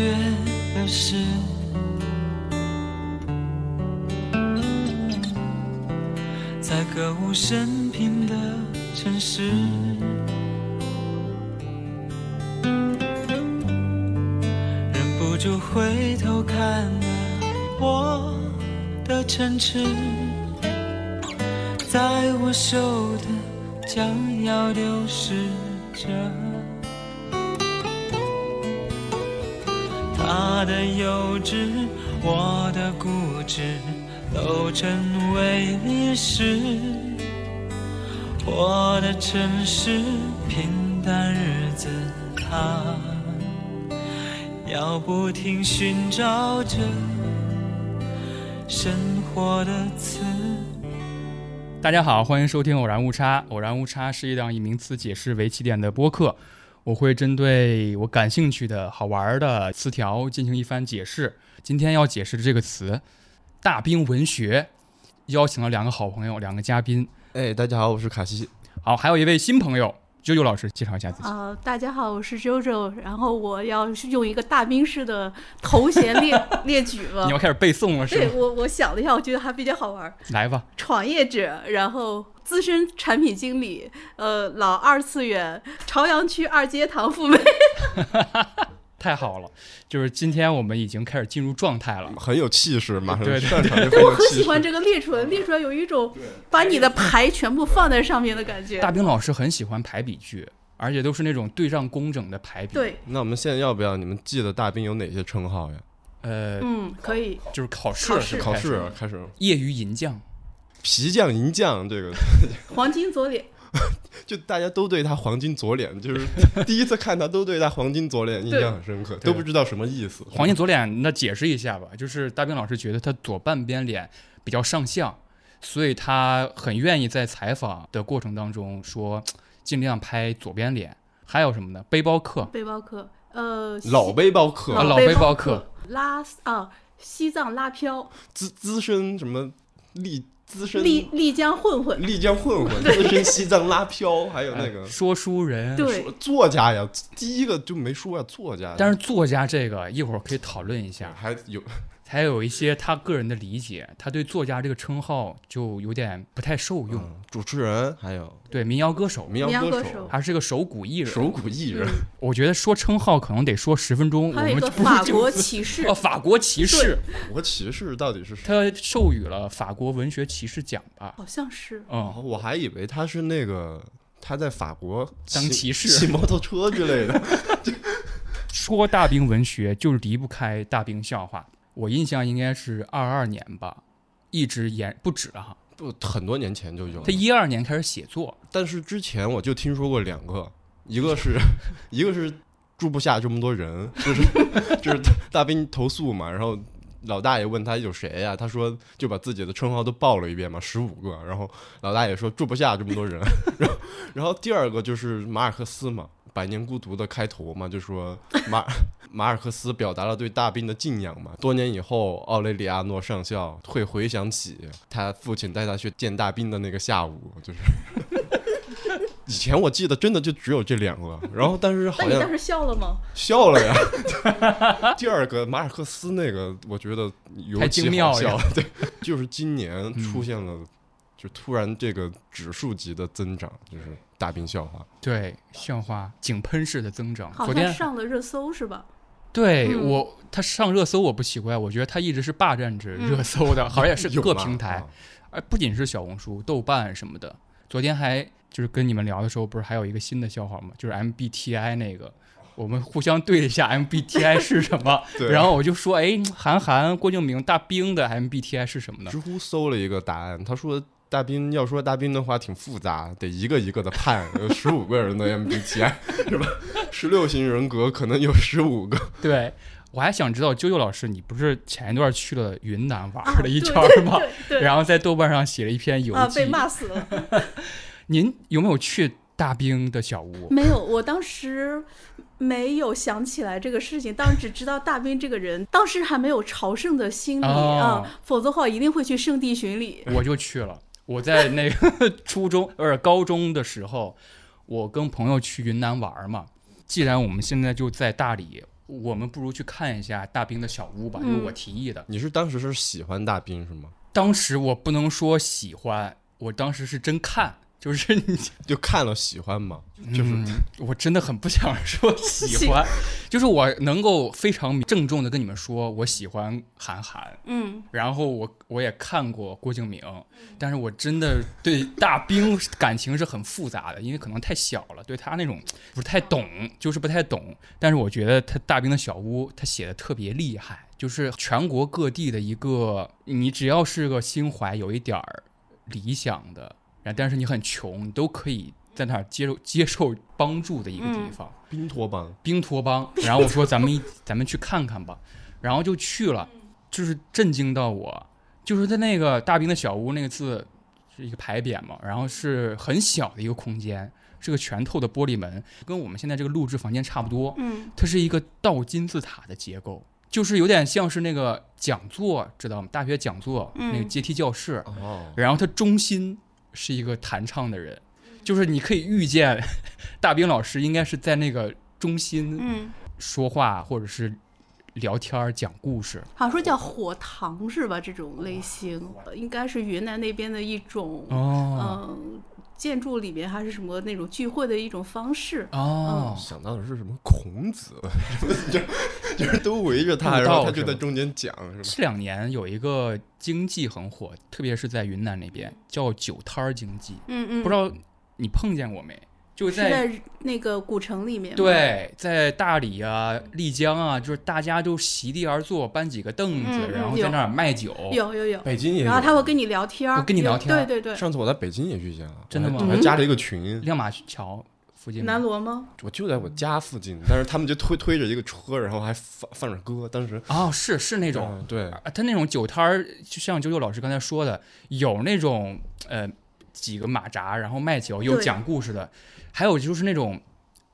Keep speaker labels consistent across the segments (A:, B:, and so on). A: 是在歌舞升平的城市，忍不住回头看了我的城池，在我手的将要丢失着。他的幼稚，我的固执，都成为历史。我的城市，平淡日子，他要不停寻找着生活的词。
B: 大家好，欢迎收听《偶然误差》。《偶然误差》是一档以名词解释为起点的播客。我会针对我感兴趣的好玩的词条进行一番解释。今天要解释的这个词“大兵文学”，邀请了两个好朋友，两个嘉宾。
C: 哎，大家好，我是卡西。
B: 好，还有一位新朋友，啾啾老师，介绍一下自己。
D: 呃，大家好，我是 JoJo，然后我要用一个大兵式的头衔列列举了。
B: 你要开始背诵了是
D: 对
B: 吗？
D: 我，我想了一下，我觉得还比较好玩。
B: 来吧，
D: 创业者，然后资深产品经理，呃，老二次元，朝阳区二街堂妇妹。
B: 太好了，就是今天我们已经开始进入状态了。
C: 很有气势，马上
B: 对对
C: 上场就很
D: 但我
C: 有
D: 很
C: 气
D: 喜欢
C: 势。
D: 这个列出来，列出来有一种把你的牌全部放在上面的感觉。
B: 大兵老师很喜欢排比句，而且都是那种对仗工整的排比。，
D: 对，
C: 那我们现在要不要你们记得大兵有哪些称号呀？
B: 呃，
D: 嗯，可以。
B: 就是考试
D: 考
B: 是
D: 试
B: 开
C: 考
B: 始
C: 试
B: 的
C: 开始，
B: 业余银匠，
C: 皮匠、银匠，这个
D: 黄金左脸，
C: 就大家都对他黄金左脸，就是 第一次看他都对他黄金左脸印象很深刻，
B: 对
C: 都不知道什么意思。
B: 黄金左脸，那解释一下吧，就是大兵老师觉得他左半边脸比较上相，所以他很愿意在采访的过程当中说，尽量拍左边脸。还有什么呢？背包客，
D: 背包客，呃，
C: 老背包客，
B: 啊老
D: 背
B: 背包
D: 客拉啊，西藏拉飘，
C: 资资深什么丽资深
D: 丽丽江混混，
C: 丽江混混，资深西藏拉飘，还有那
B: 哎
C: 个
B: 说书人，
D: 对
C: 说作家呀，第一个就没说呀，作家。
B: 但是作家这个一会儿可以讨论一下，
C: 还有
B: 还有一些他个人的理解，他对作家这个称号就有点不太受用。
C: 嗯主持人，还有
B: 对，民谣歌手，
C: 民
D: 民谣
C: 谣
D: 歌
C: 歌
D: 手
B: 还是个手鼓艺人。
C: 手鼓艺人，嗯
B: 我觉得说称号可能得说十分钟，我
D: 还有一
B: 们
D: 个
B: 就不
D: 法
B: 就
D: 国骑士
B: 哦，，法国骑士。
C: 我骑士到底是谁？
B: 他授予了法国文学骑士奖吧？
D: 好像是
B: 嗯，
C: 我还以为他是那个他在法国
B: 当
C: 骑
B: 骑士
C: 骑摩托车之类 的。
B: 说大兵文学就是离不开大兵笑话。我印象应该是二二年吧，一直延不止了哈。
C: 不，很多年前就有了
B: 他，一二年开始写作，
C: 但是之前我就听说过两个，一个是一个是住不下这么多人，就是就是大兵投诉嘛，然后。老大爷问他有谁呀、他说就把自己的称号都报了一遍嘛，十五个。然后老大爷说住不下这么多人。然后，然后第二个就是马尔克斯嘛，《百年孤独》的开头嘛，就说马 马尔克斯表达了对大兵的敬仰嘛。多年以后，奥雷里亚诺上校会回想起他父亲带他去见大兵的那个下午，就是以前我记得真的就只有这两个，然后但是
D: 那
C: 好
D: 你
C: 像
D: 当时笑了吗？
C: 笑了呀。 第二个马尔克斯那个，我觉得尤
B: 太精
C: 其
B: 妙
C: 好
B: 了嗯
C: 笑。 对，就是今年出现了，就突然这个指数级的增长，就是大兵笑话。
B: 对笑话井喷式的增长。
D: 好
B: 昨
D: 像
B: 天
D: 上了热搜 是吧？
B: 对、
D: 嗯
B: 我他上热搜我不奇怪，我觉得他一直是霸占着
D: 嗯
B: 热搜的，好像也是
C: 有
B: 各
C: 吗
B: 平台
C: 啊，，
B: 而哎不仅是小红书、豆瓣什么的。昨天还就是跟你们聊的时候，不是还有一个新的笑话吗？就是 MBTI 那个，我们互相对了一下 MBTI 是什么
C: 对
B: 然后我就说，哎，韩寒、郭敬明、大兵的 MBTI 是什么呢？
C: 知乎搜了一个答案，他说。大兵要说大兵的话挺复杂，得一个一个的判， 有十五个人的 MBTI 是吧？十六型人格可能有十五个，
B: 对我还想知道，啾啾老师，你不是前一段去了云南玩
D: 啊
B: 了一圈
D: 对
B: 吗？
D: 对对
B: 然后在豆瓣上写了一篇游
D: 啊，
B: 记
D: 被。骂死了。
B: 您有没有去大兵的小屋？
D: 没有，我当时没有想起来这个事情，当时只知道大兵这个人，当时还没有朝圣的心理、
B: 哦
D: 啊，否则的话我一定会去圣地巡礼。
B: 我就去了。我在那个 初中不是高中的时候，我跟朋友去云南玩嘛。既然我们现在就在大理，我们不如去看一下大兵的小屋吧，因为我提议的。
C: 你是当时是喜欢大兵是吗？
B: 当时我不能说喜欢，我当时是真看，就是你
C: 就看了喜欢吗？就是、
B: 嗯我真的很不想说喜欢， 就是我能够非常郑重的跟你们说，我喜欢韩寒，
D: 嗯，
B: 然后我我也看过郭敬明，但是我真的对大兵感情是很复杂的，因为可能太小了，对他那种不太懂，就是不太懂。但是我觉得他大兵的小屋他写的特别厉害，就是全国各地的一个，你只要是个心怀有一点儿理想的，然但是你很穷，你都可以在那儿接受接受帮助的一个地方。
C: 冰托邦
B: 冰托邦，然后我说咱们一咱们去看看吧，然后就去了，就是震惊到我，就是在那个大兵的小屋那个字是一个牌匾嘛，然后是很小的一个空间，是个全透的玻璃门，跟我们现在这个录制房间差不多，
D: 嗯
B: 它是一个倒金字塔的结构，就是有点像是那个讲座，知道吗？大学讲座
D: 嗯
B: 那个阶梯教室，
C: 哦，
B: 然后它中心是一个弹唱的人，就是你可以预见 大兵老师应该是在那个中心
D: 嗯，
B: 说话或者是聊天儿、讲故事。
D: 好像说叫火塘是吧？这种类型应该是云南那边的一种，嗯、
B: 哦
D: 建筑里面还是什么那种聚会的一种方式。
B: 哦，
C: 想到的是什么孔子， 就就是都围着他，
B: 悟道
C: 然后他
B: 是
C: 就
B: 吧
C: 在中间讲，是吧？
B: 这两年有一个经济很火，特别是在云南那边叫酒摊儿经济，
D: 嗯嗯，
B: 不知道你碰见过没？就是
D: 在那个古城里面吗，
B: 对，在大理啊、丽江啊，就是大家都席地而坐，搬几个凳子，
D: 嗯嗯
B: 然后在那儿卖酒。
D: 有有有，
C: 北京也有
D: 然后他会跟你聊天儿，
B: 我跟你
D: 有
B: 聊天儿
D: 对对对，
C: 上次我在北京也遇见了，
B: 真的吗
C: 我还我
D: 嗯
C: 还加了一个群，
B: 亮马桥附近吗
D: 南锣吗？
C: 我就在我家附近，但是他们就推推着一个车，然后还放放着歌，当时
B: 哦，是是那
C: 那
B: 种，
C: 对，
B: 啊，他那种酒摊儿，就像九九老师刚才说的，有那种呃几个马扎，然后卖酒，有
D: 对
B: 讲故事的，还有就是那种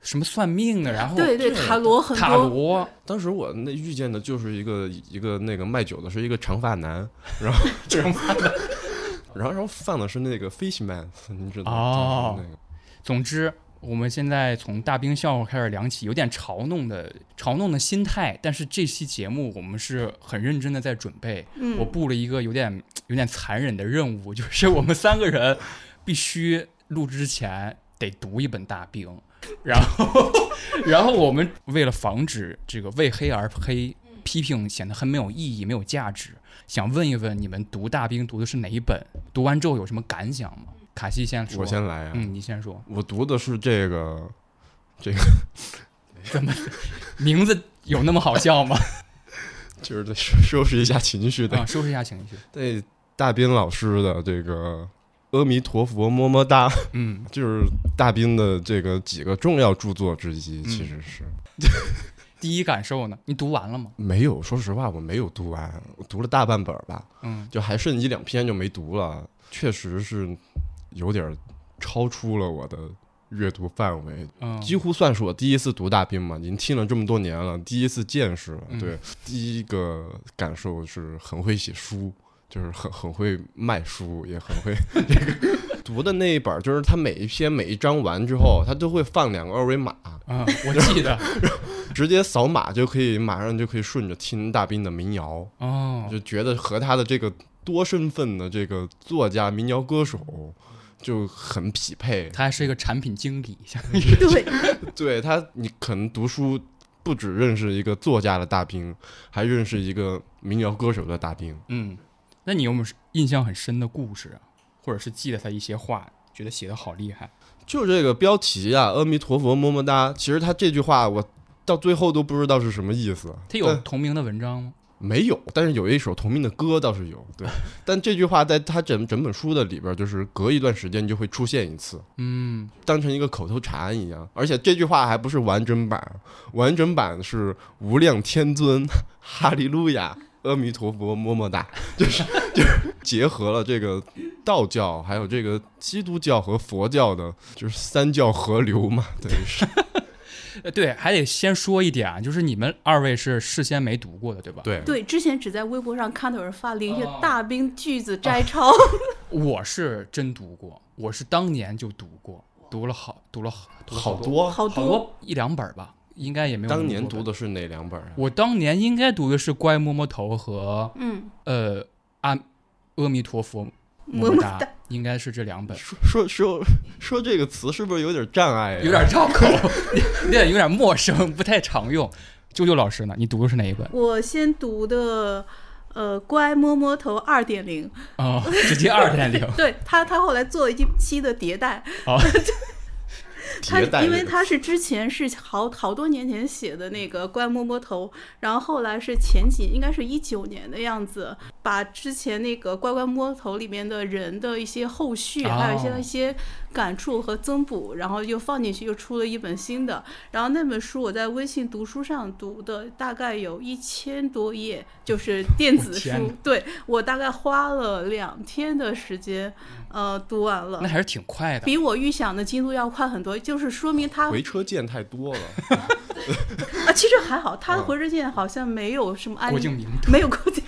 B: 什么算命的，然后
D: 对对，
C: 这
D: 塔罗很
B: 哦塔
D: 多，
B: 罗，
C: 当时我那遇见的就是一个一个那个卖酒的是一个长发男，然 后长发男， 然后然后放的是那个 Fishman，你知道吗
B: 哦
C: 就是那个
B: 总之。我们现在从大兵笑话开始聊起，有点嘲弄的嘲弄的心态，但是这期节目我们是很认真的在准备。
D: 嗯，
B: 我布了一个有点有点残忍的任务，就是我们三个人必须录制之前得读一本大兵，然后然后我们为了防止这个为黑而黑，批评显得很没有意义、没有价值，想问一问你们读大兵读的是哪一本？读完之后有什么感想吗？卡西先说，
C: 我先来啊，
B: 嗯，你先说，
C: 我读的是这个
B: 名字有那么好笑 吗？
C: 就是得收收拾一下情绪的
B: 啊，收拾一下情绪，
C: 对大斌老师的这个《阿弥陀佛么么哒》，
B: 嗯，
C: 就是大斌的这个几个重要著作之一，其实是、
B: 第一感受呢？你读完了吗？
C: 没有。说实话，我没有读完，我读了大半本儿吧，
B: 嗯，
C: 就还剩一两篇就没读了，确实是有点儿超出了我的。阅读范围
B: 嗯，
C: 几乎算是我第一次读大兵嘛，您听了这么多年了，第一次见识了。
B: 嗯
C: 对，第一个感受是很会写书，就是很很会卖书，也很会这个读的那一本儿，就是他每一篇每一章完之后，他都会放两个二维码，
B: 嗯，我记得
C: 直接扫码就可以，马上就可以顺着听大兵的民谣，
B: 哦，
C: 就觉得和他的这个多身份的这个作家、民谣歌手就很匹配。
B: 他还是一个产品经理，
D: 对，
C: 对他，你可能读书不只认识一个作家的大兵，还认识一个民谣歌手的大兵。
B: 嗯，那你有没有印象很深的故事啊，或者是记得他一些话，觉得写的好厉害？
C: 就这个标题啊，“阿弥陀佛，么么哒”，其实他这句话我到最后都不知道是什么意思。
B: 他有
C: 但
B: 同名的文章吗？
C: 没有？但是有一首同名的歌倒是有。 对，但这句话在他整整本书的里边，就是隔一段时间就会出现一次。
B: 嗯，
C: 当成一个口头禅一样，而且这句话还不是完整版，完整版是无量天尊，哈利路亚，阿弥陀佛，么么哒， 就是就是结合了这个道教，还有这个基督教和佛教的，就是三教合流嘛，等于是
B: 呃，对，还得先说一点啊，就是你们二位是事先没读过的， 对吧？，
C: 对
D: 对，之前只在微博上看到有人发了一些
B: 哦
D: 大兵句子摘抄，
B: 我是真读过，我是当年就读过，读了好，读了好，读了
C: 好
B: 多，
C: 多
D: 好
B: 好
D: 多，
B: 多一两本吧，应该也没有那么多
C: 当年读
B: 本。
C: 的是哪两本啊？
B: 我当年应该读的是《乖摸摸头》和
D: 嗯，
B: 呃阿阿弥陀佛
D: 么
B: 么
D: 么
B: 哒
D: 哒，
B: 应该是这两本，
C: 说说说说这个词是不是有点障碍、呀？
B: 有 点绕口，有点有点陌生，不太常用。啾啾老师呢？你读的是哪一本？
D: 我先读的，呃，乖摸摸头二点零，
B: 哦，直接二点零
D: 对他，他后来做了一期的迭代，
B: 哦，
D: 他
C: 迭代
D: 因
C: 这
D: 为
C: 个
D: 他是之前是好好多年前写的那个《乖摸摸头》，然后后来是前几应该是一九年的样子，把之前那个《乖乖摸头》里面的人的一些后续，
B: 哦
D: 还有一些一些感触和增补，然后又放进去，又出了一本新的。然后那本书我在微信读书上读的，大概有一千多页，就是 电
B: 我
D: 子书
B: 天哪。
D: 对我大概花了两天的时间，呃，读完了
B: 那。还是挺快的。
D: 比我预想的进度要快很多，就是说明他
C: 回车键太多 了，
D: 啊，其实还好，他的
C: 嗯
D: 回车键好像没有什么安
B: 郭敬明，
D: 没有郭敬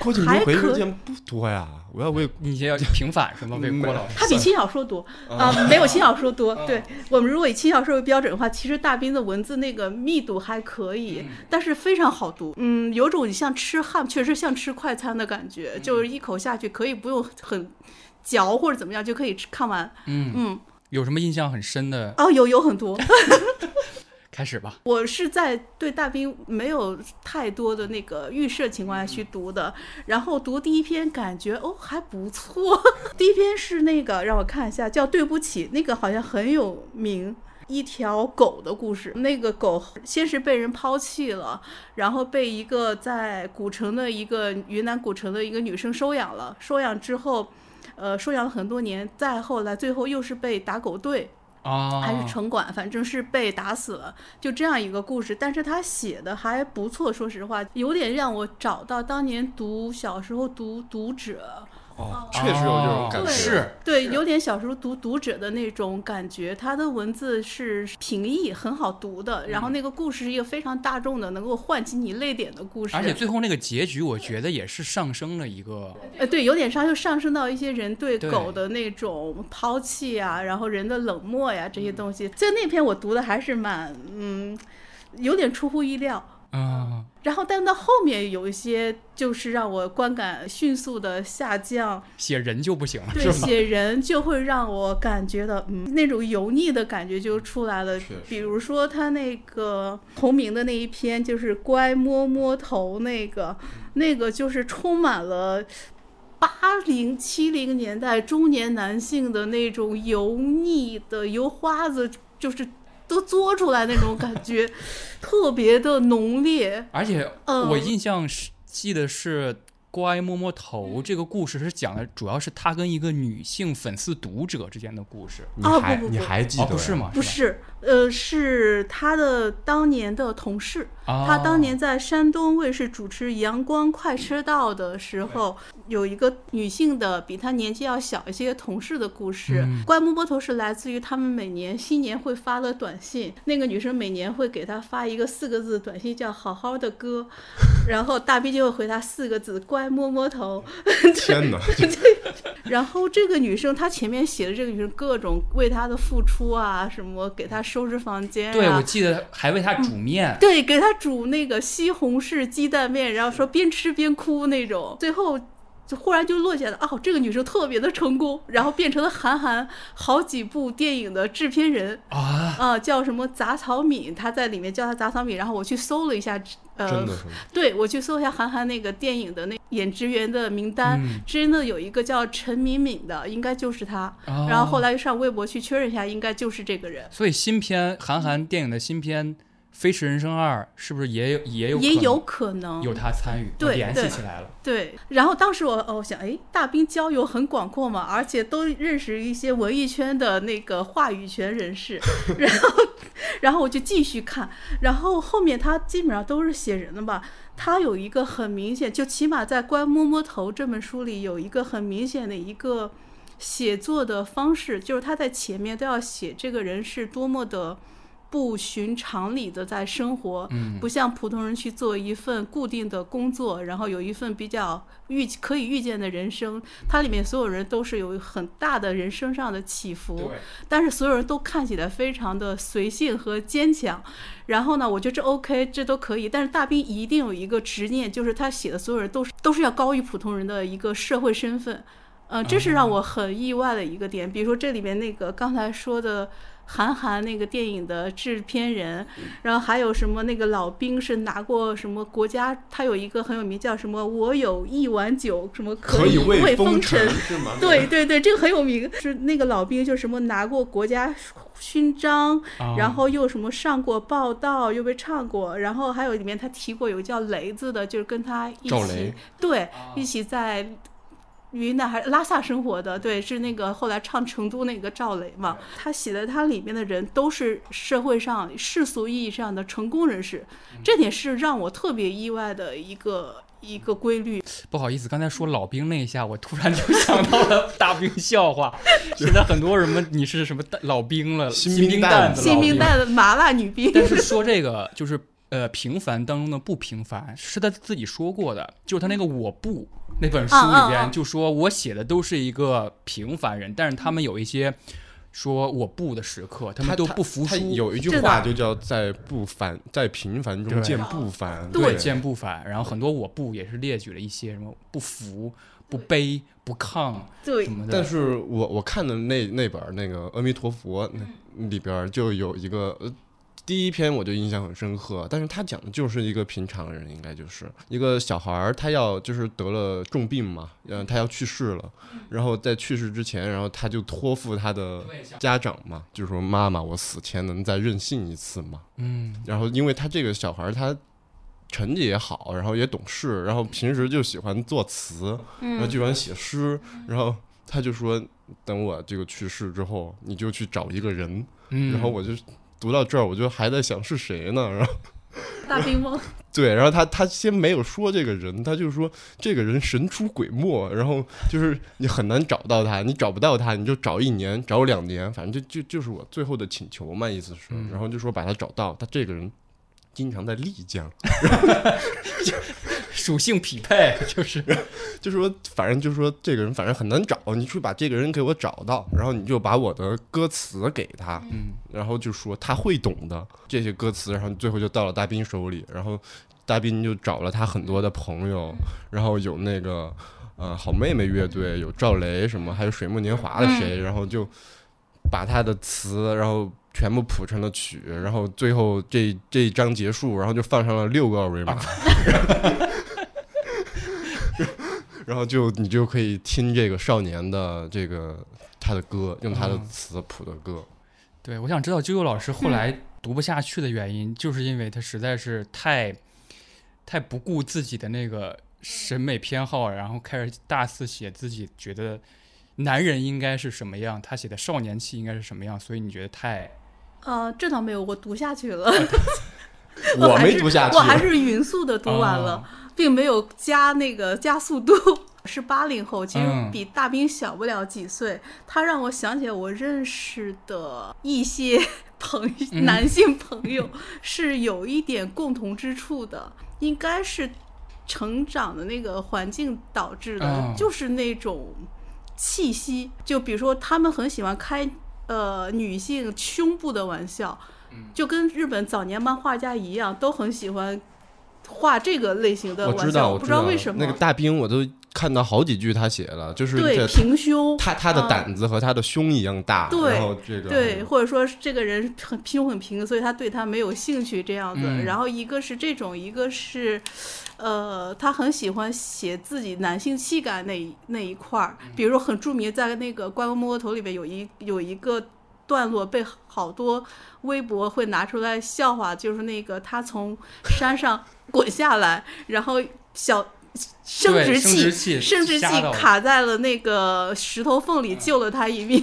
C: 郭敬
D: 还
C: 明回车
D: 可
C: 键不多呀。我要为
B: 你也要平反是吗？为郭老师，
D: 他比轻小说多啊、没有轻小说多。
B: 啊
D: 对我们如果以轻小说为标准的话，其实大兵的文字那个密度还可
B: 嗯
D: 以，但是非常好读。嗯，有种你像吃汉，确实像吃快餐的感
B: 嗯
D: 觉，就是一口下去可以不用很嚼或者怎么样就可以吃看完。
B: 嗯，
D: 嗯，
B: 有什么印象很深的？
D: 哦，有有很多，
B: 开始吧。
D: 我是在对大兵没有太多的那个预设情况下去读的，然后读第一篇感觉哦还不错，第一篇是那个让我看一下叫《对不起》，那个好像很有名。一条狗的故事，那个狗先是被人抛弃了，然后被一个在古城的一个云南古城的一个女生收养了。收养之后，呃，收养了很多年，再后来最后又是被打狗队
B: 啊，
C: 哦
D: 还是城管，反正是被打死了，就这样一个故事。但是他写的还不错，说实话，有点让我找到当年读小时候读《读者
C: 哦，确实有这种感觉。
D: 对哦
B: 是》，
D: 对，有点小时候读《读者》的那种感觉。他的文字是平易，很好读的，然后
B: 嗯
D: 那个故事是一个非常大众的，能够唤起你泪点的故事。
B: 而且最后那个结局，我觉得也是上升了一个，
D: 呃，对，有点上就上升到一些人对
B: 对
D: 狗的那种抛弃啊，然后人的冷漠呀、这些
B: 嗯
D: 东西。所以那篇我读的还是蛮，嗯，有点出乎意料。
B: 嗯，
D: 然后，但到后面有一些就是让我观感迅速的下降，
B: 写人就不行了，
D: 对
B: 是吗？
D: 写人就会让我感觉到，嗯，那种油腻的感觉就出来了
C: 确实。
D: 比如说他那个同名的那一篇，就是乖摸摸头那个，
C: 嗯
D: 那个就是充满了。八零七零年代中年男性的那种油腻的油花子，就是都嘬出来那种感 觉，特别的浓烈。
B: 而且
D: 嗯
B: 我印象是记得是《呃乖摸摸头》这个故事是讲的，主要是他跟一个女性粉丝读者之间的故事，
C: 你
D: 哦
C: 还
D: 不不
C: 你
D: 不
C: 还记
B: 哦，
C: 得？
B: 不是？吗？
D: 不
B: 吧，
D: 是，呃，是他的当年的同事。
B: 哦
D: 他当年在山东卫视主持《阳光快车道》的时候，有一个女性的比他年纪要小一些同事的故事。
B: 嗯
D: 怪摸摸头是来自于他们每年新年会发的短信，那个女生每年会给他发一个四个字短信，叫“好好的哥”，然后大 B 就会回他四个字“乖摸摸头”。
C: 天哪！
D: 然后这个女生，她前面写的这个女生各种为她的付出啊，什么给她收拾房间、啊，
B: 哦对我记得还为他煮面，
D: 对给她煮那个西红柿鸡蛋面，然后说边吃边哭那种，最后。就忽然就落下了哦，这个女生特别的成功，然后变成了韩寒好几部电影的制片人
B: 啊，
D: 啊、叫什么杂草敏，她在里面叫她杂草敏，然后我去搜了一下，呃
C: 真，的是，
D: 对，我去搜一下韩寒那个电影的那演职员的名单，
B: 嗯
D: 真的有一个叫陈敏敏的，应该就是他。
B: 哦
D: 然后后来又上微博去确认一下，应该就是这个人。
B: 所以新片韩寒电影的新片《飞驰人生二》是不是也有也有
D: 也
B: 可能
D: 有可能
B: 有他参与，
D: 对
B: 联系
D: 对
B: 起来了，
D: 对，然后当时我哦我想，哎，大兵交友很广阔嘛，而且都认识一些文艺圈的那个话语权人士，然后，然后我就继续看，然后后面他基本上都是写人的吧，他有一个很明显，就起码在《乖摸摸头》这本书里有一个很明显的一个写作的方式，就是他在前面都要写这个人是多么的。不寻常理的在生活，
B: 嗯
D: 不像普通人去做一份固定的工作，然后有一份比较预可以预见的人生。它里面所有人都是有很大的人生上的起伏，但是所有人都看起来非常的随性和坚强。然后呢，我觉得这 OK，这都可以。但是大兵一定有一个执念，就是他写的所有人都是都是要高于普通人的一个社会身份。嗯、这是让我很意外的一个点。比如说这里面那个刚才说的韩寒那个电影的制片人，
C: 嗯
D: 然后还有什么那个老兵是拿过什么国家，他有一个很有名叫什么“我有一碗酒”，什么
C: 可
D: 以
C: 为
D: 风
C: 尘，是吗？
D: 对对对，这个很有名，是那个老兵，就是什么拿过国家勋章，
B: 啊
D: 然后又什么上过报道，又被唱过，然后还有里面他提过有个叫雷子的，就是跟他一
C: 赵
D: 起
C: 雷
D: 对一起在云南还是拉萨生活的，对，是那个后来唱成都那个赵雷嘛。他写的他里面的人都是社会上世俗意义上的成功人士，这点是让我特别意外的一个一个规律。
B: 不好意思，刚才说老兵那一下，我突然就想到了大兵笑 话。现在很多什么你是什么蛋老兵了，
C: 新
B: 新
C: 兵
B: 蛋
C: 蛋
B: 子，
C: 子
D: 新兵
B: 老
D: 蛋的麻辣女
B: 兵。。
D: 兵
B: 但是说这个就是呃平凡当中的不平凡，是他自己说过的，就是他那个我不那本书里
D: 啊啊啊
B: 边就说我写的都是一个平凡人，但是他们有一些说我不的时刻，他们
C: 他
B: 都
C: 他
B: 不服
C: 他
B: 输，
C: 有一句
D: 是的
C: 话就叫在不凡，在平凡中
B: 对
C: 见不凡。
D: 对
B: 见不凡。然后很多我不也是列举了一些什么不服、不卑、不亢
D: 对
B: 什，么的。
C: 但是我我看的那那本儿那个《阿弥陀佛》那里边儿就有一个。呃第一篇我就印象很深刻，但是他讲的就是一个平常人，应该就是一个小孩儿，他要就是得了重病嘛，嗯，他要去世了，然后在去世之前，然后他就托付他的家长嘛，就说妈妈，我死前能再任性一次吗？
B: 嗯，
C: 然后因为他这个小孩儿他成绩也好，然后也懂事，然后平时就喜欢作词，然
D: 嗯
C: 后就喜欢写诗，然后他就说等我这个去世之后，你就去找一个人，
B: 嗯
C: 然后我就读到这儿，我就还在想是谁呢，然后。
D: 大兵梦。
C: 对，然后他他先没有说这个人，他就说这个人神出鬼没，然后就是你很难找到他，你找不到他，你就找一年，找两年，反正就就就是我最后的请求嘛，意思是，然后就说把他找到，他这个人经常在丽江，
B: 属性匹配， 就是
C: 就说反正就说这个人反正很难找，你去把这个人给我找到，然后你就把我的歌词给他，
B: 嗯
C: 然后就说他会懂的这些歌词，然后最后就到了大兵手里，然后大兵就找了他很多的朋友，然后有那个呃好妹妹乐队，有赵雷什么，还有水木年华的谁，然后就把他的词，然后。全部谱成了曲，然后最后这这一章结束，然后就放上了六个二维码， 然后就你就可以听这个少年的这个他的歌，用他的
B: 嗯
C: 词谱的歌。
B: 对，我想知道啾啾老师后来读不下去的原因，就是因为他实在是太太不顾自己的那个审美偏好，然后开始大肆写自己觉得男人应该是什么样，他写的少年气应该是什么样，所以你觉得太
D: 呃，这倒没有，我读下去 了，
C: 我
D: 还
C: 没
D: 是
C: 读下去，哦
D: 我还是匀速的读完了，并没有加那个加速度。是八零后，其实
B: 嗯
D: 比大兵小不了几岁。他让我想起来我认识的一些朋友
B: 嗯
D: 男性朋友是有一点共同之处的，应该是成长的那个环境导致的，
C: 哦
B: 嗯
D: 就是那种气息。就比如说，他们很喜欢开呃女性胸部的玩笑，就跟日本早年漫画家一样，都很喜欢画这个类型的
C: 我
D: 玩笑。
C: 知道，
D: 不
C: 知
D: 知道为什么。
C: 那个大兵我都看到好几句他写了，就是
D: 对
C: 这
D: 平胸，
C: 他他的
D: 嗯
C: 胆子和他的胸一样大，
D: 对
C: 然后这个
D: 对，或者说是这个人很胸很平，所以他对他没有兴趣这样子。
B: 嗯
D: 然后一个是这种，一个是，呃，他很喜欢写自己男性气概那一那一块儿。
B: 嗯
D: 比如说很著名，在那个《关公摸个头》里边有一有一个段落被好多微博会拿出来笑话，就是那个他从山上 滚下来，然后小。生
B: 对
D: 殖
B: 生
D: 器，
B: 殖器
D: 生殖器
B: 吓到了嗯
D: 卡在了那个石头缝里，救了他一命。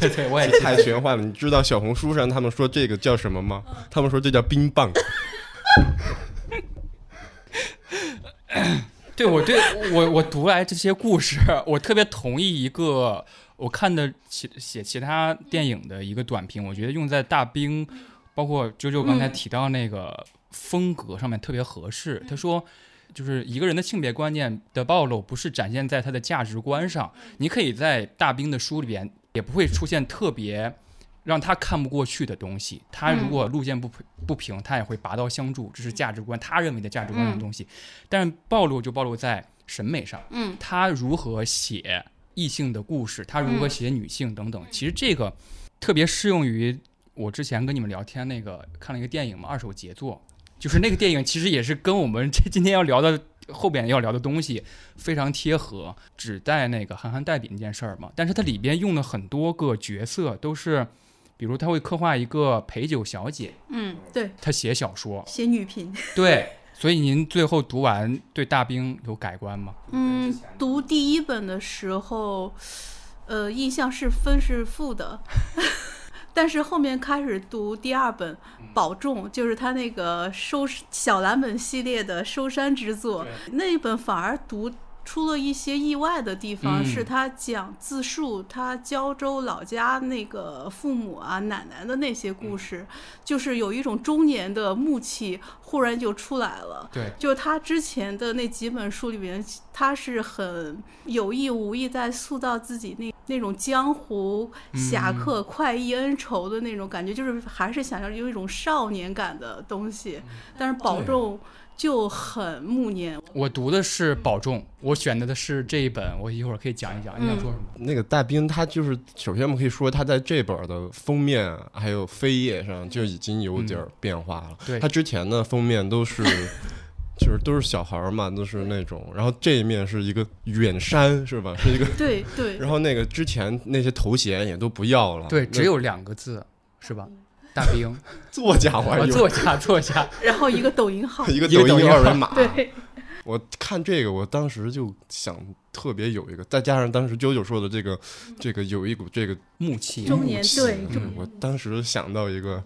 B: 对对，我也记
C: 太玄幻了。你知道小红书上他们说这个叫什么吗？他们说这叫冰棒。
B: 对我对我我读来这些故事，我特别同意一个我看的其写其他电影的一个短评，我觉得用在大兵，包包括啾啾刚才提到那个风格上面特别合适。他说，就是一个人的性别观念的暴露，不是展现在他的价值观上。你可以在大兵的书里边，也不会出现特别让他看不过去的东西。他如果路见不平不平，他也会拔刀相助，这是价值观，他认为的价值观上的东西。但是暴露就暴露在审美上，
D: 嗯，
B: 他如何写异性的故事，他如何写女性等等。其实这个特别适用于我之前跟你们聊天那个看了一个电影嘛，《二手杰作》，就是那个电影其实也是跟我们 这今天要聊的后边要聊的东西非常贴合，只带那个韩寒代笔那件事儿嘛。但是它里边用了很多个角色都是。比如他会刻画一个陪酒小姐，
D: 嗯，对，
B: 她写小说，
D: 写女频。
B: 哦对，所以您最后读完对大兵有改观吗？
D: 嗯，读第一本的时候，呃，印象是分是 负的，但是后面开始读第二本
B: 嗯
D: 《保重》，就是他那个收小蓝本系列的收山之作，那一本反而读。出了一些意外的地
B: 嗯
D: 方，是他讲自述他胶州老家那个父母啊、奶奶的那些故事，
B: 嗯
D: 就是有一种中年的木气忽然就出来了。
B: 对，
D: 就他之前的那几本书里面，他是很有意无意在塑造自己那那种江湖
C: 嗯
D: 侠客快意恩仇的那种感觉，就是还是想要有一种少年感的东西。
C: 嗯
D: 但是保重就很暮年，
B: 我读的是《保重》，我选择的是这一本，我一会儿可以讲一讲。你想说什么？
C: 那个大兵，他就是首先我们可以说，他在这本的封面还有扉页上就已经有点儿变化了。
B: 对
C: 他之前的封面都是 就是都是小孩儿嘛，都是那种，然后这一面是一个远山是吧？是一个，
D: 对对
C: 然后那个之前那些头衔也都不要了，
B: 对，
C: 那
B: 只有两个字，是吧？嗯哎大 兵，
C: 作家我还
B: 我
C: 有
B: 坐下，坐下。
D: 然后一个抖
C: ，
D: 音号
C: 一个
B: 一个
C: 抖
B: 抖音
C: 音二维码，
D: 对，
C: 我看这个，我当时就想特别有一个，再加上当时啾啾说的这个，这个有一股这个
B: 木气，
D: 嗯中年对
C: 嗯
D: 中年
C: 我当时想到一个，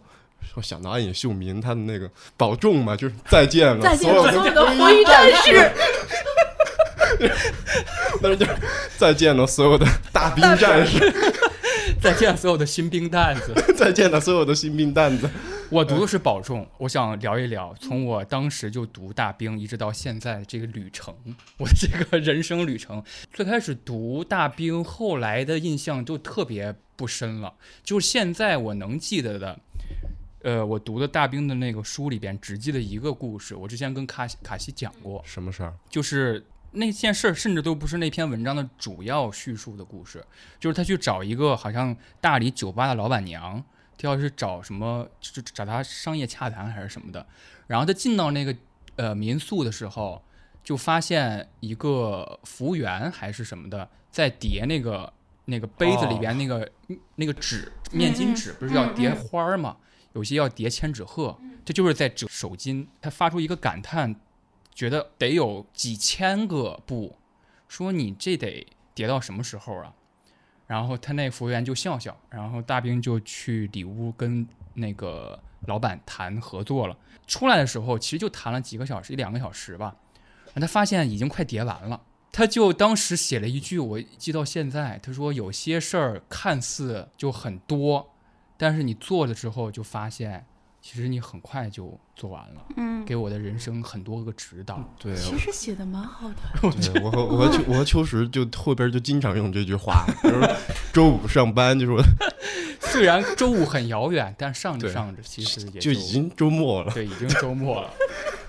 C: 我想到暗野秀明他的那个保重嘛，就是再见了，
D: 再见
C: 所
D: 了
C: 有
D: 所
C: 的，
D: 有的红衣战 士，
C: 但是就是再见了所有的大兵战士，
B: 再见所有的新兵蛋子。
C: 再见了所有的新兵蛋子。
B: 我读的是《保重》，我想聊一聊从我当时就读大兵，一直到现在这个旅程，我的这个人生旅程。最开始读大兵，后来的印象就特别不深了。就是现在我能记得的，呃，我读的大兵的那个书里边，只记得一个故事。我之前跟卡西卡西讲过，
C: 什么事儿？
B: 就是那件事儿，甚至都不是那篇文章的主要叙述的故事，就是他去找一个好像大理酒吧的老板娘，他要是找什么，就就找他商业洽谈还是什么的。然后他进到那个呃民宿的时候，就发现一个服务员还是什么的在叠那个那个杯子里边那个、那个纸面巾纸，不是要叠花儿嘛？有些要叠千纸鹤，这就是在折手巾。他发出一个感叹，觉得得有几千个不，说你这得叠到什么时候啊？然后他那服务员就笑笑，然后大兵就去里屋跟那个老板谈合作了。出来的时候其实就谈了几个小时，一两个小时吧。然后他发现已经快叠完了，他就当时写了一句，我记到现在，他说有些事儿看似就很多，但是你做了之后就发现，其实你很快就做完了。
D: 嗯，
B: 给我的人生很多个指导。
C: 对，
D: 其实写的蛮好的，
C: 对我和我和秋我和秋实就后边就经常用这句话，比如 说周五上班就说
B: 虽然周五很遥远，但上着
C: 对
B: 上着，其实也
C: 就已经周末 了。
B: 对，已经周末了。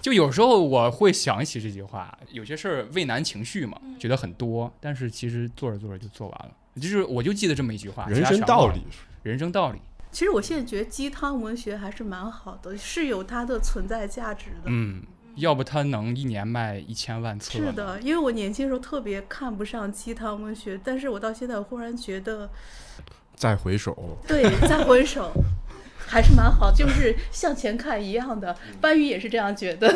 B: 就有时候我会想起这句话，有些事儿畏难情绪嘛，
D: 嗯
B: 觉得很多，但是其实做着做着就做完了。就是我就记得这么一句话，其
C: 人
B: 他
C: 生
B: 全
C: 道
B: 忘了
C: 理，
B: 人生道理。
D: 其实我现在觉得鸡汤文学还是蛮好的，是有它的存在价值的。
B: 嗯，要不他能一年卖一千万册呢？
D: 是的，因为我年轻时候特别看不上鸡汤文学，但是我到现在我忽然 觉得，
C: 再回首，
D: 对，再回首还是蛮好，就是向前看一样的。
B: 嗯
D: 班宇也是这样觉 得。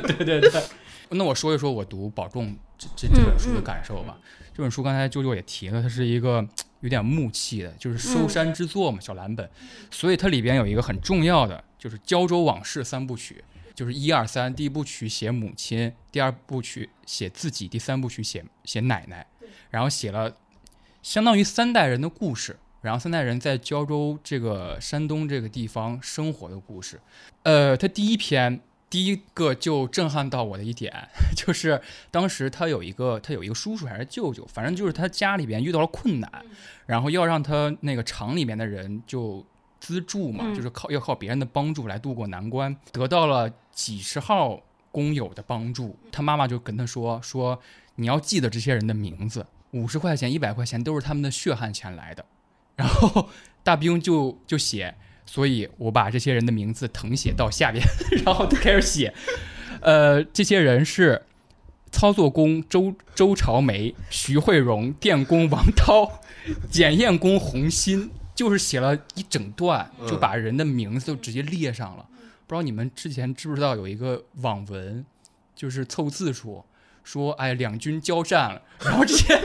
B: 对对对。那我说一说我读《保重》这这
D: 嗯
B: 这本书的感受吧。这本书刚才啾啾也提了，它是一个有点木气的，就是收山之作嘛，小蓝本。所以它里边有一个很重要的，就是《胶州往事》三部曲，就是一二三。第一部曲写母亲，第二部曲写自己，第三部曲写写奶奶，然后写了相当于三代人的故事。然后三代人在胶州这个山东这个地方生活的故事。呃，他第一篇第一个就震撼到我的一点， 就是当时他有一个他有一个叔叔还是舅舅，反正就是他家里边遇到了困难，然后要让他那个厂里面的人就资助嘛，
D: 嗯
B: 就是靠要靠别人的帮助来渡过难关，得到了几十号工友的帮助，他妈妈就跟他说说你要记得这些人的名字，五十块钱一百块钱都是他们的血汗钱来的，然后大兵就就写。所以我把这些人的名字誊写到下边， 然后开始写。呃，这些人是操作工周周朝梅、徐慧荣、电工王涛、检验工洪鑫，就是写了一整段，
C: 嗯
B: 就把人的名字都直接列上了。不知道你们之前知不知道有一个网文，就是凑字数，说哎两军交战了，然后这些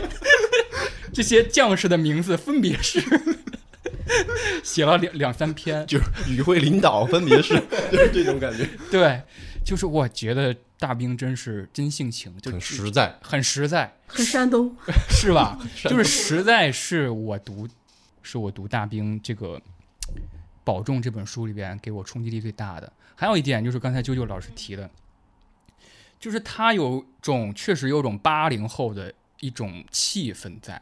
B: 这些将士的名字分别是 写了两两三篇，
C: 就是与会领导分 别是就是这种感觉，
B: 对，就是我觉得大兵真是真性情，就
C: 很实在。
B: 很实在，
D: 很山东，
B: 是吧？就是实在是我读，是我读《大兵》这个《保重》这本书里边给我冲击力最大的。还有一点就是刚才啾啾老师提的，就是他有种确实有种八零后的一种气氛在，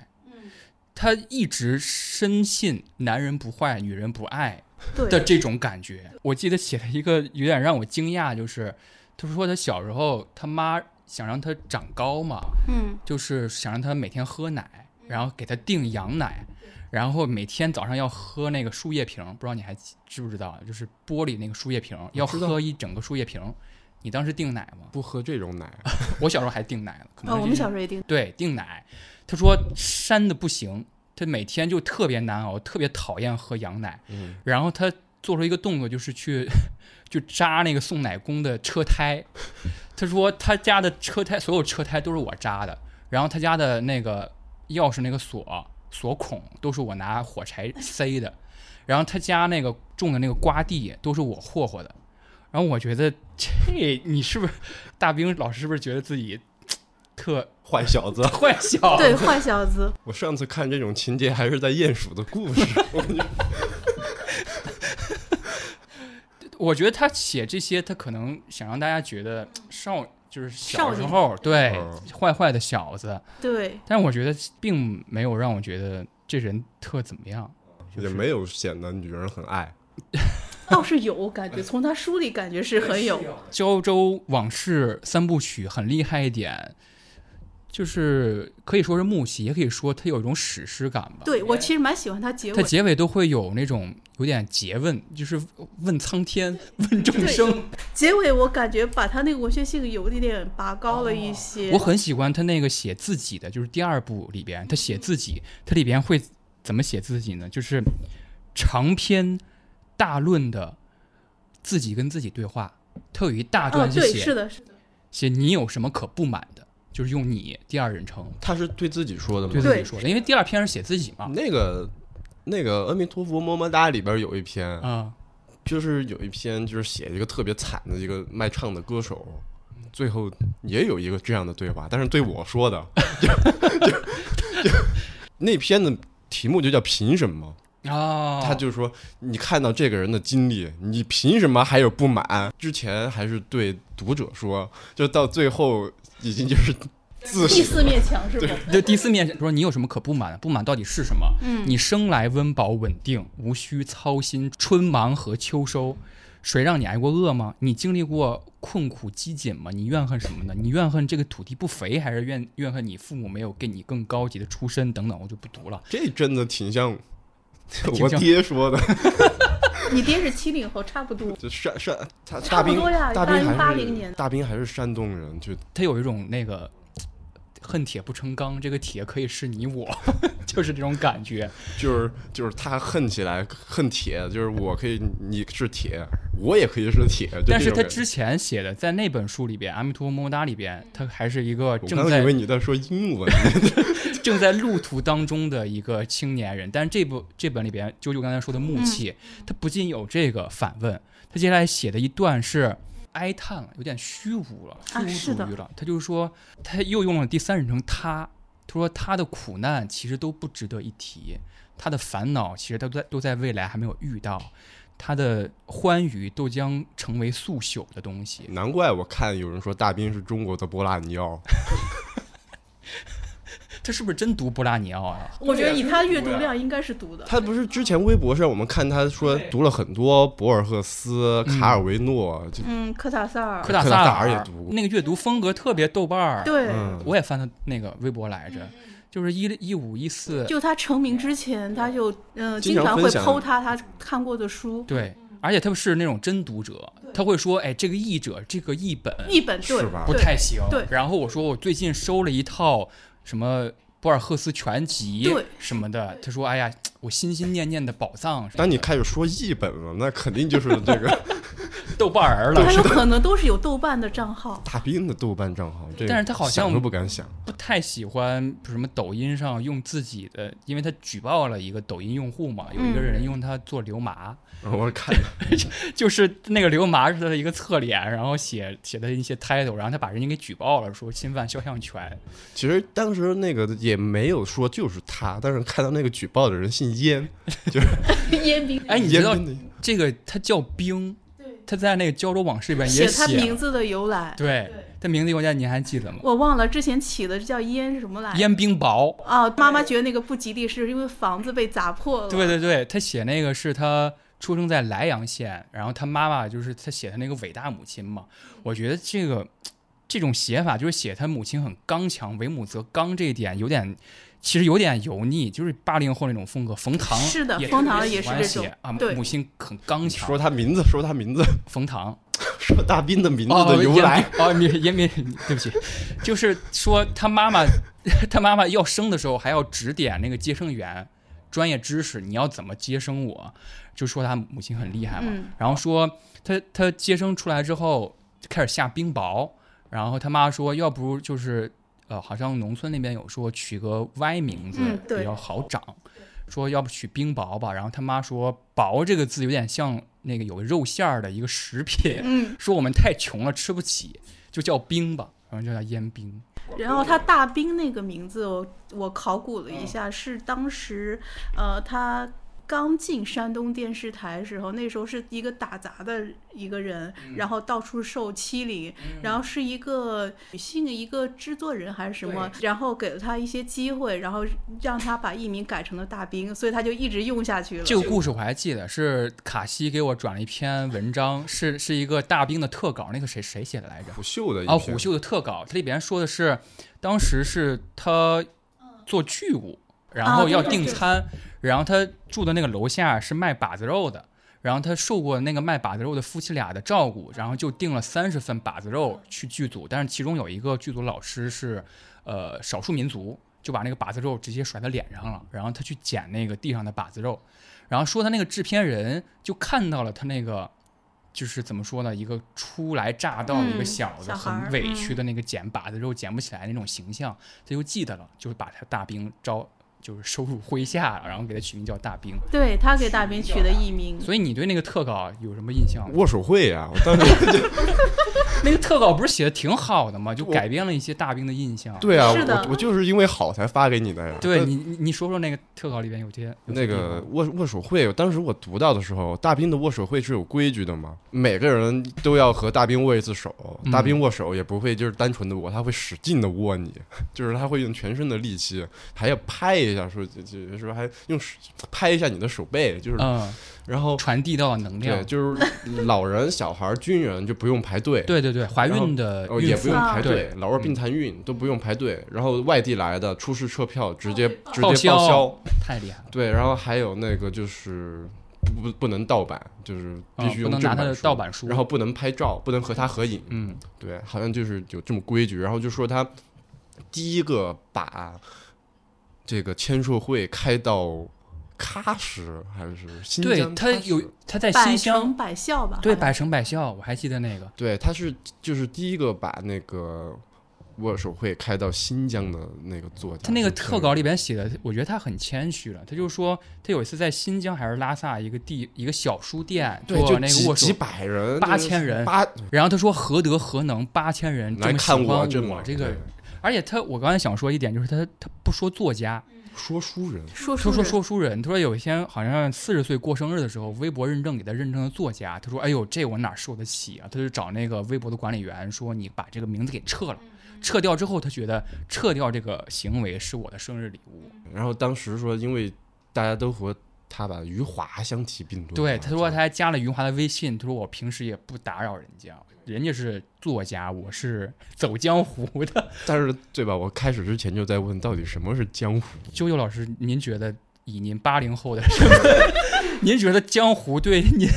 B: 他一直深信男人不坏，女人不爱，的
D: 对，
B: 这种感觉。我记得写了一个有点让我惊讶，就是他说他小时候他妈想让他长高嘛，
D: 嗯，
B: 就是想让他每天喝奶，然后给他订羊奶，然后每天早上要喝那个树叶瓶，不知道你还记知不知道？啊就是玻璃那个树叶瓶，要喝一整个树叶瓶。你当时订奶吗？
C: 不喝 这种奶，
B: 我小时候还订奶了，可能、
D: 哦，我们小时候也定，
B: 对，订奶。他说膻的不行，他每天就特别难熬，特别讨厌喝羊奶。
C: 嗯
B: 然后他做出一个动作，就是去就扎那个送奶工的车胎。他说他家的车胎，所有车胎都是我扎的，然后他家的那个钥匙那个锁锁孔都是我拿火柴塞的，然后他家那个种的那个瓜地都是我霍霍的。然后我觉得这你是不是大兵老师是不是觉得自己特
C: 坏小子。
B: 坏小？
D: 对，坏小子，
C: 我上次看这种情节还是在《鼹鼠的故事》
B: 我觉得他写这些，他可能想让大家觉得少就是小
D: 少
B: 时
D: 年
B: 候对、
C: 嗯
B: 坏坏的小子，
D: 对，
B: 但我觉得并没有让我觉得这人特怎么样，
C: 也没有显得女人很爱。
D: 倒是有感觉，从他书里感觉是很有，
B: 《胶州往事》三部曲很厉害一点，就是可以说是木喜，也可以说他有一种史诗感吧。
D: 对我其实蛮喜欢他结
B: 他
D: 尾，
B: 结尾都会有那种有点诘问，就是问苍天、 问众
D: 对
B: 生。
D: 结尾我感觉把他那个文学性有一点拔高了一些，
B: 哦我很喜欢他那个写自己的，就是第二部里边他写自己，他里边会怎么写自己呢？就是长篇大论的自己跟自己对话，他有一大
D: 啊，
B: 段是
D: 对，
B: 写、
D: 是的，是的，
B: 写你有什么可不满的，就是用你第二人称
C: 他是对自己说的吗？
B: 对自己
D: 对
B: 说的，因为第二篇是写自己嘛，
C: 那个那个《阿弥陀佛么么哒》里边有一篇，
B: 啊、
C: 就是有一篇就是写一个特别惨的一个卖唱的歌手，最后也有一个这样的对话，但是对我说的， 就就就那篇的题目就叫凭什么？
B: 哦，
C: 他就说：“你看到这个人的经历，你凭什么还有不满？之前还是对读者说，就到最后已经就是 自
D: 第
C: 省。
D: 四面墙是吗？
B: 就第四面说你有什么可不满的？不满到底是什么？嗯，你生来温饱稳定，无需操心春忙和秋收。谁让你挨过饿吗？你经历过困苦饥馑吗？你怨恨什么呢？你怨恨这个土地不肥，还是怨怨恨你父母没有给你更高级的出身等等？我就不读了。
C: 这真的挺像
B: 挺
C: 我
B: 像
C: 爹说的，
D: 你爹是七零后，差不多，
C: 就山山他
D: 差
C: 大
D: 不
C: 兵
D: 多呀，
C: 大兵还是
D: 80年
C: 大兵还是山东人，就
B: 他有一种那个恨铁不成钢，这个铁可以是你我， 就是这种感觉。
C: 就是就是他恨起来恨铁，就是我可以你是铁，我也可以是铁。就
B: 但是
C: 这种
B: 他
C: 感觉
B: 之前写的，在那本书里边，《阿弥陀佛么么哒》里边，他还是一个
C: 我
B: 正
C: 刚
B: 在
C: 以为你在说英文，
B: 正在路途当中的一个青年人。但是这部这本里边，啾啾刚才说的木气，
D: 嗯
B: 他不仅有这个反问，他接下来写的一段是哀叹了，有点虚无了，
D: 啊
B: 虚
D: 是
B: 无
D: 的
B: 主义了。他就是说，他又用了第三人称他。他说他的苦难其实都不值得一提，他的烦恼其实都在都在未来还没有遇到，他的欢愉都将成为速朽的东西。
C: 难怪我看有人说大兵是中国的波拉尼奥，
B: 他是不是真读布拉尼奥啊？
D: 我觉得以他阅读量应该是读的。
C: 他不是之前微博上我们看他说读了很多博尔赫斯、
B: 嗯
C: 卡尔维诺，就
D: 嗯，科塔萨尔
B: 科，塔
C: 啊科
B: 萨
C: 塔萨
B: 尔
C: 尔也读过
B: 那个阅读风格特别豆瓣儿，
D: 对，
C: 嗯
B: 我也翻他那个微博来着，就是一一五一四，
D: 嗯就他成名之前，他就嗯、呃
C: 经
D: 经常
C: 常
D: 会
C: 分享
D: 剖他他看过的书，
B: 对，
D: 嗯
B: 而且他是那种真读者，他会说，哎，这个译者这个译本
D: 一本对
C: 是吧
B: 不
D: 对
B: 太行。
D: 对
B: 然后我说我最近收了一套什么博尔赫斯全集
D: 对
B: 什么的，他说，哎呀，我心心念念的宝藏什么的，
C: 当你开始说译本了，那肯定就是这 个
B: 豆瓣儿了
D: 他，有可能都是有豆瓣的账号。
C: 大兵的豆瓣账号。这
B: 但是他好像
C: 想都不敢想。
B: 不太喜欢什么抖音上用自己的，因为他举报了一个抖音用户嘛，有一
D: 嗯
B: 个人用他做流麻。
C: 嗯我看了
B: 就是那个流麻是他的一个侧脸，然后写写的一些 title，然后他把人家给举报了，说侵犯肖像权。
C: 其实当时那个也没有说就是他，但是看到那个举报的人姓燕，
D: 烟饼
B: 哎，你知
C: 燕
B: 道
C: 斌的
B: 这个他叫冰，他在那个《胶州往事》里边
D: 写
B: 也
D: 他名
B: 写，
D: 字的由来，
B: 对，他名字有点，你还记得吗？
D: 我忘了之前起的叫烟什么来。
B: 燕冰雹，
D: 啊，妈妈觉得那个不吉利，是因为房子被砸破了。
B: 对对对，他写那个是他出生在莱阳县，然后他妈妈就是他写他那个伟大母亲嘛。
D: 嗯
B: 我觉得这个这种写法就是写他母亲很刚强，为母则刚这一点有点。其实有点油腻，就是八零后那种风格。冯唐
D: 是的
B: 也
D: 冯
B: 特
D: 唐
B: 别
D: 也
B: 喜
D: 是
B: 欢
D: 这种
B: 写啊，
D: 对
B: 母亲很刚强。
C: 说他名字，说他名字，
B: 冯唐
C: 说大兵的名字
B: 哦，
C: 的由来。
B: 严哦，严严明，对不起，就是说他妈妈，他妈妈要生的时候还要指点那个接生员专业知识，你要怎么接生我，就说他母亲很厉害嘛，
D: 嗯
B: 然后说他他接生出来之后开始下冰雹，然后他妈说要不就是呃，好像农村那边有说取个歪名字
D: 嗯对
B: 比较好长。说要不取冰雹吧，然后他妈说“雹”这个字有点像那个有肉馅儿的一个食品，
D: 嗯，
B: 说我们太穷了吃不起，就叫冰吧，然后就叫腌冰。
D: 然后他大兵那个名字我，我考古了一下，是当时呃他刚进山东电视台时候，那时候是一个打杂的一个人，然后到处受欺凌，然后是一个女性一个制作人还是什么，然后给了他一些机会，然后让他把艺名改成了大兵，所以他就一直用下去了。
B: 这个故事我还记得，是卡西给我转了一篇文章，是是一个大兵的特稿，那个谁谁写的来着？
C: 虎嗅的一
B: 啊，
C: 篇
B: 虎嗅的特稿，它里边说的是，当时是他做剧务，然后要订餐，然后他住的那个楼下是卖把子肉的，然后他受过那个卖把子肉的夫妻俩的照顾，然后就订了三十份把子肉去剧组，但是其中有一个剧组老师是呃少数民族，就把那个把子肉直接甩他脸上了，然后他去捡那个地上的把子肉，然后说他那个制片人就看到了他那个。就是怎么说呢，一个初来乍到的一个
D: 嗯
B: 小子，
D: 小孩
B: 很
D: 儿
B: 委
D: 嗯
B: 屈的那个捡把子肉捡不起来那种形象，他就记得了，就是把他大兵招，就是收入麾下了，然后给他取名叫大兵。
D: 对他给大兵取的艺名，
B: 所以你对那个特稿有什么印象吗？
C: 握手会啊，我 当时
B: 那个特稿不是写的挺好的吗？就改变了一些大兵的印象。
C: 对啊，
D: 是的
C: 我我就是因为好才发给你的呀。
B: 对
C: 但
B: 你，你你说说那个特稿里边有些有些地
C: 那个
B: 方
C: 握握手会，当时我读到的时候，大兵的握手会是有规矩的嘛，每个人都要和大兵握一次手。
B: 嗯
C: 大兵握手也不会就是单纯的握，他会使劲的握你， 就是他会用全身的力气，还要拍一下，说就就说还用手拍一下你的手背，就是、
B: 嗯，
C: 然后
B: 传递到能
C: 对，
B: 量。
C: 就是老人、小孩、军人就不用排 队，
B: 对对对，怀孕的
C: 哦，
B: 孕
C: 也
B: 妇
C: 不用
D: 啊
C: 排队，老弱病
B: 嗯
C: 残孕都不用排队。然后外地来的出示车票，直接直接
B: 报
C: 报
B: 销
C: 销。
B: 太厉害了，
C: 对，然后还有那个就是不不不能盗版，就是必
B: 嗯
C: 须
B: 不
C: 用
B: 能
C: 正
B: 拿他的
C: 书
B: 盗版书。
C: 然后不能拍照，不能和他合影。
B: 嗯，
C: 对，好像就是有这么规矩。然后就说他第一个把这个签售会开到喀什还是新
B: 对
C: 疆？
B: 他
C: 喀什
B: 有他在
D: 百
B: 新
D: 城
B: 乡，
D: 百校吧？
B: 对
D: 好像
B: 百城百校，我还记得那个。
C: 对，他是就是第一个把那个握手会开到新疆的那个作家。
B: 他那个
C: 就
B: 特稿里边写的，我觉得他很谦虚了。他就说，他有一次在新疆还是拉萨一个地一个小书店
C: 对，
B: 做
C: 就
B: 那
C: 几
B: 个握
C: 几
B: 手，
C: 百人，
B: 8000人
C: 八
B: 然后他说何德何能八千人这
C: 来
B: 么喜欢
C: 看啊
B: 我
C: 这
B: 这个，而且他，我刚才想说一点，就是他他不说作家，
C: 说书人，
D: 说
B: 他
D: 书
B: 说
D: 人
B: 说书人。他说有一天好像四十岁过生日的时候，微博认证给他认证了作家。他说：“哎呦，这我哪受得起啊？”他就找那个微博的管理员说：“你把这个名字给撤了。”
D: 嗯
B: 撤掉之后，他觉得撤掉这个行为是我的生日礼物。
C: 然后当时说，因为大家都和他把余华相提并论嘛，啊
B: 对，啊他说
C: 就
B: 他还加了余华的微信，他说我平时也不打扰人家，人家是作家，我是 走江湖的。
C: 但是对吧？我开始之前就在问，到底什么是江湖？
B: 啾啾老师，您觉得以您八零后的身份， 您觉得江湖对您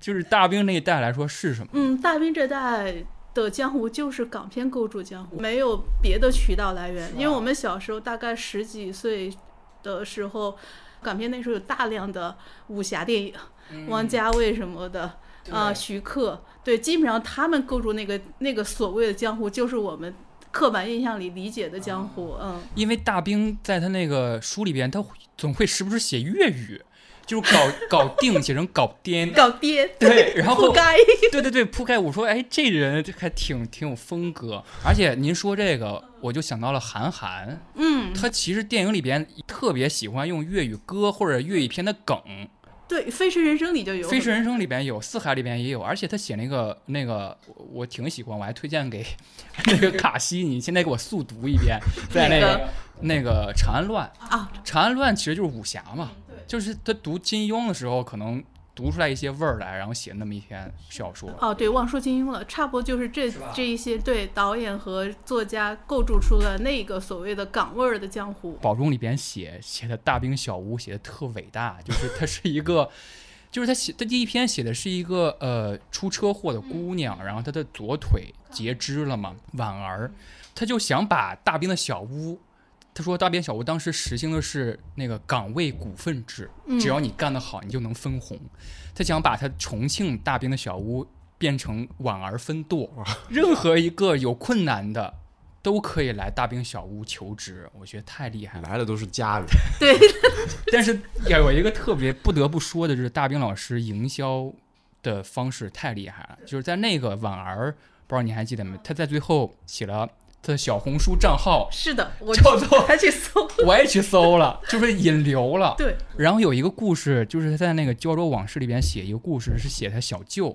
B: 就是大兵那一代来说是什么？
D: 嗯，大兵这代的江湖就是港片构筑江湖，没有别的渠道来源。因为我们小时候大概十几岁的时候，港片那时候有大量的武侠电影， 王家卫什么的。啊、徐克，对，基本上他们构筑那个那个所谓的江湖，就是我们刻板印象里理解的江湖。嗯，
B: 因为大兵在他那个书里边，他总会时不时写粤语，就是搞搞定写成搞 颠。
D: 嗯搞爹，
B: 对，然后
D: 不该。
B: 对对对，铺盖我说，哎，这人还挺挺有风格，而且您说这个，我就想到了韩寒，
D: 嗯，
B: 他其实电影里边特别喜欢用粤语歌或者粤语片的梗，
D: 对，《飞驰人生》里就有
B: 《
D: 很，
B: 飞驰人生》里边有，《四海》里边也有，而且他写那个那个，我我挺喜欢，我还推荐给那个卡西，你现在给我速读一遍，在那个那个《长安乱》
D: 啊，
B: 《长安乱》其实就是武侠嘛，就是他读金庸的时候可能。读出来一些味儿来，然后写那么一篇小说。
D: 哦，对，忘说金庸了，差不多就是这这一些对导演和作家构筑出了那个所谓的港味儿的江湖。
B: 保中里边写写的大兵小屋写的特伟大，就是他是一个， 就是他写他第一篇写的是一个呃出车祸的姑娘，然后她的左腿截肢了嘛，婉儿，他就想把大兵的小屋。他说：“大兵小屋当时实行的是那个岗位股份制，只要你干得好，你就能分红。他想把他重庆大兵的小屋变成婉儿分舵， 任何一个有困难的都可以来大兵小屋求职，我觉得太厉害了。
C: 来的都是家人，
D: 对，
B: 但是要有一个特别不得不说的，就是大兵老师营销的方式太厉害了。就是在那个婉儿，不知道你还记得没？他在最后写了他的小红书账号，
D: 是的，我
B: 叫做
D: 还去搜。
B: 我也去搜了，就是引流了。
D: 对，
B: 然后有一个故事，就是他在那个《胶州往事》里边写一个故事，是写他小舅，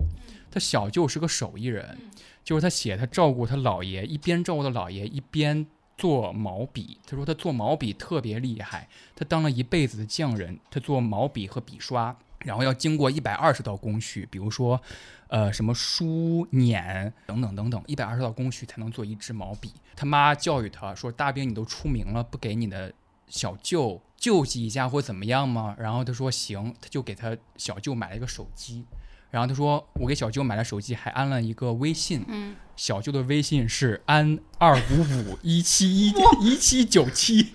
B: 他小舅是个手艺人，就是他写他照顾他姥爷，一边照顾他姥爷一边做毛笔。他说他做毛笔特别厉害，他当了一辈子的匠人，他做毛笔和笔刷，然后要经过一百二十道工序，比如说，呃，什么梳、捻等等等等，一百二十道工序才能做一支毛笔。他妈教育他说：“大兵，你都出名了，不给你的小舅救济一下或怎么样吗？”然后他说：“行。”他就给他小舅买了一个手机。然后他说：“我给小舅买了手机，还安了一个微信。
D: 嗯，
B: 小舅的微信是安二五五一七一一七九七，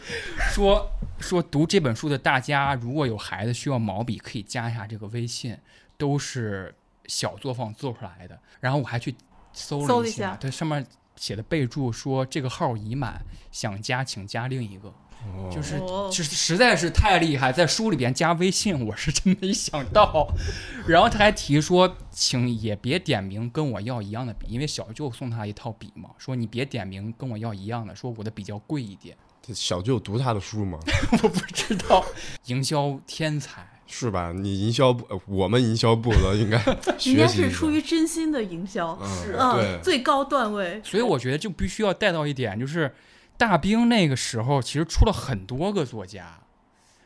B: 说说读这本书的大家，如果有孩子需要毛笔，可以加一下这个微信，都是小作坊做出来的。然后我还去搜
D: 搜
B: 了
D: 了
B: 一
D: 一
B: 下，
D: 下
B: 它上面写的备注说这个号已满，想加请加另一个。
C: 哦
B: 就是
D: 哦
B: 就是实在是太厉害，在书里边加微信，我是真没想到。 然后他还提说，请也别点名跟我要一样的笔，因为小舅送他一套笔嘛，说你别点名跟我要一样的，说我的比较贵一点。
C: 这小舅读他的书嘛，
B: 我不知道，营销天才，
C: 是吧？你营销部，呃我们营销部的应该
D: 人
C: 学
D: 家
C: 习一
D: 是
C: 下
D: 出于真心的营销，
C: 嗯
D: 嗯，
C: 对，
D: 最高段位。
B: 所以我觉得就必须要带到一点，就是大兵那个时候其实出了很多个作家，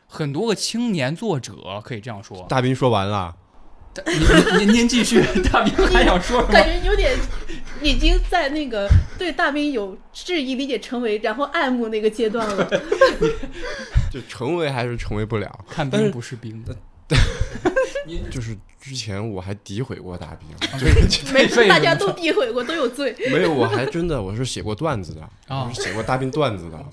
B: 很多个青年作者，可以这样说。
C: 大兵说完了，
B: 您您您继续，大兵还想说 什么
D: 感？觉有点已经在那个对大兵有质疑理解成为，然后爱慕那个阶 段了。
C: 就成为还是成为不了。
B: 看
C: 但是
B: 兵不是兵。
C: 就是之前我还诋毁过大兵，
D: 没
B: 废，
D: 大家都诋毁过，都有罪。
C: 没有，我还真的我是写过段子的，
B: 啊
C: 我是写过大兵段子的。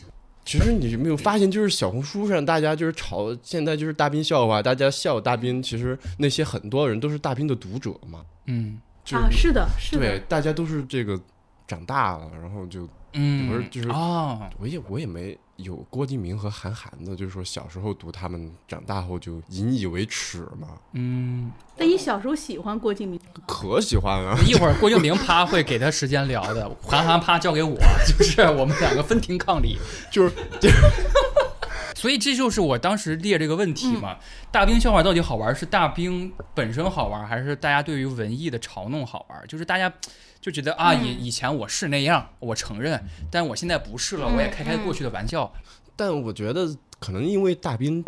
C: 其实你有没有发现，就是小红书上大家就是吵，现在就是大兵笑话，大家笑大兵。其实那些很多人都是大兵的读者嘛，
B: 嗯，
C: 就是
D: 啊啊，是的，是的。
C: 对，大家都是这个长大了，然后就
B: 嗯，
C: 不是就是
B: 哦，
C: 我也我也没有郭敬明和韩寒的，就是说小时候读他们，长大后就引以为耻嘛，
B: 嗯，
D: 那你小时候喜欢郭敬明？
C: 可喜欢啊 了、
B: 一会儿郭敬明啪会给他时间聊的，韩寒啪交给我， 就是我们两个分庭抗礼。
C: 就是
B: 所以这就是我当时列这个问题嘛：大兵笑话到底好玩？是大兵本身好玩，还是大家对于文艺的嘲弄好玩？就是大家就觉得啊，以、以前我是那样，我承认，但我现在不是了，我也开开过去的玩笑。
C: 但我觉得可能因为大斌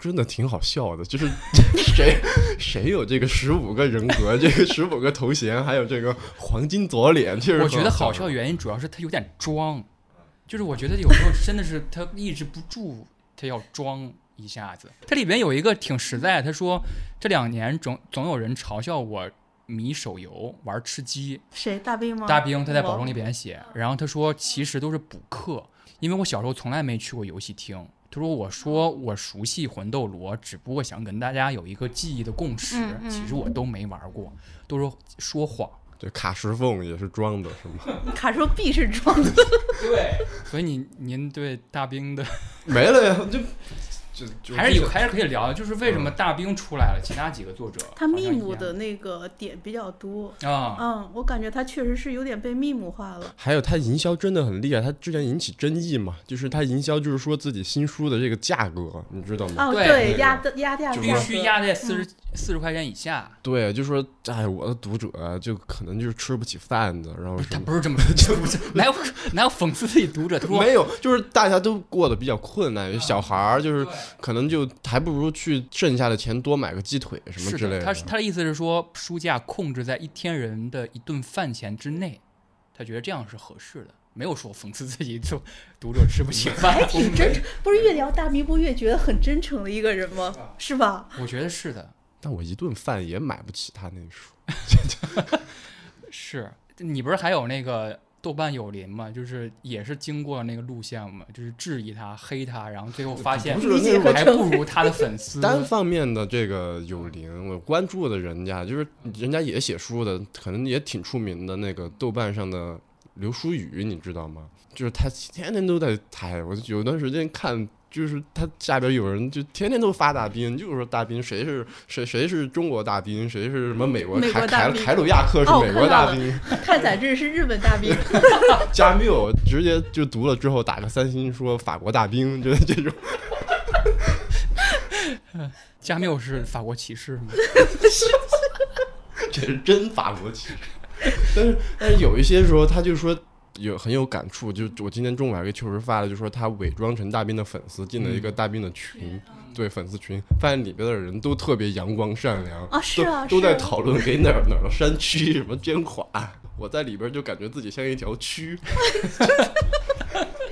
C: 真的挺好笑的， 就是谁谁有这个十五个人格，这个十五个头衔，还有这个黄金左脸，确实
B: 我觉得
C: 很
B: 好笑的原因主要是他有点装，就是我觉得有时候真的是他抑制不住，他要装一下子。它里面有一个挺实在，他说这两年总总有人嘲笑我迷手游玩吃鸡，
D: 谁？大兵吗？
B: 大兵他在保
D: 我
B: 证里边写，然后他说其实都是补课，因为我小时候从来没去过游戏厅。他说：“我说我熟悉魂斗罗，只不过想跟大家有一个记忆的共识，
E: 嗯嗯
B: 其实我都没玩过，都说说谎。
C: 对卡石缝也是装的，是吗？
D: 卡说 B 是装的，
B: 对，所以您您对大兵的
C: 没了呀，就就 就
B: 还是有还是可以聊的，就是为什么大兵出来了，其他几个作者
D: 他
B: 好像
D: meme
B: 一
D: 的
B: 样
D: 那个点比较多。
B: 啊，
D: 嗯，我感觉他确实是有点被 meme 化了。
C: 还有他营销真的很厉害，他之前引起争议嘛，就是他营销就是说自己新书的这个价格，你知道吗？
D: 哦，
B: 对
C: 那
D: 对，
C: 个
D: 压的压价
B: 必
D: 价
B: 须
D: 格
B: 压在四
D: 嗯
B: 十四十块钱以下。
C: 对，就说哎，我的读者就可能就是吃不起饭的，然后
B: 他
C: 什 么。
B: 不是这么说， 不是哪有哪有讽刺自己读者？他说
C: 没有，就是大家都过得比较困难，有小孩儿就是
B: 对
C: 可能就还不如去剩下的钱多买个鸡腿什么
B: 是
C: 之类
B: 的，他是
C: 的。
B: 他的意思是说，书价控制在一天人的一顿饭钱之内，他觉得这样是合适的，没有说讽刺自己读读者吃不起饭。
D: 还挺真诚，不是越聊大迷不越觉得很真诚的一个人吗？
B: 啊
D: 是吧？
B: 我觉得是的，
C: 但我一顿饭也买不起他那书。
B: 是你不是还有那个豆瓣有林嘛？就是也是经过那个路线嘛，就是质疑他、黑他，然后最后发现
C: 不是
D: 理解
C: 那种
D: 和
B: 还
D: 承
B: 不如他的粉
D: 嗯
B: 丝。
C: 单方面的这个有灵，我关注的人家就是人家也写书的，可能也挺出名的那个豆瓣上的刘书宇，你知道吗？就是他天天都在猜，我有段时间看。就是他下边有人就天天都发大兵，就是说大兵谁是谁谁是中国大兵，谁是什么美国
D: 美国
C: 凯
D: 大
C: 凯
D: 兵
C: 凯鲁亚克是
D: 哦
C: 美国
D: 看到
C: 大
D: 了
C: 兵，
D: 太宰治是日本大 兵，
C: 加缪直接就读了之后打个三星说法国大兵， 就是这种。
B: 加缪是法国骑士吗？
C: 这是真法国骑士。 但是但是有一些时候，他就说有很有感触，就我今天中午还给秋实发了，就说他伪装成大兵的粉丝进了一个大兵的
D: 嗯
C: 群，对粉丝群，发现里边的人都特别阳光善良
D: 啊是啊
C: 都都在
D: 是啊
C: 讨论给哪儿哪儿的山区什么捐款。我在里边就感觉自己像一条蛆，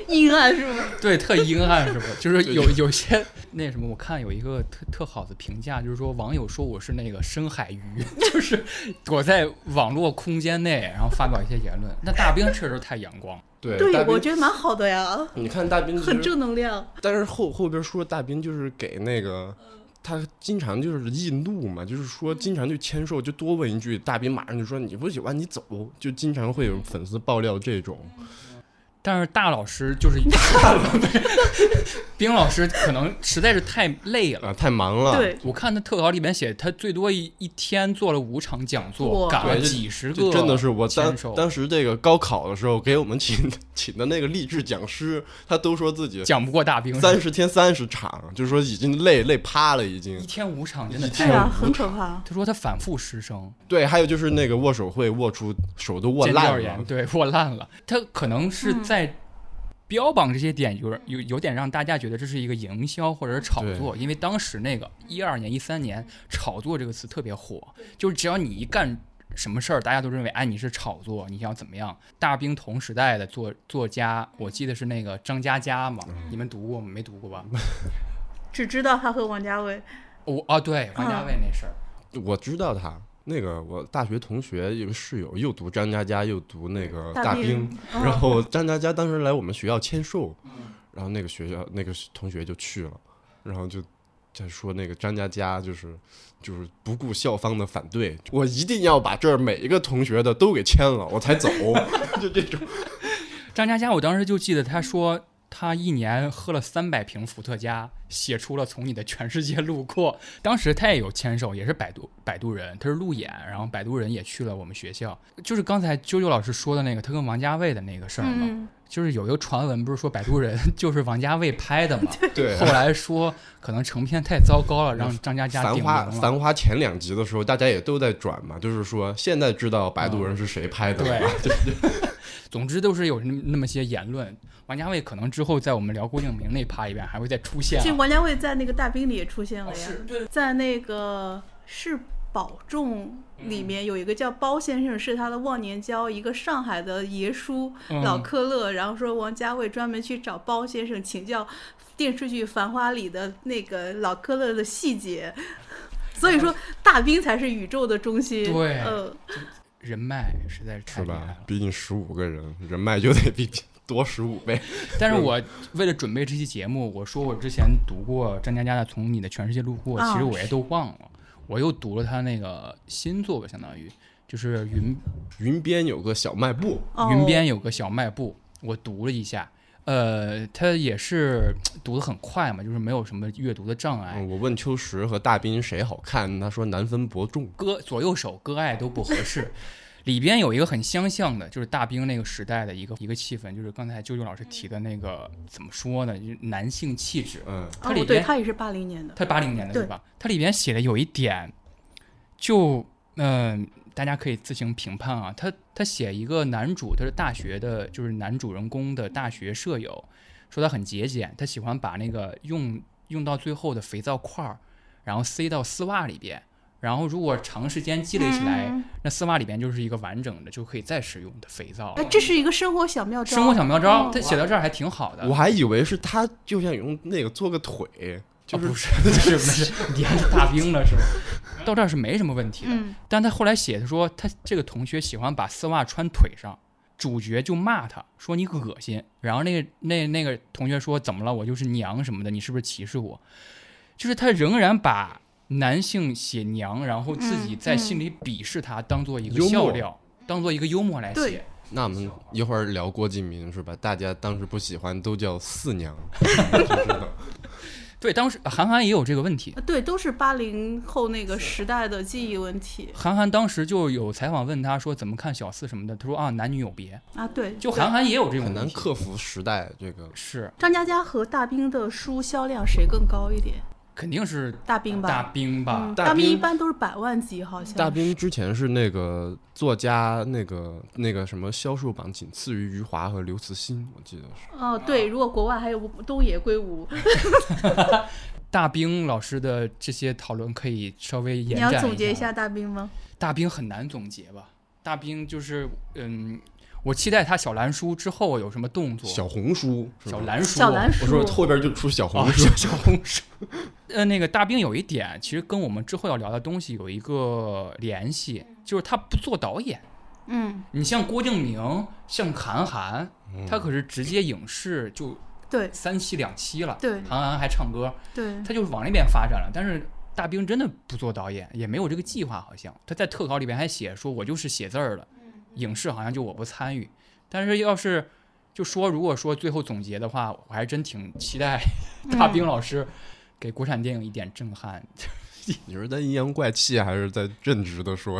D: 阴暗是吗？
B: 对，特阴暗是吧？就是有有些那什么，我看有一个特特好的评价，就是说网友说我是那个深海鱼， 就是我在网络空间内，然后发表一些言论。那大兵确实太阳光，
C: 对
D: 对
C: 大，
D: 我
C: 兵，
D: 觉得蛮好的呀，
C: 你看大兵其实
D: 很正能量。
C: 但是后后边说大兵就是给那个。他经常就是易怒嘛，就是说经常就签售，就多问一句，大兵马上就说你不喜欢你走，就经常会有粉丝爆料这种。
B: 但是大老师就是 冰老师可能实在是太累了。
C: 啊，太忙了，
D: 对，
B: 我看他特稿里面写，他最多一一天做了五场讲座，
D: 哇
B: 赶了
C: 对这
B: 几十
C: 就
B: 个，
C: 真的是我当
B: 签售
C: 当时这个高考的时候给我们请请的那个励志讲师，他都说自己
B: 讲不过大兵，
C: 三十天三十场，就是说已经累累趴了，已 经
B: 一。天五场，真的
C: 一
D: 对
B: 太
C: 天
D: 啊，
C: 无
D: 很可怕。
B: 他说他反复失声，
C: 对，还有就是那个握手会握出手都握
B: 尖叫
C: 烂
B: 炎
C: 了，
B: 对，握烂了。他可能是在标榜这些点，有有有点让大家觉得这是一个营销或者是炒作，因为当时那个一二年、一三年炒作这个词特别火，就是只要你一干。什么事儿，大家都认为，哎，你是炒作，你想怎么样？大兵同时代的作作家，我记得是那个张嘉佳嘛，
C: 嗯
B: 你们读过吗？没读过吧？
D: 只知道他和王家卫，
B: 我啊，对，王家卫那事儿，
C: 我知道他那个，我大学同学有个室友又读张嘉佳，又读那个
D: 大
C: 嗯大
D: 兵嗯
C: 兵，然后张嘉佳当时来我们学校签售，然后那个学校那个同学就去了，然后就在说那个张嘉佳就是就是不顾校方的反对，我一定要把这儿每一个同学的都给签了，我才走， 就这 种。
B: 张嘉佳，我当时就记得他说他一年喝了三百瓶伏特加，写出了《从你的全世界路过》。当时他也有签售，也是摆渡摆渡人，他是路演，然后摆渡人也去了我们学校。就是刚才啾啾老师说的那个他跟王家卫的那个事儿嘛，
D: 嗯，
B: 就是有一个传闻，不是说摆渡人 就是王家卫拍的嘛？
C: 对
B: 后，来说可能成片太糟糕了，让张嘉佳
C: 繁
B: 顶
C: 花
B: 名了。
C: 繁花前两集的时候，大家也都在转嘛，就是说现在知道摆渡人是谁拍的了嘛，对
B: 总之都是有那么那么些言论。王家卫可能之后在我们聊郭敬明那趴里边还会再出现、
D: 这
B: 啊。
D: 王家卫在那个大兵里也出现了呀，
B: 哦是，对，
D: 在那个是保重。里面有一个叫包先生，是他的忘年交，一个上海的爷叔老
B: 嗯，
D: 科勒，然后说王家卫专门去找包先生请教电视剧《繁花》里的那个老科勒的 细节，所以说大兵才是宇宙的中心。
B: 对
D: 呃，
B: 人脉实在是太
C: 是
B: 厉害
C: 吧
B: 了？。
C: 毕竟十五个人，人脉就得比多十五倍。
B: 但是我为了准备这期节目，我说我之前读过张嘉佳的《从你的全世界路过》，
D: 啊
B: 其实我也都忘了，我又读了他那个新作吧，相当于就是云
C: 云边有个小卖部，
D: 哦
B: 云边有个小卖部，我读了一下，呃，他也是读的很快嘛，就是没有什么阅读的障碍。
C: 嗯我问秋实和大兵谁好看，他说难分伯仲。
B: 歌左右手割爱都不合适。里边有一个很相像的，就是大兵那个时代的一个一个气氛，就是刚才啾啾老师提的那个怎么说呢，就是男性气质。
C: 嗯，
B: 它
D: 哦
B: 里，
D: 对，
B: 边
D: 他也是八零年的。
B: 它八零年的
D: 对
B: 对吧？它里边写的有一点，就嗯、大家可以自行评判啊。他他写一个男主，他是大学的，就是男主人公的大学舍友，说他很节俭，他喜欢把那个用用到最后的肥皂块儿，然后塞到丝袜里边。然后，如果长时间积累起
D: 嗯
B: 来，那丝袜里边就是一个完整的，就可以再使用的肥皂
D: 哎，。这是一个生活小妙招。
B: 生活小妙招，
D: 哦
B: 他写到这儿还挺好的。哦
C: 我还以为是他就想用那个做个腿，就、
B: 就是不是不是不是，你还是大兵了是吗？到这儿是没什么问题的，
D: 嗯
B: 但他后来写的说，他这个同学喜欢把丝袜穿腿上，主角就骂他说你恶心，然后那个那那个同学说怎么了，我就是娘什么的，你是不是歧视我？就是他仍然把男性写娘，然后自
D: 嗯
B: 己在心里鄙视他，当做一个
C: 幽默
B: 笑料，当做一个幽默来
D: 对
B: 写。
C: 那我们一会儿聊郭敬明是吧？大家当时不喜欢都叫四娘，
B: 对，当时韩寒也有这个问题，
D: 呃对，都是八零后那个时代的记忆问题
B: 韩寒当时就有采访问他说怎么看小四什么的，他说啊男女有别，
D: 啊。对，
B: 就韩寒也有这种
C: 很难
B: 问题
C: 克服时代这个。
B: 是，
D: 张嘉佳和大兵的书销量谁更高一点？
B: 肯定是
D: 大兵吧。
B: 大兵吧？
D: 嗯，
C: 大
D: 大兵一
C: 兵
D: 般都是百万级，好像
C: 大兵之前是那个作家，那个那个什么销售榜仅次于余华和刘慈欣，我记得是。
D: 哦，对，如果国外还有东野圭吾，
B: 大兵老师的这些讨论可以稍微
D: 你
B: 延
D: 要
B: 展
D: 总结一
B: 一
D: 下。大兵吗？
B: 大兵很难总结吧？大兵就是嗯，我期待他小蓝书之后有什么动作。
C: 小红书，是吧
B: 小蓝书，
D: 小蓝
C: 我
D: 书，
C: 说后边就出哦小
B: 啊
C: 红，书，
B: 小小红书。呃，那个大兵有一点，其实跟我们之后要聊的东西有一个联系，就是他不做导演。
D: 嗯，
B: 你像郭敬明，像韩寒，他可是直接影视就
D: 对
B: 三期两期了。
D: 对
B: 韩寒还唱歌，
D: 对，
B: 他就是往那边发展了。但是大兵真的不做导演，也没有这个计划，好像他在特稿里边还写说，我就是写字儿的，影视好像就我不参与。但是要是就说如果说最后总结的话，我还真挺期待 大兵老师给国产电影一点震撼。
C: 你是在阴阳怪气还是在正直的说？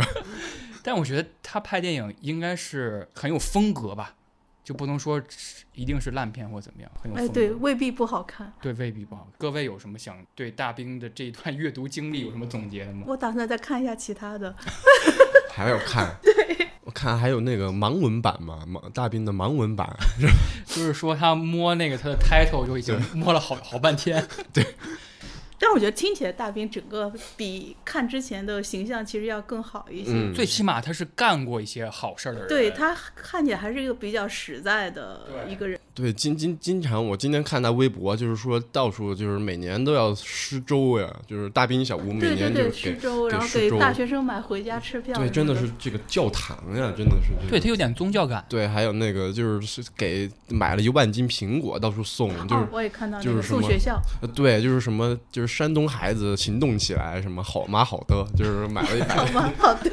B: 但我觉得他拍电影应该是很有风格吧，就不能说是一定是烂片或怎么样，很有
D: 哎，
B: 风格。
D: 对，未必不好看。
B: 对未必不好。各位有什么想对大兵的这一段阅读经历有什么总结的吗？
D: 我打算再看一下其他的。
C: 还要看？对，我看还有那个盲文版嘛，盲大兵的盲文版，
B: 就是说他摸那个他的 title 就已经摸了好好半天。
D: 但是我觉得听起来大兵整个比看之前的形象其实要更好一些。
C: 嗯，
B: 最起码他是干过一些好事儿的人。
D: 对他看起来还是一个比较实在的一个人，
C: 对，经经经常我今天看他微博，就是说到处就是每年都要施粥呀，就是大兵小屋每
D: 对对
C: 年就是
D: 对，
C: 给
D: 施粥，
C: 给
D: 然后
C: 施
D: 给
C: 粥
D: 大学生买回家吃票什么，
C: 对，真的是这个教堂呀，真的是这个
B: 对他有点宗教感。
C: 对，还有那个就是是给买了一万斤苹果到处送，就是
D: 哦，我也看到
C: 就
D: 那
C: 是
D: 个
C: 什
D: 送
C: 么
D: 学校，
C: 呃对，就是什么，就就是山东孩子行动起来，什么好妈好的，就是买了一
D: 好
C: 百。
D: 吗？好的，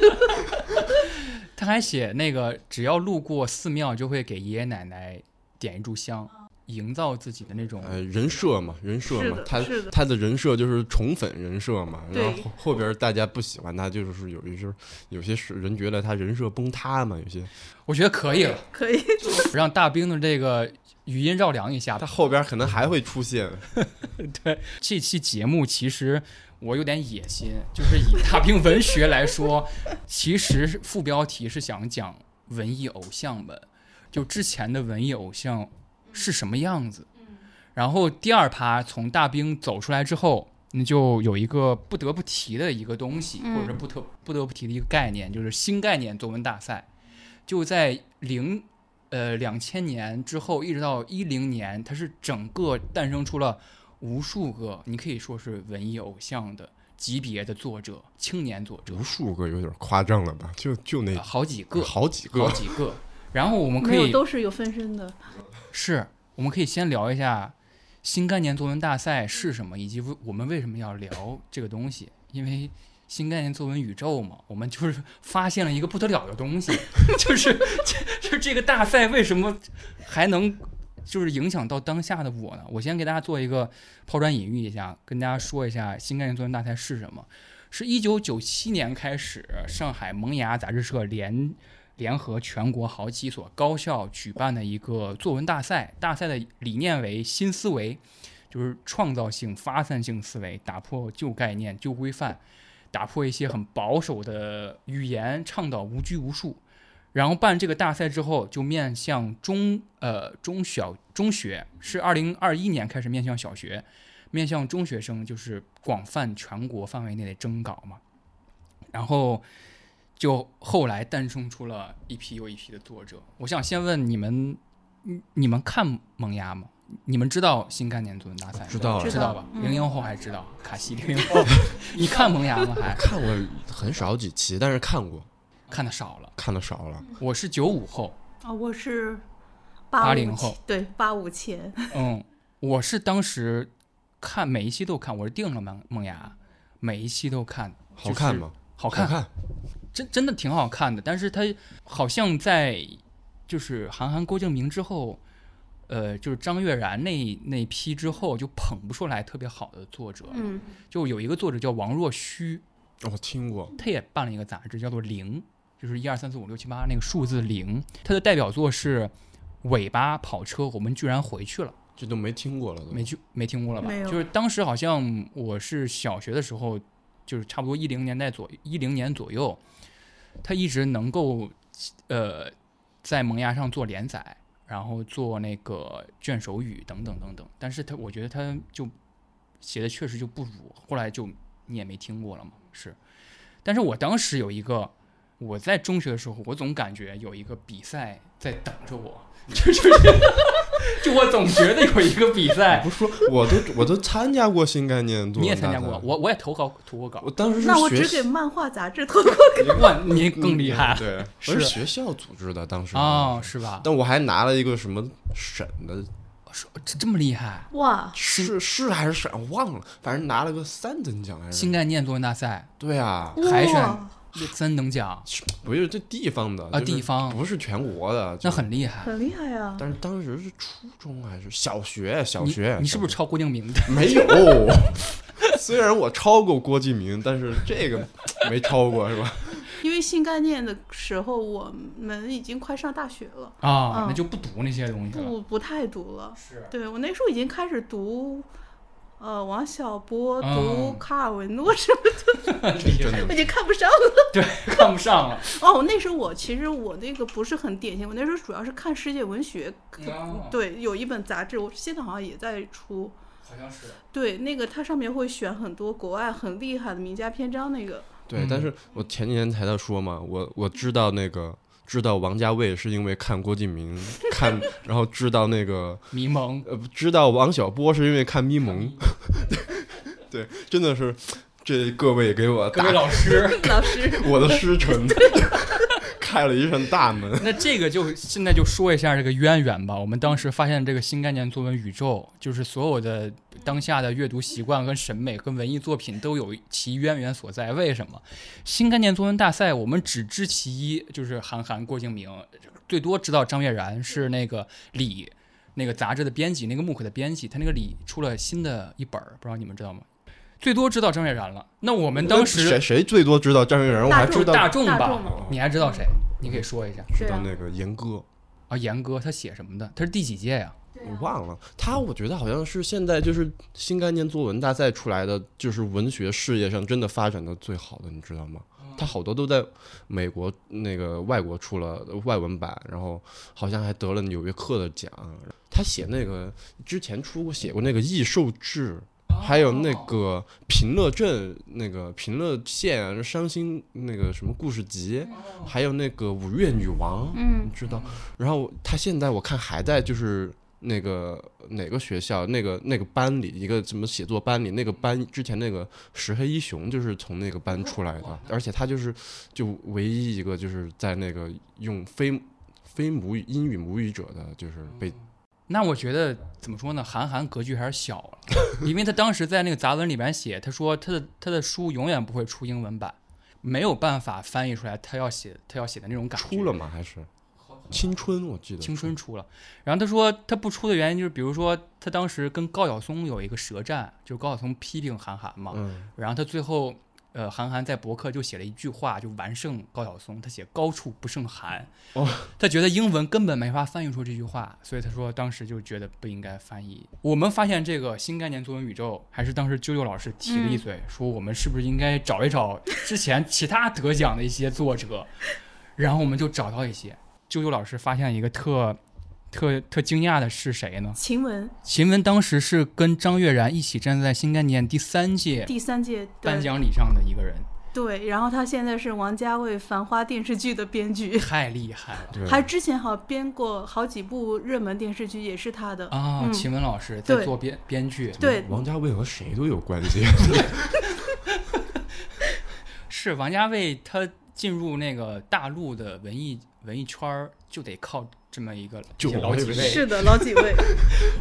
B: 他还写那个只要路过寺庙就会给爷爷奶奶点一炷香，营造自己的那种
C: 呃，人设嘛，人设
D: 是
C: 嘛
D: 的，
C: 他
D: 是的
C: 他的人设就是宠粉人设嘛，然后
D: 对
C: 后后边大家不喜欢他，就是有一些有些是人觉得他人设崩塌嘛，有些
B: 我觉得可以了，
D: 可以。
B: 让大兵的这个语音绕梁一下
C: 他。后边可能还会出现，
B: 这期节目其实我有点野心，就是以大兵文学来说，其实是副标题是想讲文艺偶像们，就之前的文艺偶像是什么样子。然后第二趴从大兵走出来之后，那就有一个不得不提的一个东西，
D: 嗯
B: 或者是不得不得不提的一个概念，就是新概念作文大赛，就在零。呃，两千年之后一直到一零年，它是整个诞生出了无数个你可以说是文艺偶像的级别的作者、青年作者
C: 无，数个有点夸张了吧？就就那
B: 呃好几个，
C: 好几
B: 好
C: 个，
B: 几个。然后我们可
D: 没有，
B: 以
D: 都是有分身的。
B: 是，我们可以先聊一下新概念作文大赛是什么，以及为我们为什么要聊这个东西，因为。新概念作文宇宙嘛，我们就是发现了一个不得了的东西， 就是就就这个大赛为什么还能就是影响到当下的我呢？我先给大家做一个抛砖引玉一下，跟大家说一下新概念作文大赛是什么。是一九九七年开始，上海萌芽杂志社联联合全国好几所高校举办的一个作文大赛。大赛的理念为新思维，就是创造性、发散性思维，打破旧概念、旧规范，打破一些很保守的语言，倡导无拘无束。然后办这个大赛之后，就面向中呃中小中学，是二零二一年开始面向小学，面向中学生就是广泛全国范围内的征稿嘛。然后就后来诞生出了一批又一批的作者。我想先问你们，你你们看萌芽吗？你们知道新概念作文大赛吗？
C: 知道啊
B: 知道吧？
D: 知道嗯
B: 零零后还知道，卡西零零 后， 你看萌芽吗？还
C: 看过很少几期，但是看过，
B: 看的少了。
C: 看的少了。
B: 我是九五后，
D: 啊、我是
B: 八
D: 八
B: 零后，
D: 对，八五前。
B: 嗯，我是当时看每一期都看，我是定了萌萌芽，每一期都看，
C: 好看吗？？
B: 好看，
C: 好看，
B: 真真的挺好看的，但是它好像在就是韩寒、郭敬明之后，呃，就是张悦然那那批之后，就捧不出来特别好的作者了。
D: 嗯，
B: 就有一个作者叫王若虚，
C: 哦我听过。
B: 他也办了一个杂志，叫做《零》，就是一二三四五六七八那个数字零。他的代表作是《尾巴跑车》，我们居然回去了，
C: 这都没听过了，都
B: 没去没听过了吧
D: 没？有
B: 就是当时好像我是小学的时候，就是差不多一零年代左一零年左右，他一直能够呃在萌芽上做连载，然后做那个卷首语等等等等，但是他我觉得他就写的确实就不如，后来就你也没听过了嘛，是。但是我当时有一个，我在中学的时候，我总感觉有一个比赛在等着我，就就是 就我总觉得有一个比赛，
C: 不是说我都我都参加过新概念，
B: 你也参加过，我我也投稿投过稿
C: 我，当时是
D: 那我
C: 学
D: 只给
C: 习
D: 漫画杂志投过。
B: 哇，你更厉害
C: 嗯对，我
B: 是
C: 是学校组织的，当时
B: 哦，，是吧？
C: 但我还拿了一个什么省的，
B: 是这这么厉害，
D: 哇，
C: 是是还是省，我忘了，反正拿了个三等奖还是
B: 新概念作文大赛
C: 对啊，
B: 海选
D: 哇，
B: 三等奖，
C: 不是这地方的
B: 啊
C: 就是
B: 地方
C: 不是全国的，
B: 那
C: 就是
B: 很厉害。
D: 很厉害啊！
C: 但是当时是初中还是小学？小
B: 你
C: 学啊
B: 你是不是
C: 小
B: 抄郭敬明的？
C: 学没有？ 虽然我超过郭敬明，但是这个没超过是吧？
D: 因为新概念的时候，我们已经快上大学了，
B: 啊，
D: 嗯
B: 那就不读那些东西了。
D: 不不太读了。
B: 是
D: 对我那时候已经开始读，呃，王小波、
B: 嗯
D: 读卡尔文诺什么，
C: 真的
D: 我已经看不上了。
B: 对，看不上了。
D: 哦，那时候我其实我那个不是很典型，我那时候主要是看世界文学，
B: 哦
D: 对，有一本杂志，我现在好像也在出。
B: 好像
C: 呃
B: 是。
D: 对，那个它上面会选很多国外很厉害的名家篇章，那个
C: 对，但
B: 嗯
C: 是我前几天才在说嘛，我我知道那个知道王家卫是因为看郭敬明 看，然后知道那个
B: 迷蒙，
C: 呃不知道王小波是因为看咪蒙， 对，真的是这各位给我
B: 各
C: 打
B: 位老师，
D: 老师
C: 我的师承，开了一扇大门。
B: 那这个就现在就说一下这个渊源吧。我们当时发现这个新概念作文宇宙，就是所有的当下的阅读习惯跟审美跟文艺作品都有其渊源所在。为什么新概念作文大赛我们只知其一，就是韩寒、郭敬明，最多知道张悦然是那个李那个杂志的编辑，那个木可的编辑，他那个李出了新的一本儿，不知道你们知道吗？最多知道张悦然了。那我们当时
C: 谁谁最多知道张学友？我还知道
B: 大众吧，哦
D: 大众嘛啊
B: 你还知道谁？你可以说一下。
C: 知道
D: 对
C: 那个严哥，
B: 啊，严哥他写什么的？他是第几届啊呀、
D: 啊
C: 我
D: 嗯
C: 忘了他，我觉得好像是现在就是新概念作文大赛出来的，就是文学事业上真的发展的最好的，你知道吗？他好多都在美国那个外国出了外文版，然后好像还得了纽约客的奖。他写那个之前出过写过那个《异兽志》，还有那个平乐镇那个平乐县伤心那个什么故事集，还有那个五月女王，
D: 嗯
C: 你知道。然后他现在我看还在就是那个哪个学校那个那个班里一个什么写作班里那个班之前那个石黑一雄就是从那个班出来的，而且他就是就唯一一个就是在那个用非非母语英语母语者的就是被
B: 那我觉得怎么说呢？韩寒格局还是小了， 因为他当时在那个杂文里边写，他说他的他的书永远不会出英文版，没有办法翻译出来他要写他要写的那种感觉。
C: 出了吗？还是青春？我记得
B: 青春出了，然后他说他不出的原因就是，比如说他当时跟高晓松有一个舌战，就是高晓松批评韩寒嘛，
C: 嗯
B: 然后他最后，呃，韩寒在博客就写了一句话，就完胜高晓松，他写“高处不胜寒”，
C: 哦，
B: 他觉得英文根本没法翻译出这句话，所以他说当时就觉得不应该翻译。我们发现这个新概念作文宇宙，还是当时啾啾老师提了一嘴，说我们是不是应该找一找之前其他得奖的一些作者，然后我们就找到一些。啾啾老师发现一个特。特特惊讶的是谁呢？
D: 晴雯
B: 秦雯当时是跟张悦然一起站在新概念第三届
D: 第三届
B: 颁
D: 的
B: 奖礼上的一个人，
D: 对，然后他现在是王家卫《繁花》电视剧的编剧，
B: 哎太厉害了
C: 对
D: 还之前好像编过好几部热门电视剧，也是他的。
B: 啊！
D: 嗯
B: 秦雯老师在
D: 对
B: 做编编剧，
D: 对
C: 王家卫和谁都有关系，
B: 是王家卫他进入那个大陆的文艺文艺圈儿，就得靠这么一个
C: 就
B: 老几
C: 我以为
B: 位。
D: 是的，老几 位，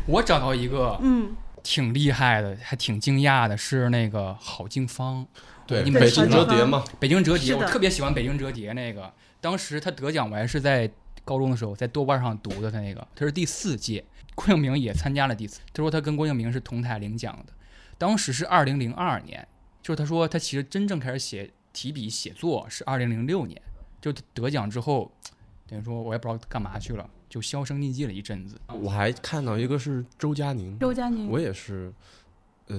B: 我找到一个
D: 嗯，
B: 挺厉害的，还挺惊讶的，是那个郝静芳，
C: 对
B: 你
D: 们
C: 北
D: 知道
C: 京折叠嘛，
B: 北京折叠，
D: 是的
B: 我特别喜欢北京折叠那个。当时他得奖，我还是在高中的时候，在豆瓣上读的他那个，他是第四届，郭敬明也参加了第四。他说他跟郭敬明是同台领奖的，当时是二零零二年，就是他说他其实真正开始写提笔写作是二零零六年，就他得奖之后，等于说我也不知道干嘛去了，就销声匿迹了一阵子。
C: 我还看到一个是周佳宁，
D: 周佳宁
C: 我也是，呃，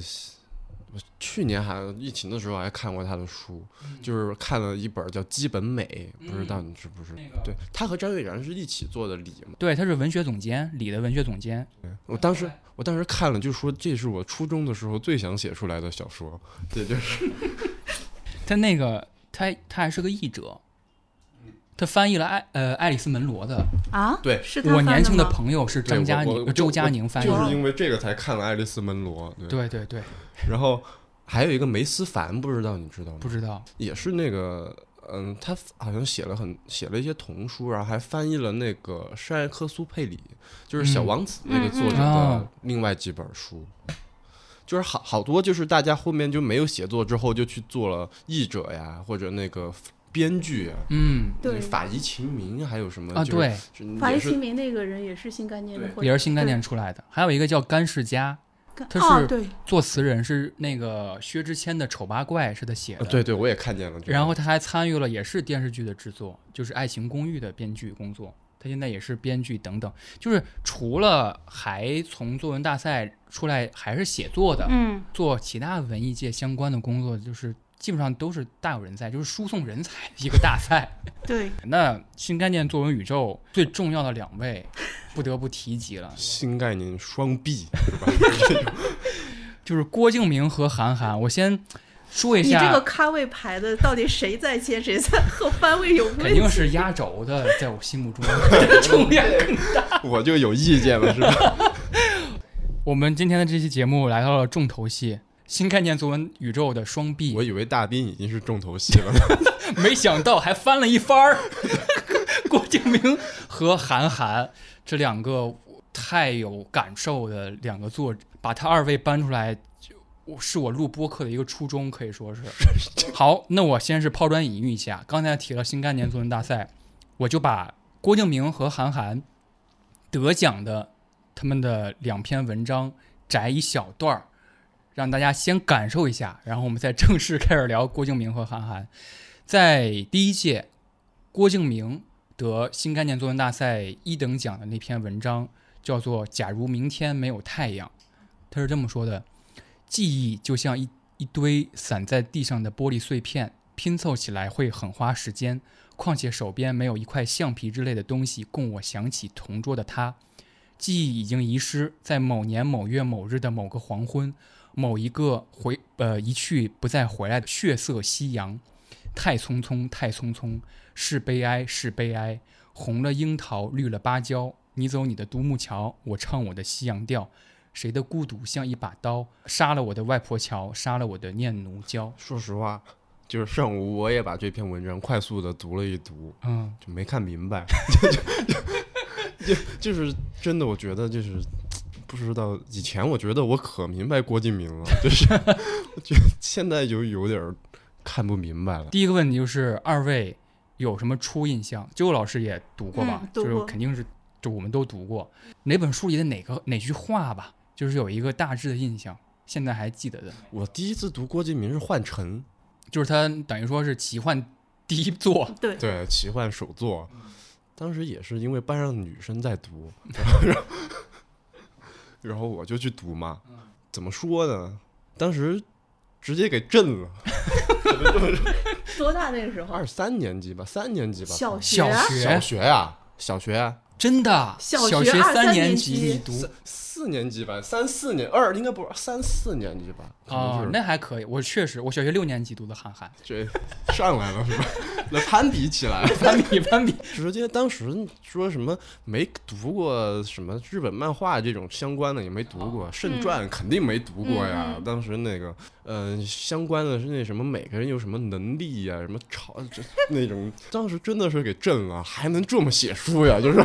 C: 我去年还疫情的时候还看过他的书，就是看了一本叫《基本美》，不知道你知不知？
B: 嗯
C: 对他和张悦然是一起做的礼嘛。
B: 对，他是文学总监，李的文学总监。
C: 我当时我当时看了就说这是我初中的时候最想写出来的小说，这就是
B: 他那个他他还是个译者，他翻译了爱呃爱丽丝门罗的。
D: 啊，
C: 对
D: 是他
B: 我
D: 翻
B: 年轻的
D: 吗
B: 朋友是张嘉
C: 对我
B: 宁、呃
C: 我
B: 周佳宁翻译
C: 就是嗯
B: 的。
C: 因为这个才看了《爱丽丝门罗》对，
B: 对对对，
C: 然后还有一个梅思凡，不知道你知道吗？
B: 不知道
C: 也是那个，嗯，他好像写了很写了一些童书，然后还翻译了那个山埃克苏佩里，就是《小
B: 嗯
C: 王子》那个作者
B: 嗯嗯
C: 的另外几本书，就是好好多就是大家后面就没有写作之后就去做了译者呀，或者那个编剧呀，
B: 嗯
D: 对
C: 法医秦明还有什么
B: 啊，
C: 就是
B: 对，
C: 是
D: 法
C: 也
D: 医
C: 是
D: 秦明那个人也是新概念的
C: 对，
D: 或者
B: 也是新概念出来的。还有一个叫甘世佳，
D: 对
B: 他
D: 啊
B: 是呃
D: 对
B: 作词人是那个薛之谦的《丑八怪》是他写
C: 呃
B: 的。
C: 对对，我也看见了这个，
B: 然后他还参与了也是电视剧的制作，就是《爱情公寓》的编剧工作。他现在也是编剧等等，就是除了还从作文大赛出来还是写作的，
D: 嗯，
B: 做其他文艺界相关的工作，就是基本上都是大有人在，就是输送人才的一个大赛。
D: 对，
B: 那新概念作文宇宙最重要的两位，不得不提及了，
C: 新概念双臂，
B: 就是郭敬明和韩寒。我先说一
D: 你这
B: 下，
D: 个咖位排的到底谁在前谁在后，番位有
B: 肯
D: 问
B: 定
D: 题。
B: 是压轴的，在我心目中 重量 更
C: 我就有意见了，是吧？
B: 我们今天的这期节目来到了重头戏，新概念作文宇宙的双臂
C: 我，以为大斌已经是重头戏了，
B: 没想到还翻了一番儿。 郭敬明和韩寒这两个太有感受的两个作者，把他二位搬出来，就我是我录播客的一个初衷，可以说是。好，那我先是抛砖引玉一下，刚才提了新概念作文大赛，我就把郭敬明和韩寒得奖的他们的两篇文章摘一小段儿，让大家先感受一下，然后我们再正式开始聊郭敬明和韩寒。在第一届，郭敬明得新概念作文大赛一等奖的那篇文章叫做《假如明天没有太阳》，他是这么说的：记忆就像一一堆散在地上的玻璃碎片，拼凑起来会很花时间。况且手边没有一块橡皮之类的东西供我想起同桌的他。记忆已经遗失，在某年某月某日的某个黄昏，某一个回呃一去不再回来的血色夕阳，太匆匆，太匆匆，是悲哀，是悲哀。红了樱桃，绿了芭蕉，你走你的独木桥，我唱我的西洋调。谁的孤独像一把刀，杀了我的外婆桥，杀了我的念奴娇。
C: 说实话，就是上午我也把这篇文章快速的读了一读，
B: 嗯，
C: 就没看明白， 就就就就是真的，我觉得就是不知道以前我觉得我可明白郭敬明了，就是我觉得现在就有点儿看不明白了。
B: 第一个问题就是二位有什么初印象？周老师也读过吧？
D: 嗯读
B: 就是
D: 过
B: 肯定是，就我们都读过哪本书里的哪个哪句话吧，就是有一个大致的印象，现在还记得的，
C: 我第一次读郭敬明是《幻辰
B: 就是他等于说是奇幻第一作，
D: 对》，，
C: 对，奇幻首作，当时也是因为班上女生在读，然后然后我就去读嘛。怎么说呢？当时直接给震了，
D: 多大那个时候？
C: 二三年级吧，三年级吧，
D: 小学
B: 小
D: 啊，
C: 小
B: 学
C: 学呀、小学呀、
B: 真的
D: 小学
B: 学
D: 二
B: 三
D: 三
B: 年
D: 年
B: 级
D: 级
B: 你读
C: 三四年级吧，三四年二应该不是三四年级吧？可能
B: 啊、
C: 就是
B: 那还可以，我确实我小学六年级读的《憨憨
C: 这上来了是吧？ 来攀比起来，》，
B: 攀比攀比，
C: 直接当时说什么没读过什么日本漫画这种相关的也没读过，圣传肯定没读过呀。当时那个嗯、呃相关的是那什么每个人有什么能力呀，什么超这那种，当时真的是给震了，还能这么写书呀？ 就是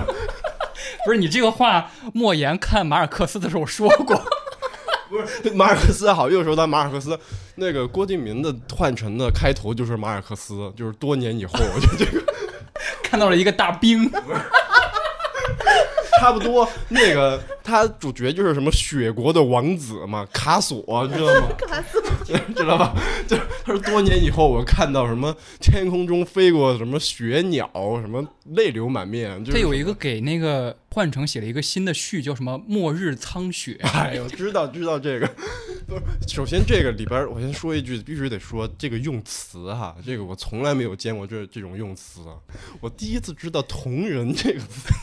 B: 不是你这个话，莫言看马尔克斯的时候说过，
C: 不是马尔克斯好，又说到马尔克斯，那个郭敬明的《幻城》的开头就是马尔克斯，就是多年以后， 就这个
B: 看到了一个大兵，
C: 差不多。那个他主角就是什么雪国的王子嘛，卡索，知道吗？
D: 卡斯
C: 知道吧？就是他说多年以后，我看到什么天空中飞过什么雪鸟，什么泪流满面。就
B: 他
C: 是
B: 有一个给那个幻城写了一个新的序，叫什么《末日苍 雪》
C: 哎呦，知道知道这个。 不是，首先这个里边儿，我先说一句，必须得说这个用词哈，这个我从来没有见过这这种用词，啊我第一次知道“同人”这个词，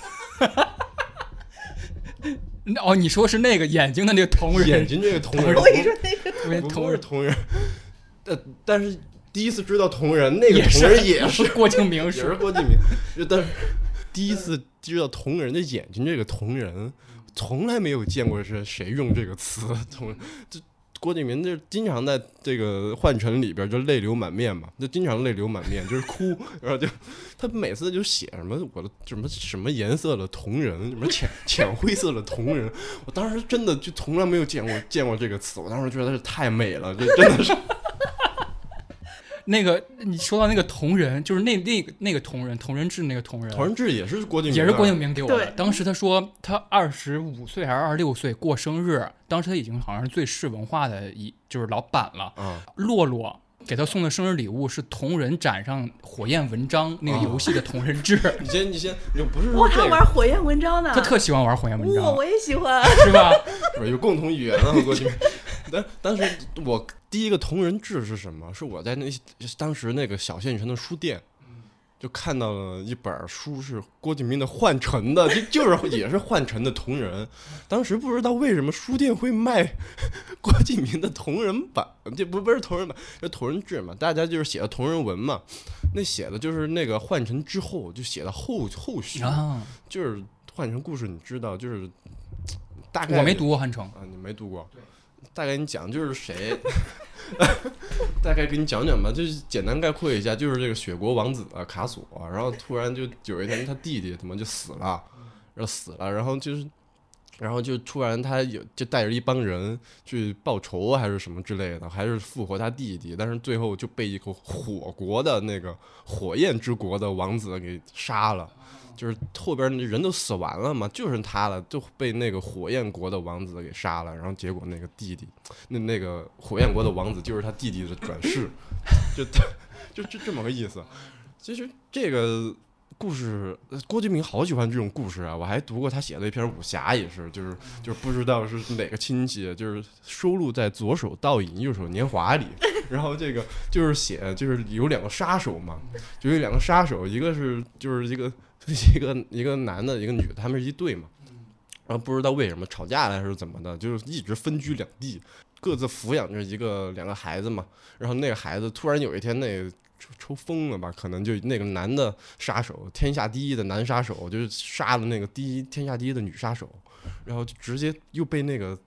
B: 那。哦，你说是那个眼睛的那个同人，
C: 眼睛这个“同人”，
D: 我跟你说那个
B: 我也
C: 不
B: 同
C: 不是
B: 人
C: 同人，但但是第一次知道同人，那个
B: 也是
C: 同人也是
B: 是 郭敬明
C: 也是
B: 是
C: 郭敬 明，就但是第一次知道同人的眼睛这个同人，从来没有见过是谁用这个词。同人这郭敬明就经常在这个《幻城》里边就泪流满面嘛，就经常泪流满面，就是哭，然后就他每次就写什么我的什么什么颜色的同人，什么浅浅灰色的同人，我当时真的就从来没有见过见过这个词，我当时觉得是太美了，这真 的是
B: 那个你说到那个同人，就是那那个那个同人，同人志那个同人，
C: 同人志也是郭敬明，啊
B: 也是郭敬。明给我的。
D: 对
B: 当时他说他二十五岁还是二十六岁过生日，当时他已经好像是最市文化的一就是老板了。
C: 啊、
B: 洛洛给他送的生日礼物是同人展上《火焰文章》那个
C: 啊
B: 游戏的同人志，
C: 你先，你先，你不是说
D: 我
C: 这
D: 还
C: 个
D: 玩火焰文章呢，
B: 嗯他特喜欢玩《火焰文章
D: 我》，我也喜欢，
B: 是 吧？
C: 是吧？有共同语言了，过去。 但但是我第一个同人志是什么？是我在那当时那个小县城的书店，就看到了一本书，是郭敬明的《幻城》的，就就是也是《幻城》的同人。当时不知道为什么书店会卖 郭敬明的同人版，这不不是同人版，是同人志嘛？大家就是写的同人文嘛，那写的就是那个《幻城》之后，就写的后后续，
B: 啊，
C: 就是《幻城》故事，你知道，就是大概
B: 我没读过汉城，
C: 啊，你没读过？大概你讲就是谁， 大概给你讲讲吧，就是简单概括一下，就是这个雪国王子啊卡索，然后突然就有一天他弟弟怎么就死了，然后死了，然后就是。然后就突然他有就带着一帮人去报仇还是什么之类的，还是复活他弟弟，但是最后就被一个火国的那个火焰之国的王子给杀了。就是后边那人都死完了嘛，就剩他了，就被那个火焰国的王子给杀了。然后结果那个弟弟，那那个火焰国的王子就是他弟弟的转世， 就就就这么个意思。其实这个故事，呃郭敬明好喜欢这种故事啊！我还读过他写的一篇武侠，也是，就是就是不知道是哪个亲戚，就是收录在《左手倒影，右手年华》里。 然后这个就是写，就是有两个杀手嘛，就有两个杀手，一个是就是一个 一个一个男的，一个女的，他们是一对嘛。然后不知道为什么吵架了还是怎么的，就是一直分居两地，各自抚养着一个两个孩子嘛。然后那个孩子突然有一天那抽抽风了吧，可能就那个男的杀手，天下第一的男杀手，就是杀了那个第一天下第一的女杀手，然后就直接又被那个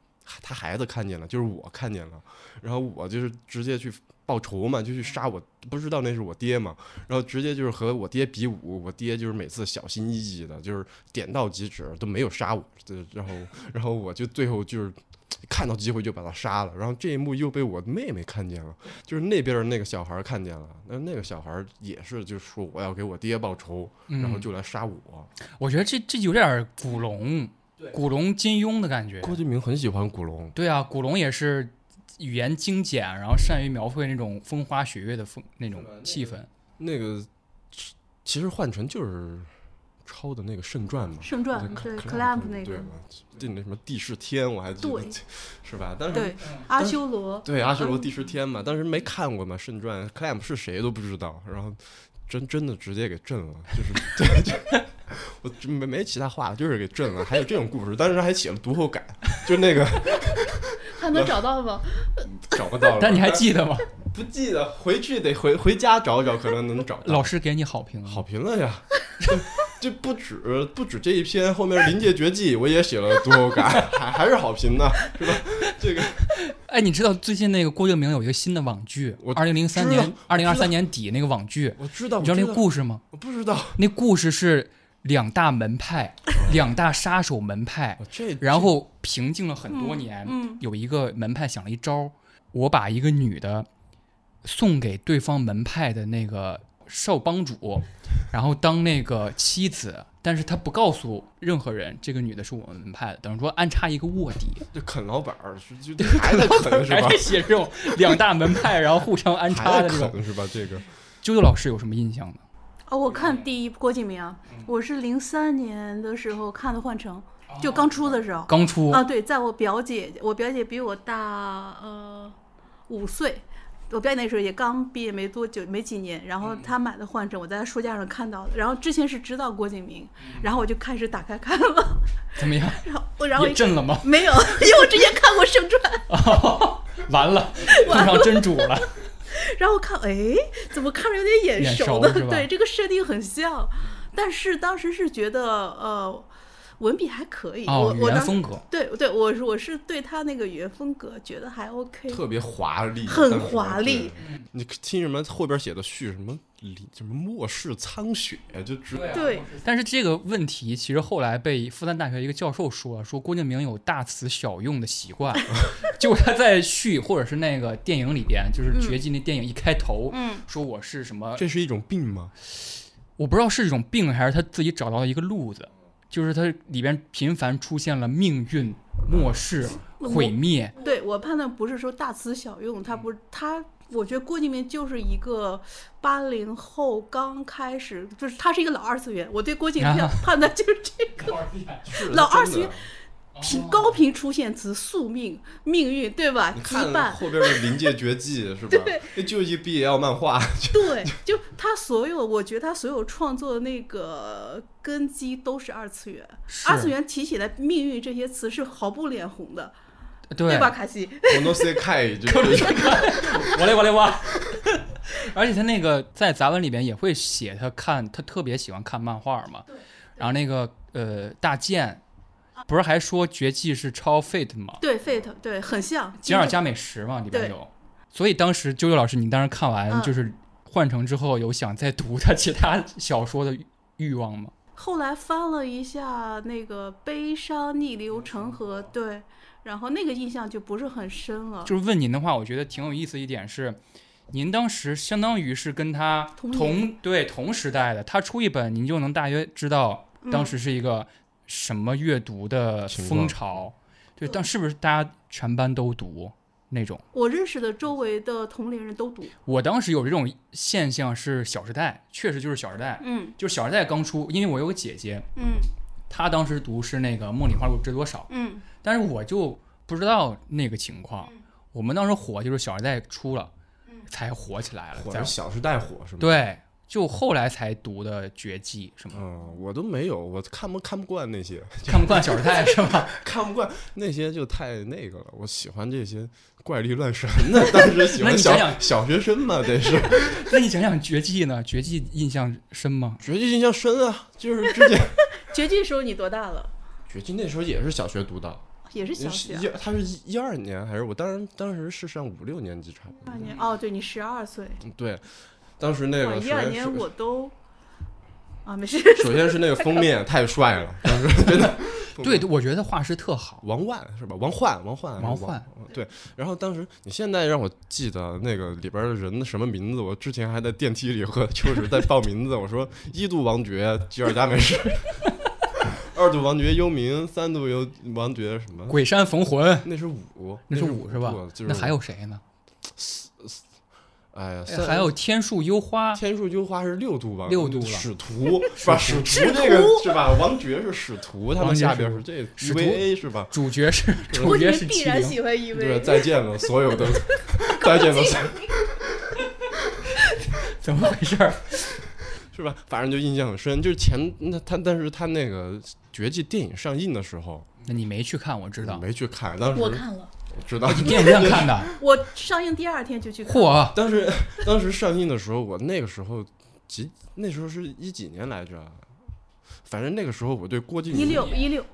C: 他孩子看见了，就是我看见了，然后我就是直接去报仇嘛，就去杀我，不知道那是我爹嘛，然后直接就是和我爹比武，我爹就是每次小心翼翼的，就是点到即止，都没有杀我，这然后然后我就最后就是。看到机会就把他杀了，然后这一幕又被我妹妹看见了，就是那边的那个小孩看见了，那那个小孩也是就说我要给我爹报仇，然后就来杀我。
B: 嗯我觉得这这有点儿古龙，古龙金庸的感觉。
C: 郭敬明很喜欢古龙，
B: 对啊，古龙也是语言精简，然后善于描绘那种风花雪月的风那种气氛。
C: 那个其实换成就是抄的那个《圣传》嘛，
D: 圣传
C: 克
D: 对
C: 克
D: clamp 那
C: 对
D: 个，
C: 嘛，就那什么帝释天我还记得
D: 对，
C: 是吧？但是
D: 对阿修罗，
C: 对阿修罗帝释天嘛，当时没看过嘛，《圣传》clamp 是谁都不知道，然后真真的直接给震了，就是 对，就我真没没其他话了，就是给震了。还有这种故事，当时还写了读后感，就那个
D: 还能找到吗？
C: 找不到了。
B: 但你还记得吗？
C: 不记得？回去得回回家找找，可能能找到。
B: 老师给你好评啊，
C: 好评了呀，这这不止不止这一篇，后面《临界绝技》我也写了读后感，还还是好评呢，是吧？这个
B: 哎，你知道最近那个郭敬明有一个新的网剧
C: 我，
B: 二零零三
C: 知道
B: 年、二零二三年底那个网剧，
C: 我知道，
B: 你知道那个故事吗？
C: 我不知道，
B: 那故事是两大门派，两大杀手门派
C: 我，这
B: 然后平静了很多年。
D: 嗯，
B: 有一个门派想了一招，我把一个女的送给对方门派的那个少帮主，然后当那个妻子，但是他不告诉任何人，这个女的是我们门派的，等于说安插一个卧底，
C: 这啃老板儿是 就还在啃是
B: 还
C: 吧
B: 是？写这种两大门派，然后互相安插
C: 还
B: 的
C: 在
B: 这种。
C: 啃是吧？这个
B: 啾啾老师有什么印象呢？
D: 哦，我看第一郭敬明啊，
B: 嗯
D: 我是零三年的时候看的《幻城》，
B: 哦
D: 就刚出的时候
B: 刚出
D: 啊，对，在我表姐，我表姐比我大呃五岁。我表姐那时候也刚毕业没多久，没几年，然后她买的《幻城》，我在她书架上看到的。然后之前是知道郭敬明， 然后我就开始打开看了，
B: 怎么样？
D: 然后我然后
B: 也震了吗？
D: 没有， 因为我之前看过《圣传》，
B: 完 了，碰上真主了。
D: 然后看，哎，怎么看着有点眼熟的？
B: 眼熟是吧
D: 对，这个设定很像，但是当时是觉得呃，文笔还可以。
B: 哦，语
D: 我我
B: 言
D: 当
B: 风格，
D: 对对，我是我是对他那个语言风格觉得还 OK。
C: 特别华丽，
D: 很
C: 当时
D: 华丽。
C: 对你听什么后边写的序什么里什么末世苍雪，啊就知
D: 对，
B: 但是这个问题其实后来被复旦大学一个教授说了，说郭敬明有大词小用的习 惯，就是他在序或者是那个电影里边，就是《绝技》那电影一开头，
D: 嗯，
B: 说我是什么，
C: 这是一种病吗？
B: 我不知道是一种病还是他自己找到了一个路子，就是他里边频繁出现了命运、末世、毁灭，
D: 对我判断不是说大词小用，他不他。我觉得郭敬明就是一个八零后刚开始，就是他是一个老二次元。我对郭敬明
B: 啊
D: 判判断就是这个
C: 是
D: 老
C: 真
D: 二
C: 的
D: 次元频高频出现词宿命、命运，对吧
C: 你？
D: 羁
C: 看
D: 绊，
C: 后边的《临界绝技》是吧？那就一 BL 漫画，
D: 对，就他所有，我觉得他所有创作的那个根基都是二次元。
B: 是
D: 二次元提起来命运这些词是毫不脸红的，对
B: 对
D: 吧，？卡西？
C: 我 no say 开，就是
B: 我嘞我嘞我。 而且他那个在杂文里边也会写，他看他特别喜欢看漫画嘛。然后那个呃大剑不是还说绝技是抄 Fate 吗？
D: 对 Fate，对，很像。
B: 吉尔加美什嘛里边
D: 对
B: 有，所以当时啾啾老师，你当时看完
D: 嗯
B: 就是换成之后，有想再读他其他小说的欲欲望吗？
D: 后来翻了一下那个《悲伤啊逆流成河》，对，然后那个印象就不是很深了。
B: 就是问您的话，我觉得挺有意思一点是，您当时相当于是跟他
D: 同年
B: 同对同时代的，他出一本，您就能大约知道
D: 嗯
B: 当时是一个什么阅读的
C: 情
B: 风
C: 况
D: 嗯
B: 潮。对，但是不是大家全班都读那种？
D: 我认识的周围的同龄人都读，
B: 我当时有这种现象是《小时代》，确实就是《小时代》，
D: 嗯
B: 就是《小时代》刚出，因为我有个姐姐，
D: 嗯
B: 她当时读是那个《梦里花落知多少》，
D: 嗯
B: 但是我就不知道那个情况。我们当时火就是《小时代》出了，
D: 嗯
B: 才火起来了，
C: 火
B: 才
C: 是小时代火是吗？，
B: 对，就后来才读的《绝技》什 么，
C: 嗯，我都没有，我看不看不惯那些，
B: 看不惯《小时代》是吧？
C: 看不惯那些就太那个了。我喜欢这些怪力乱神的， 当时喜
B: 那
C: 欢
B: 你
C: 小
B: 想想
C: 小学生嘛，得 是
B: 那你讲讲《绝技》呢？《绝技》印象深吗？
C: 绝技印象深啊，就是之前
D: 绝技时候你多大了？
C: 绝技那时候也是小学读的，
D: 也是小
C: 是
D: 学
C: 一
D: 啊。
C: 他是一一二年还是我当时当时是上五六年级差不多
D: 二，年哦，对你十二岁，
C: 对，当时那
D: 哇，
C: 个
D: 一
C: 首
D: 二
C: 先
D: 年
C: 首
D: 我都啊，没事，
C: 首先是那个封面太帅了，当时 真的
B: 对，我觉得画师特好，
C: 王焕是吧？王焕，王焕，嗯
B: 王焕
C: 对。然后当时你现在让我记得那个里边的人的什么名字，我之前还在电梯里和秋实在报名字，我说一度王爵吉尔加美什，二度王爵幽冥，三度幽王爵什么？
B: 《鬼山逢魂》
C: 那是五，
B: 那
C: 是
B: 是五是吧
C: 五就？是
B: 那还有谁呢？
C: 哎呀，
B: 哎
C: 三
B: 还有《天树幽花》，
C: 天树幽花是六度吧？
B: 六度了
C: 使徒是吧？使徒这个是吧？王爵是使徒，他
B: 王
C: 们
B: 爵
C: 下
B: 使
C: 边
B: 徒
C: 是这
B: 使
C: EVA 是吧？
B: 主角 是
D: 估
B: 主
D: 计
B: 角
D: 你
B: 是
D: 必
B: 七
D: 然
B: 零。
D: 喜欢一
C: 对，
D: 位。
C: 再见了，所有的再见了，所有
B: 怎么回事儿？
C: 是吧？反正就印象很深，就是前那他，但是他那个绝技电影上映的时候，
B: 那你没去看，我知道。
C: 没去看，当时
D: 我看了，
C: 知道。
B: 电影院看的，
D: 我上映第二天就去看。
B: 嚯！
C: 当时当时上映的时候，我那个时候几那时候是一几年来着，反正那个时候我对郭敬
D: 一
C: 明，
D: 六一六，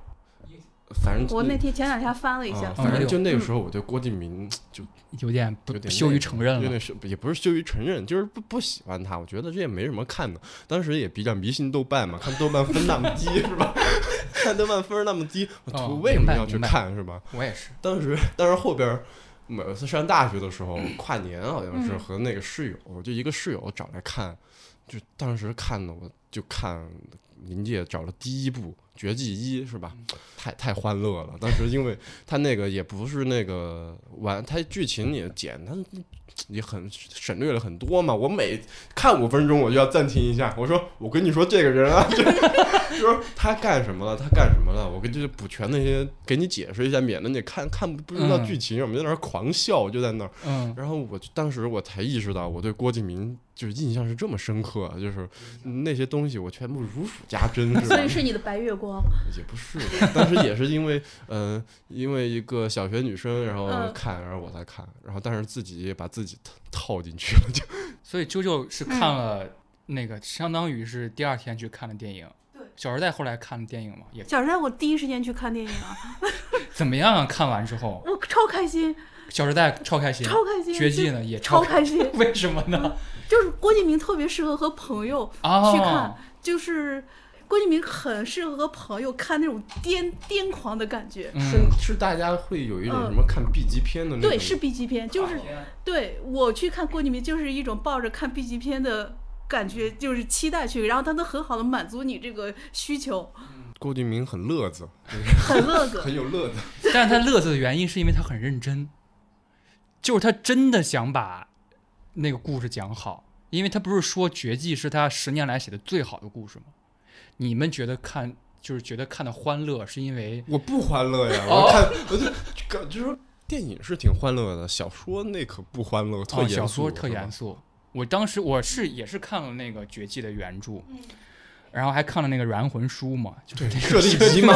C: 反正
D: 我那天前两天翻了一下
C: 啊，反正就那个
D: 嗯
C: 时候我对郭敬明就
B: 有点不
C: 有点
B: 羞于
C: 那
B: 承认
C: 有
B: 了。
C: 点羞，也不是羞于承认，就是不不喜欢他。我觉得这也没什么看的，当时也比较迷信豆瓣嘛，看豆瓣分那么低 是吧？看豆瓣分那么低，我
B: 哦
C: 图为什
B: 明
C: 么
B: 白
C: 要去
B: 明白
C: 看是吧？
B: 我也是，
C: 当时当时后边儿每次上大学的时候，跨年好像是和那个室友，就一个室友找来看，就当时看的我就看临界找了第一部《绝技一》是
B: 嗯
C: 吧？太太欢乐了。当时因为他那个也不是那个完，他剧情也简单，也很省略了很多嘛。我每看五分钟我就要暂停一下，我说我跟你说这 个人啊，就就是他干什么了，他干什么了，我跟啊就是补全那些给 你解释一下，免得你看看不知道
B: 嗯
C: 剧情，我们在那儿狂笑就在那儿。
B: 嗯，
C: 然后我就当时我才意识到，我对郭敬明就是印象是这么深刻，就是那些东西我全部如数家珍，是吧
D: 所以？是你的白月光。
C: 也不是，当时也是因为，嗯、因为一个小学女生，然后
D: 嗯
C: 看，然后我才看，然后但是自己也把自己套套进去了，就
B: 所以啾啾是看
D: 嗯
B: 了那个，相当于是第二天去看的电影。
D: 对，
B: 小时代后来看的电影嘛，也
D: 小时代我第一时间去看电影啊，
B: 怎么样啊？看完之后，
D: 我超开心，
B: 小时代超开心，
D: 超开心，
B: 绝技呢也
D: 超
B: 开
D: 开心。
B: 心，为什么呢？
D: 就是郭敬明特别适合和朋友去看
B: 哦，，
D: 就是郭敬明很适合和朋友看那种癫癫狂的感觉。
B: 嗯，
C: 是是大家会有一种
D: 嗯
C: 什么看 B 级片的那种，
D: 对，是 B 级片，就是对我去看郭敬明，就是一种抱着看 B 级片的感觉，就是期待去，然后他能很好的满足你这个需求，
C: 郭敬明很乐子，
D: 很乐子。
C: 很有乐子，
B: 但是他乐子的原因是因为他很认真，就是他真的想把那个故事讲好，因为他不是说《绝技》是他十年来写的最好的故事吗？你们觉得看就是觉得看的欢乐，是因为
C: 我不欢乐呀，
B: 哦
C: 我看我就感就说电影是挺欢乐的，小说那可不欢乐，特
B: 哦
C: 严肃，
B: 小说特
C: 是吧
B: 严肃。我当时我是也是看了那个《绝技》的原著，
D: 嗯
B: 然后还看了那个《燃魂书》嘛，就是那
C: 设
B: 个
C: 定集嘛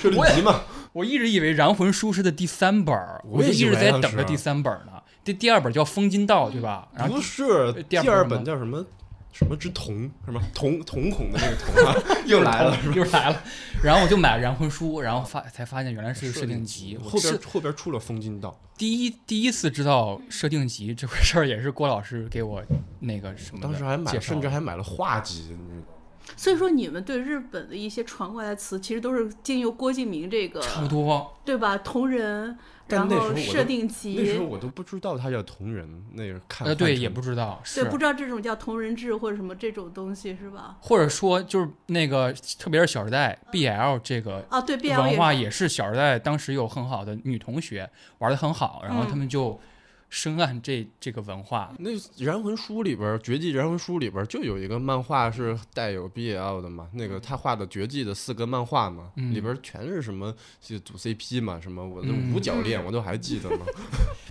C: 这
B: 我也
C: 里集嘛，
B: 我一直以为《燃魂书》是他第三本儿，
C: 我
B: 就
C: 也
B: 一
C: 以
B: 直
C: 为
B: 在
C: 当
B: 等
C: 时
B: 着第三本儿呢。这第二本儿叫《风金道》，对吧？然后
C: 不是
B: 第
C: 第
B: 二本
C: 二
B: 吗
C: 本叫什么？什么之瞳，什么瞳瞳孔的那个瞳啊， 又来了。
B: 又来了，然后我就买了燃魂书，然后发才发现原来是设定集。我
C: 后边
B: 是
C: 后边出了风金道，
B: 第一第一次知道设定集这回事儿，也是郭老师给我那个什么的
C: 当时还买
B: 介
C: 了，
B: 绍
C: 甚至还买了画集，
D: 所以说你们对日本的一些传过来的词，其实都是经由郭敬明这个，
B: 差不多。
D: 对吧？同人，
C: 但
D: 然
C: 那时候
D: 后
C: 我
D: 设
C: 都
D: 定
C: 那时候
D: 集，
C: 我都不知道他叫同人，那是看
B: 呃，对，也
C: 不。
B: 不知道
D: 对，
B: 是
D: 不知道这种叫同人志或者什么这种东西是吧？
B: 或者说就是那个，特别是《小时代》BL 这个
D: 啊，对，BL
B: 文
D: 嗯也
B: 化
D: 是
B: 也是《小时代》当时有很好的女同学玩的很好，然
D: 嗯
B: 后他们就深谙这这个文化。
C: 那《燃魂书》里边，《绝技燃魂书》里边就有一个漫画是带有 BL 的嘛，那个他画的《绝技》的四个漫画嘛，
B: 嗯
C: 里边全是什么就组 CP 嘛，什么我的
B: 嗯
C: 五角恋我都还记得呢。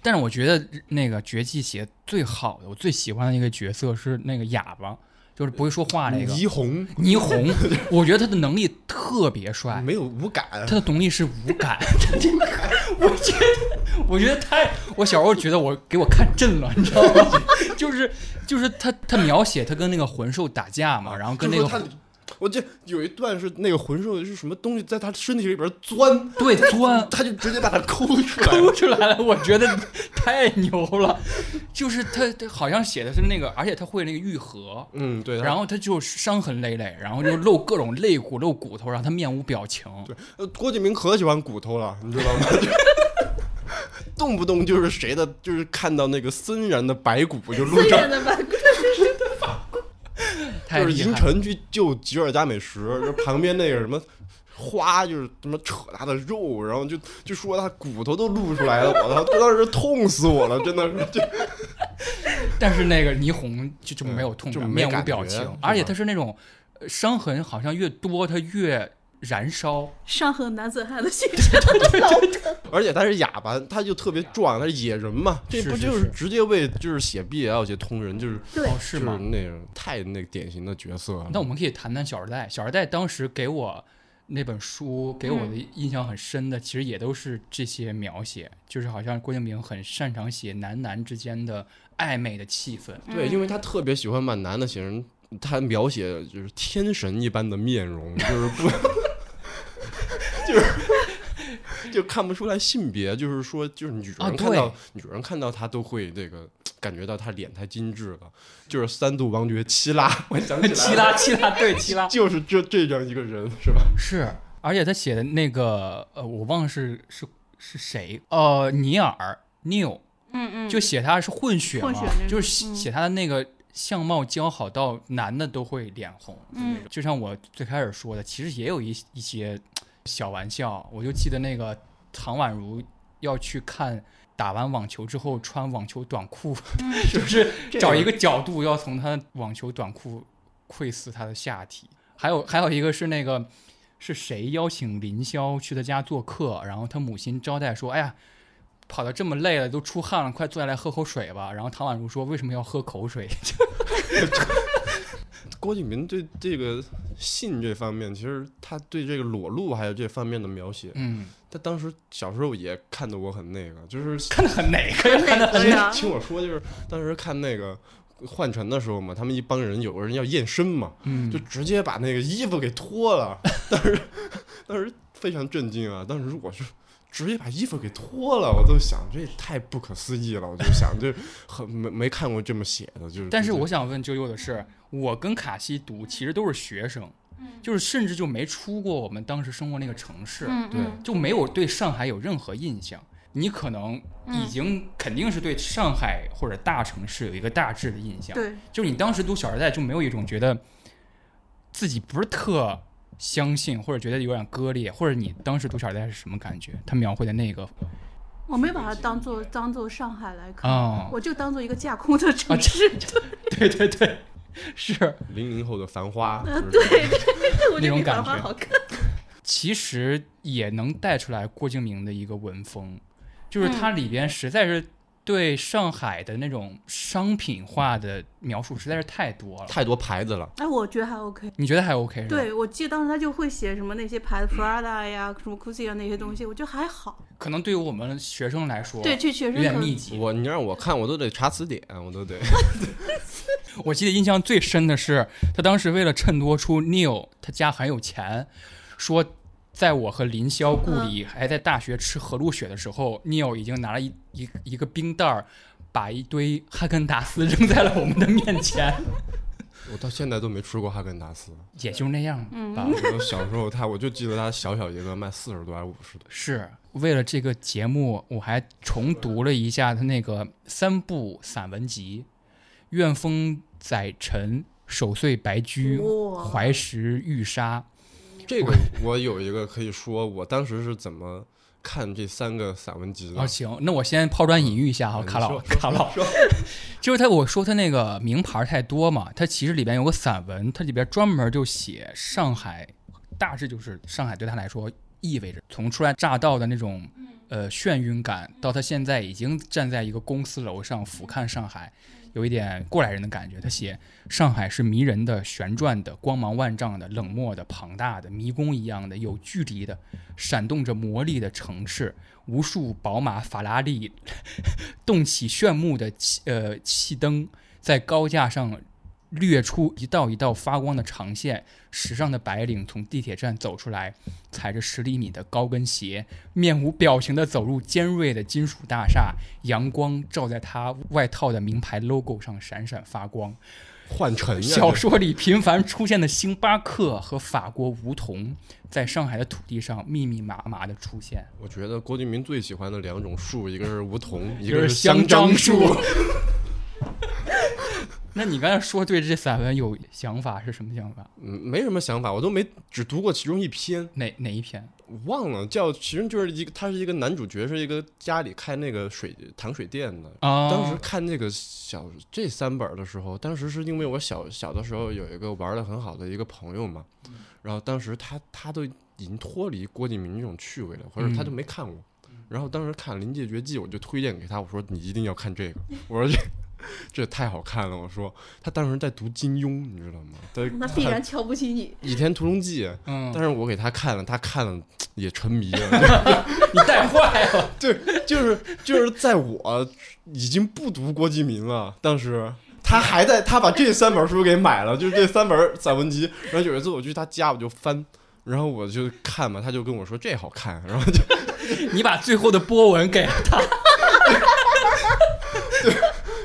B: 但是我觉得那个绝技写最好的，我最喜欢的一个角色是那个哑巴，就是不会说话那个
C: 霓虹
B: 霓虹，我觉得他的能力特别帅，
C: 没有无感，
B: 他的能力是无感， 我觉得，我觉得太，我小时候觉得我给我看震了，你知道吗？就是就是他他描写他跟那个魂兽打架嘛，然后跟那
C: 啊就
B: 个
C: 是说他。我这有一段是那个魂兽是什么东西在他身体里边钻，
B: 对钻
C: 他就直接把它抠出来
B: 抠
C: 了。
B: 出来了，我觉得太牛了，就是他他好像写的是那个，而且他会那个愈合。
C: 嗯，对。他
B: 然后他就伤痕累累，然后就露各种肋骨、露骨头，然后他面无表情。
C: 对，呃，郭敬明可喜欢骨头了，你知道吗？ 就动不动就是谁的，就是看到那个森然的白骨就露
D: 私
C: 出来
D: 人的吧？
B: 太
C: 就是
B: 厉
C: 银
B: 害了！
C: 尘去救吉尔加美什，然后旁边那个什么花就是他妈扯他的肉，然后就就说他骨头都露出来了，我操，当时痛死我了，真的是就
B: 但是那个霓虹就就没有痛
C: 嗯就
B: 感，
C: 没
B: 面无
C: 感觉
B: 表情
C: 是吧，
B: 而且他是那种呃伤痕好像越多它越燃烧，
D: 上痕男子汉的形象，老梗
C: 而且他是哑巴，他就特别壮，他是野人嘛，这
B: 是
C: 不
B: 是
C: 就是直接为就是写 BL 写通人，就是
D: 对
B: 哦，是
C: 就是
B: 吗？
C: 那种太那个典型的角色了。
B: 那我们可以谈谈《小时代》。《小时代》当时给我那本书给我的印象很深的，其实也都是这些描写，就是好像郭敬明很擅长写男男之间的暧昧的气氛。
C: 对，因为他特别喜欢把男的写成他描写就是天神一般的面容，就是不， 就是就看不出来性别，就是说就是女
B: 啊
C: 人看到、
B: 对
C: 女人看到他都会这个感觉到他脸太精致了，就是三度王爵七拉，我想起来了
B: 七拉七拉，对七拉
C: 就是这这样一个人 是吧？
B: 是，而且他写的那个呃，我忘了是是是谁，呃，尼尔 Neil。
D: 嗯嗯，
B: 就写他是混血嘛，
D: 混血那种嗯
B: 就是写写他的那个相貌姣好到男的都会脸红，
D: 嗯，
B: 就像我最开始说的，其实也有一一些小玩笑，我就记得那个唐宛如要去看。打完网球之后穿网球短裤，
D: 嗯
B: 就是
C: 这
B: 找
C: 个
B: 一个角度要从他网球短裤窥视他的下体。还有还有一个是那个是谁邀请林霄去他家做客，然后他母亲招待说：“哎呀，跑得这么累了，都出汗了，快坐下来喝口水吧。”然后唐宛如说：“为什么要喝口水
C: 郭敬明对这个性这方面，其实他对这个裸露还有这方面的描写？” ，
B: 嗯，
C: 他当时小时候也看得我很那个，就是
B: 看得很哪个呀？
D: 哪 个呀？
C: 听我说，就是当时看那个换乘的时候嘛，他们一帮人有个人要验身嘛，
B: 嗯，
C: 就直接把那个衣服给脱了。当时当时非常震惊啊！当时我是直接把衣服给脱了，我都想这也太不可思议了，我就想这很没没看过这么写的，就是。
B: 但是我想问啾啾的是，我跟卡西读其实都是学生，就是甚至就没出过我们当时生活那个城市，
D: 嗯
C: 对
D: 嗯，
B: 就没有对上海有任何印象。你可能已
D: 嗯
B: 经肯定是对上海或者大城市有一个大致的印象，
D: 对，
B: 就是你当时读《小时代》就没有一种觉得自己不是特相信，或者觉得有点割裂，或者你当时读《小时代》是什么感觉？他描绘的那个
D: 我没把它当
B: 嗯
D: 做当做上海来看，
B: 啊、
D: 我就当做一个架空的城市，
B: 对对对，是。
C: 零零后的《繁花》
D: 呃
C: 就是
D: 对 对，我
B: 那
D: 觉得
B: 种
D: 比
B: 感
D: 繁花
B: 觉
D: 好看。
B: 其
D: 嗯
B: 实也能带出来郭敬明的一个文风，就是它里边实在是对上海的那种商品化的描述实在是太多了。
C: 太多牌子了，
D: 哎，我觉得还 OK。
B: 你觉得还 OK 是吧？
D: 对，我记得当时他就会写什么那些牌子 Prada 呀，什么 Gucci 啊那些东西，我觉得还好。
B: 可能对于我们学生来说，
D: 对，这学
B: 有
D: 生
B: 点
D: 可
B: 密
D: 能
B: 集。
C: 我你让我看我都得查词典，我都得。
B: 我记得印象最深的是，他当时为了衬托出 Neil 他家很有钱，说在我和林霄、顾
D: 嗯
B: 里还在大学吃和路雪的时候、n e i l 已经拿了一一一个冰袋儿，把一堆哈根达斯扔在了我们的面前，
C: 我到现在都没吃过哈根达斯。
B: 也就那样
D: 嗯
B: 吧。
C: 我小时候它，我就记得它小小一个卖四十多还是五十多。
B: 是为了这个节目，我还重读了一下他那个三部散文集，《怨风载尘》《守岁白驹》
D: 哇
B: 《怀石玉砂》。
C: 这个我有一个可以说，我当时是怎么看这三个散文集的
B: 哦，。行，那我先抛砖引玉一下哈，
C: 嗯
B: 卡
C: 你
B: 老
C: 说
B: 卡老，就是他我说他那个名牌太多嘛，他其实里边有个散文，它里边专门就写上海，大致就是上海对他来说意味着从初来乍到的那种呃眩晕感，到他现在已经站在一个公司楼上俯瞰上海，有一点过来人的感觉。他写上海是迷人的、旋转的、光芒万丈的、冷漠的、庞大的、迷宫一样的、有距离的、闪动着魔力的城市。无数宝马、法拉利 动起炫目的气呃气灯，在高架上掠出一道一道发光的长线。时尚的白领从地铁站走出来，踩着十厘米的高跟鞋，面无表情地走入尖锐的金属大厦。阳光照在他外套的名牌 logo 上闪闪发光。
C: 换陈呀，
B: 小说里频繁出现的星巴克和法国梧桐，在上海的土地上密密麻麻地出现。
C: 我觉得郭敬明最喜欢的两种树，一个是梧桐，一
B: 个
C: 个
B: 是
C: 香
B: 香樟
C: 树
B: 树。那你刚才说对这散文有想法是什么想法？
C: 嗯，没什么想法，我都没只读过其中一篇，
B: 哪哪一篇？
C: 我忘了叫，其实就是一个，他是一个男主角，是一个家里开那个水糖水店的。
B: 啊
C: 当时看那个小这三本儿的时候，当时是因为我小小的时候有一个玩的很好的一个朋友嘛，
B: 嗯
C: 然后当时他他都已经脱离郭敬明这种趣味了，或者他
B: 嗯
C: 就没看过。然后当时看《临界绝技》，我就推荐给他，我说你一定要看这个，我说这这太好看了，我说他当时在读金庸，你知道吗？ 在
D: 那必然瞧不起你。
C: 《倚天屠龙记》，
B: 嗯
C: 但，是我给他看了，他看了也沉迷了。
B: 你带坏了。
C: 对，就是就是在我已经不读郭敬明了，当时 他还在，他把这三本书给买了，就是这三本散文集。然后有一次我去他家，我就翻。然后我就看嘛，他就跟我说这好看，然后就
B: 你把最后的波纹给了他。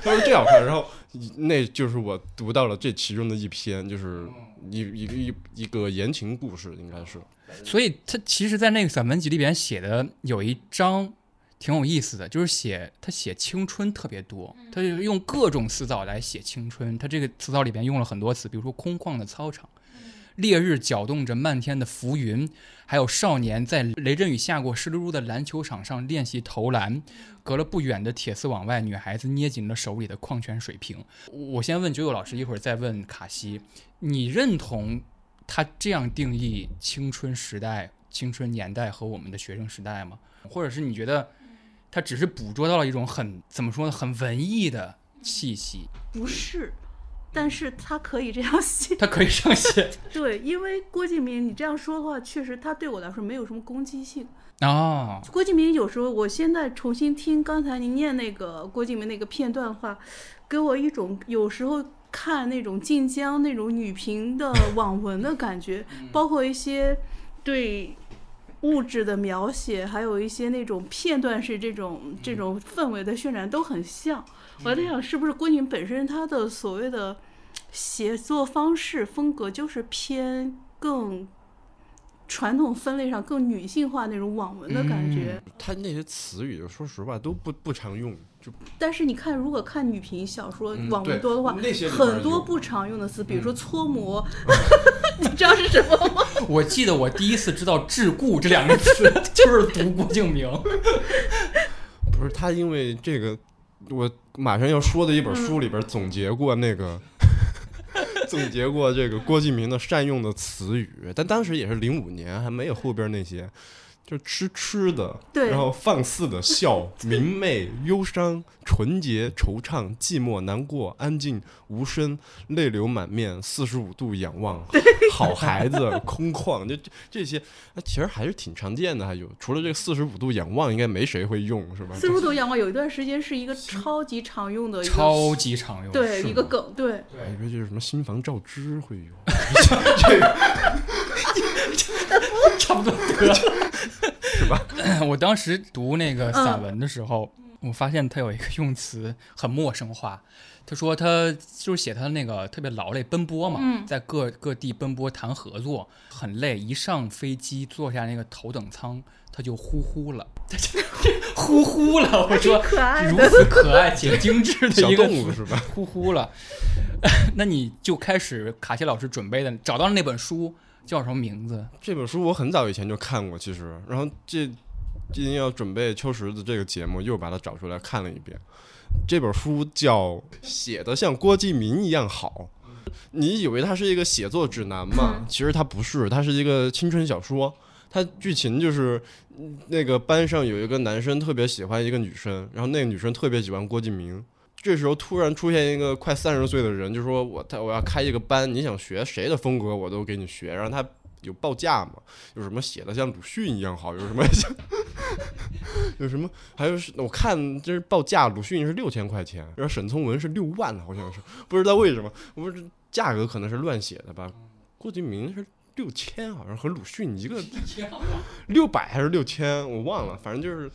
C: 他说这好看，然后那就是我读到了这其中的一篇，就是一一个一一个言情故事，应该是
B: 所以他其实，在那个散文集里边写的有一章挺有意思的，就是写他写青春特别多，他就是用各种词藻来写青春。他这个词藻里边用了很多词，比如说空旷的操场。烈日搅动着漫天的浮云，还有少年在雷阵雨下过湿漉漉的篮球场上练习投篮。隔了不远的铁丝网外，女孩子捏紧了手里的矿泉水瓶。我先问九九老师，一会儿再问卡西，你认同他这样定义青春时代、青春年代和我们的学生时代吗？或者是你觉得他只是捕捉到了一种很怎么说呢，很文艺的气息？
D: 不是，但是他可以这样写。
B: 他可以上 写
D: 对，因为郭敬明，你这样说的话，确实他对我来说没有什么攻击性。
B: 啊，
D: 郭敬明有时候，我现在重新听刚才您念那个郭敬明那个片段的话，给我一种有时候看那种晋江那种女频的网文的感觉，
C: 嗯
D: 包括一些对物质的描写，还有一些那种片段式这
C: 嗯
D: 种这种氛围的渲染都很像。我在想，是不是郭敬明本身他的所谓的写作方式风格就是偏更。传统分类上更女性化那种网文的感觉，
C: 他那些词语，说实话都不不常用，就
D: 但是你看，如果看女频小说、
C: 嗯
D: 网文
C: 对
D: 多的话，
C: 那些里边
D: 很
C: 有
D: 多不常用的词，比如说搓磨，你知道是什么吗？
B: 我记得我第一次知道“桎梏”这两个词， 就是读郭敬 明。
C: 不是他，因为这个，我马上要说的一本书里边总结过那个，总结过这个郭敬明的善用的词语，但当时也是零五年，还没有后边那些。就吃吃的，
D: 对
C: 然后放肆的笑，明媚、忧伤、纯洁、惆怅、寂寞、难过、安静、无声、泪流满面，四十五度仰望， 好孩子，空旷，就这这些，啊其实还是挺常见的。还有，除了这个四十五度仰望，应该没谁会用，是吧？
D: 四十五度仰望有一段时间是一个超级常用的一个
B: 超级常用。
D: 对
C: 是
D: 一个
C: 吗
D: 梗，对，
C: 哎，你说就是什么新房照之 会用，
B: 我当时读那个
D: 嗯
B: 散文的时候，我发现他有一个用词很陌生化。他说他就是写他那个特别劳累奔波嘛，
D: 嗯
B: 在各各地奔波谈合作，很累。一上飞机坐下那个头等舱，他就呼呼 了，呼呼了。我说
D: 可爱的
B: 如此可爱且精致的
C: 小
B: 一个
C: 动物
B: 词
C: 是吧？
B: 呼呼了。 那你就开始卡西老师准备的，找到那本书叫什么名字？
C: 这本书我很早以前就看过，其实，然后这今天要准备秋实的这个节目，又把它找出来看了一遍。这本书叫《写的像郭敬明一样好》，你以为它是一个写作指南吗？其实它不是，它是一个青春小说。它剧情就是嗯那个班上有一个男生特别喜欢一个女生，然后那个女生特别喜欢郭敬明。这时候突然出现一个快三十岁的人，就说我他我要开一个班，你想学谁的风格我都给你学。然后他有报价嘛，有什么写的像鲁迅一样好，有什么 像有什么，还有是我看这是报价，鲁迅是六千块钱，然后沈从文是六万，好像是不知道为什么，我不是价格可能是乱写的吧？郭敬明是六千，好像和鲁迅一个 六百还是六千，我忘了，反正就是。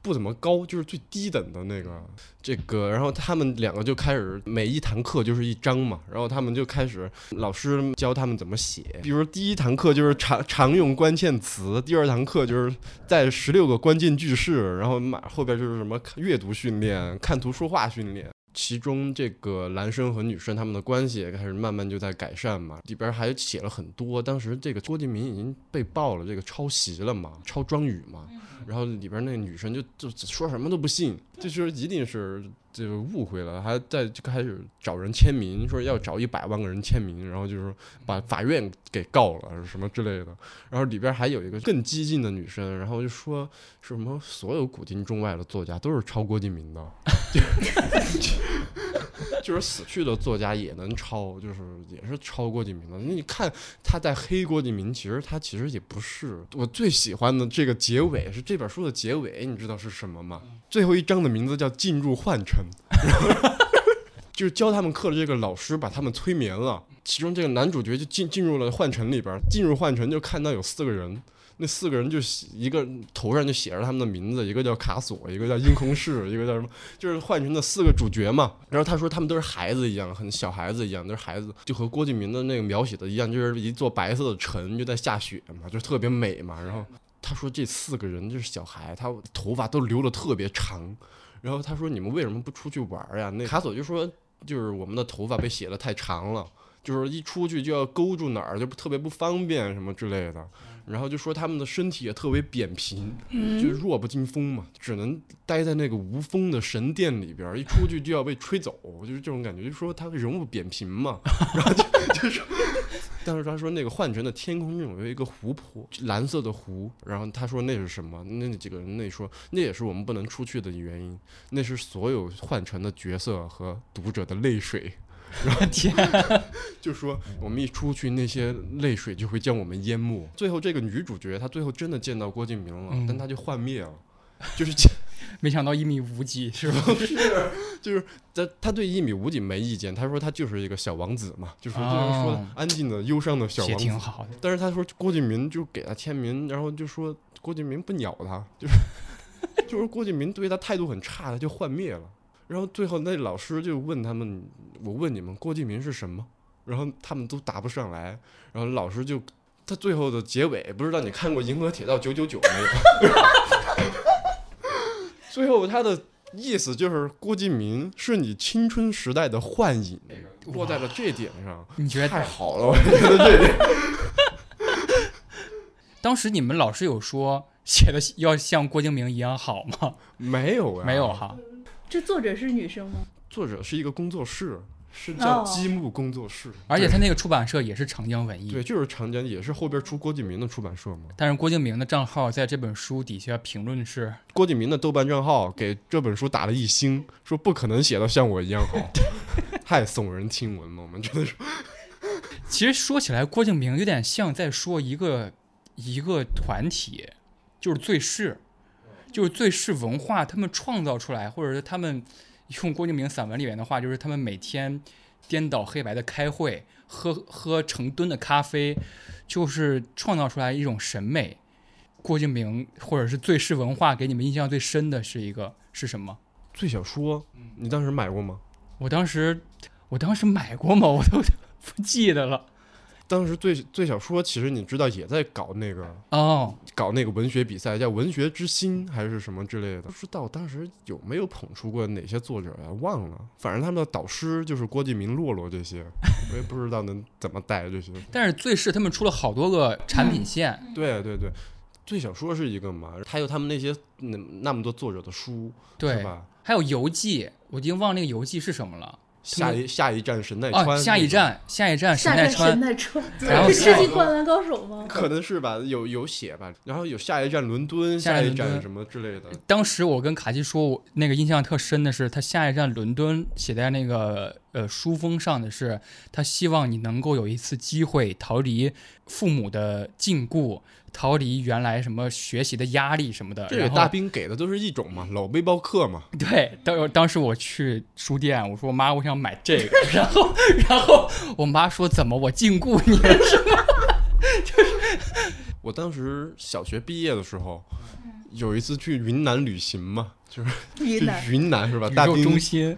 C: 不怎么高，就是最低等的那个，这个，然后他们两个就开始每一堂课就是一章嘛，然后他们就开始老师教他们怎么写，比如第一堂课就是常常用关键词，第二堂课就是在十六个关键句式，然后马后边就是什么看阅读训练、看图说话训练。其中这个男生和女生他们的关系也开始慢慢就在改善嘛，里边还写了很多。当时这个郭敬明已经被爆了，这个抄袭了嘛，抄庄语嘛，然后里边那女生就就就说什么都不信，这就是一定是就是误会了，还在就开始找人签名，说要找一百万个人签名，然后就是把法院给告了什么之类的。然后里边还有一个更激进的女生，然后就说说什么所有古今中外的作家都是抄郭敬明的， 就是死去的作家也能抄，就是也是抄郭敬明的。你看他在黑郭敬明，其实他其实也不是。我最喜欢的这个结尾是这本书的结尾，你知道是什么吗？最后一章的名字叫《进入幻城》。 就是教他们课的这个老师把他们催眠了，其中这个男主角就进进入了幻城里边儿，进入幻城就看到有四个人，那四个人就写一个头上就写着他们的名字，一个叫卡索，一个叫殷空室，一个叫什么，就是幻城的四个主角嘛。 然后他说他们都是孩子一样，很小孩子一样，都是孩子，就和郭敬明的那个描写的一样，就是一座白色的城，就在下雪嘛，就特别美嘛。然后他说这四个人就是小孩，他头发都留的特别长。然后他说：“你们为什么不出去玩儿呀？”那卡索就说：“就是我们的头发被写的太长了，就是一出去就要勾住哪儿，就不特别不方便什么之类的。然后就说他们的身体也特别扁平，
D: 嗯
C: 就弱不禁风嘛，只能待在那个无风的神殿里边儿，一出去就要被吹走，就是这种感觉。就说他人物扁平嘛，然后就就说。但是他说那个幻城的天空中有一个湖泊，蓝色的湖。然后他说那是什么？那几个人那说那也是我们不能出去的原因，那是所有幻城的角色和读者的泪水。
B: 天，
C: 就说我们一出去，那些泪水就会将我们淹没。最后，这个女主角她最后真的见到郭敬明了，
B: 嗯
C: 但她就幻 灭了，就是
B: 没想到一米五几是吧？
C: 就是她她对一米五几没意见，她说她就是一个小王子嘛，就是就是说
B: 哦
C: 安静的、忧伤的小
B: 写
C: 王
B: 挺
C: 子。
B: 好的，
C: 但是她说郭敬明就给她签名，然后就说郭敬明不鸟她，就是 就是郭敬明对她态度很差，她就幻灭了。然后最后那老师就问他们：“我问你们，郭敬明是什么？”然后他们都答不上来，然后老师就他最后的结尾，不知道你看过《银河铁道九九九》没有？ 最后他的意思就是郭敬明是你青春时代的幻影，落在了这点上，
B: 你觉
C: 太
B: 得
C: 好了，我觉得这点。
B: 当时你们老师有说写的要像郭敬明一样好吗？
C: 没有呀、
B: 没有哈，
D: 这作者是女生吗？
C: 作者是一个工作室，是叫
D: 哦
C: 积木工作室，
B: 而且
C: 对
B: 他那个出版社也是长江文艺，
C: 对，就是长江，也是后边出郭敬明的出版社嘛。
B: 但是郭敬明的账号在这本书底下评论是，
C: 郭敬明的豆瓣账号给这本书打了一星，说不可能写到像我一样好， 太耸人听闻了。我们真的是，
B: 其实说起来，郭敬明有点像在说一个一个团体，就是最是，就是最是文化，他们创造出来，或者是他们用郭敬明散文里面的话，就是他们每天颠倒黑白的开会，喝喝成吨的咖啡，就是创造出来一种审美。郭敬明或者是最是文化给你们印象最深的是一个是什么？
C: 最小说，你当时买过吗？
B: 我当时，我当时买过吗？我都 不记得了。
C: 当时最最小说，其实你知道也在搞那个
B: 哦，
C: 搞那个文学比赛，叫文学之星
B: 嗯
C: 还是什么之类的，不知道当时有没有捧出过哪些作者啊，忘了。反正他们的导师就是郭敬明、洛洛 这些，我也不知道能怎么带这些。
B: 但是最是他们出了好多个产品线，
C: 对对对，最小说是一个嘛，还有他们那些那那么多作者的书，是
B: 对，
C: 吧？
B: 还有游记，我已经忘了那个游记是什么了。他
C: 下
B: 们
C: 一下一站神奈川、
B: 啊，下一，站，下一站哎神
D: 下
B: 奈
D: 站神
B: 川，
D: 奈川，
B: 然后
D: 是
B: 下
D: 去灌篮高手吗？
C: 可能是吧，有有写吧，然后有下一站伦敦，
B: 下
C: 下
B: 一
C: 一
B: 站伦
C: 站
B: 敦嗯
C: 什么之类的，
B: 当时我跟卡西说，我那个印象特深的是，他下一站伦敦写在那个呃书封上的是，他希望你能够有一次机会逃离父母的禁锢，逃离原来什么学习的压力什么的。
C: 这
B: 然
C: 给
B: 后嗯
C: 大兵给的都是一种嘛，老背包客嘛，
B: 对，当当时我去书店，我说我妈，我想买这个， 然后然后我妈说怎么我禁锢你了？
C: 我当时小学毕业的时候，有一次去云南旅行嘛，就是
D: 嗯云
C: 去
D: 南
C: 云南是吧？
B: 宇
C: 大
B: 宙中
C: 兵，
B: 心，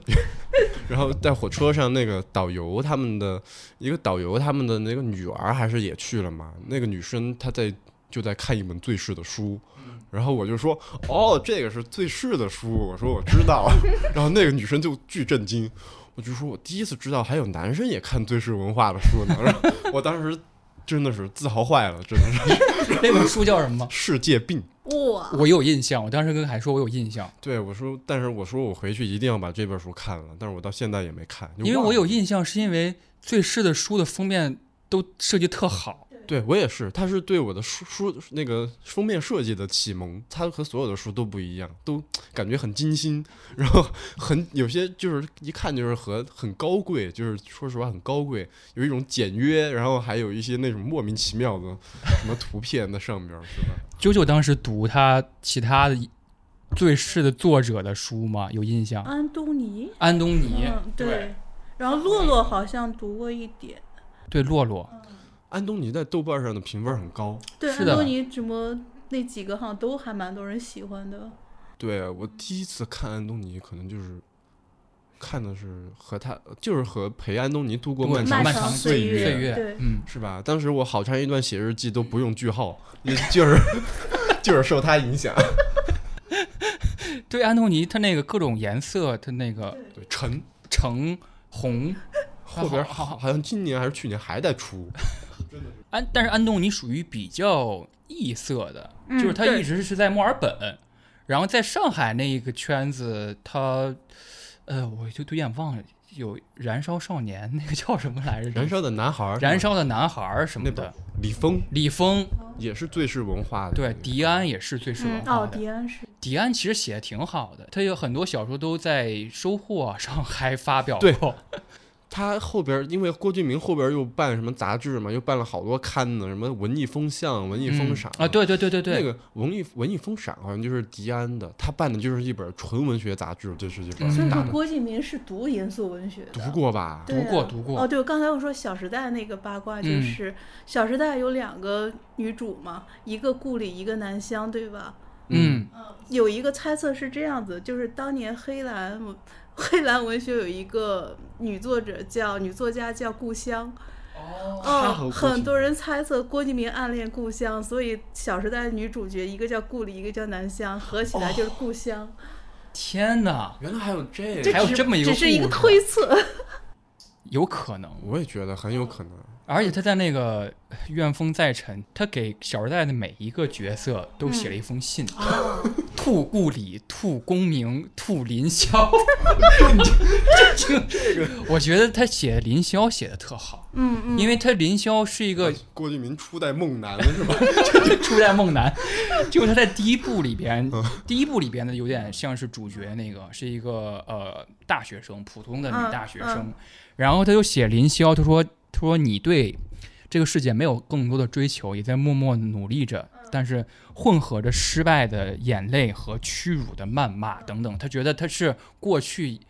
C: 然后在火车上那个导游他们的一个导游他们的那个女儿还是也去了嘛，那个女生她在就在看一本最适的书。
D: 嗯
C: 然后我就说，哦，这个是最适的书。我说我知道。 然后那个女生就巨震惊，我就说我第一次知道还有男生也看最适文化的书呢。然 后我当时真的是自豪坏了，真的是
B: 那本书叫什么？
C: 世界病。
D: 哇，
B: 我有印象，我当时跟海说，我有印象，
C: 对，我说，但是我说我回去一定要把这本书看了，但是我到现在也没看，就
B: 因为
C: 忘
B: 我
C: 了
B: 有印象，是因为最是的书的封面都设计特好，
C: 对我也是，它是对我的书书那个封面设计的启蒙，它和所有的书都不一样，都感觉很精心，然后很有些就是一看就是和很高贵，就是说实话很高贵，有一种简约，然后还有一些那种莫名其妙的什么图片在上面，是吧？
B: 九九当时读他其他的最是的作者的书吗？有印象，
D: 安东尼，
B: 安东尼，
D: 嗯，
B: 对
D: 对。然后洛洛好像读过一点，
B: 对洛洛，
C: 安东尼在豆瓣上的评分很高，
D: 对，
B: 是
D: 安
B: 的
D: 东尼什么那几个好像都还蛮多人喜欢的。
C: 对啊我第一次看安东尼，可能就是看的是和他，就是和陪安东尼度过
B: 度过
C: 漫
B: 漫
C: 长
B: 长
D: 岁
C: 月，
B: 岁月，
D: 对
B: 嗯，
C: 是吧？当时我好长一段写日记都不用句号，就是就是受他 影响，
B: 对安东尼，他那个各种颜色，他那个
C: 对陈。
B: 橙红，
C: 后边
B: 好好好
C: 好像今年还是去年还在 出，
B: 安，但是安东尼属于比较异色的，
D: 嗯
B: 就是他
D: 对
B: 一直是在墨尔本，然后在上海那一个圈子，他，呃，我就有点忘了，有《燃烧少年》那个叫什么来着？
C: 《燃烧的男孩》《
B: 燃》烧的男孩儿什么
C: 那本
B: 的，
C: 李峰
B: 李峰
C: 也是最是文化的，
B: 对，迪安也是最是文
D: 嗯，
B: 化
D: 哦，
B: 的。
D: 迪安是
B: 迪安其实写的挺好的，他有很多小说都在《收获》啊上还发表
C: 对
B: 过。
C: 他后边因为郭敬明后边又办什么杂志嘛，又办了好多刊呢，什么文艺风向、文艺风赏、
B: 啊，对对对对对，
C: 那个文艺文艺风赏好像就是迪安的，他办的就是一本纯文学杂志，这是一本
B: 嗯
D: 所以
C: 大
D: 说
C: 的，
D: 郭敬明是读严肃文学的，
C: 读过吧？
D: 对
B: 读过
D: 啊
B: 读过
D: 哦，对，我刚才我说《小时代》那个八卦就
B: 嗯
D: 是，小时代》有两个女主嘛，一个顾里，一个南湘，对吧？
B: 嗯，
D: 有一个猜测是这样子，就是当年黑兰文 黑兰文学有一个女作者叫女作家叫故乡。哦，
C: 她和顾
D: 嗯，很
C: 景
D: 多人猜测郭敬明暗恋故乡，所以《小时代》的女主角一个叫顾里，一个叫南湘，合起来
B: 哦
D: 就是故乡。
B: 天哪，
C: 原来还有这
B: 还有这么一个
D: 只是一个
B: 故事
D: 推测。
B: 有可能。
C: 我也觉得很有可能。
B: 而且他在那个《怨风再沉》，他给《小时代》的每一个角色都写了一封信， 吐故里，吐功名，吐林萧。 这这个，我觉得他写林萧写的特好，
D: 嗯嗯，
B: 因为他林萧是一个
C: 郭敬明初代梦男是吧？
B: 初代梦 男，就是他在第一部里边，
D: 嗯
B: 第一部里边呢有点像是主角那个是一个呃大学生，普通的女大学生，
D: 嗯
B: 然后他就写林萧，他说他说你对这个世界没有更多的追求，也在默默努力着，
D: 嗯
B: 但是混合着失败的眼泪和屈辱的谩骂等等，他觉得他是过去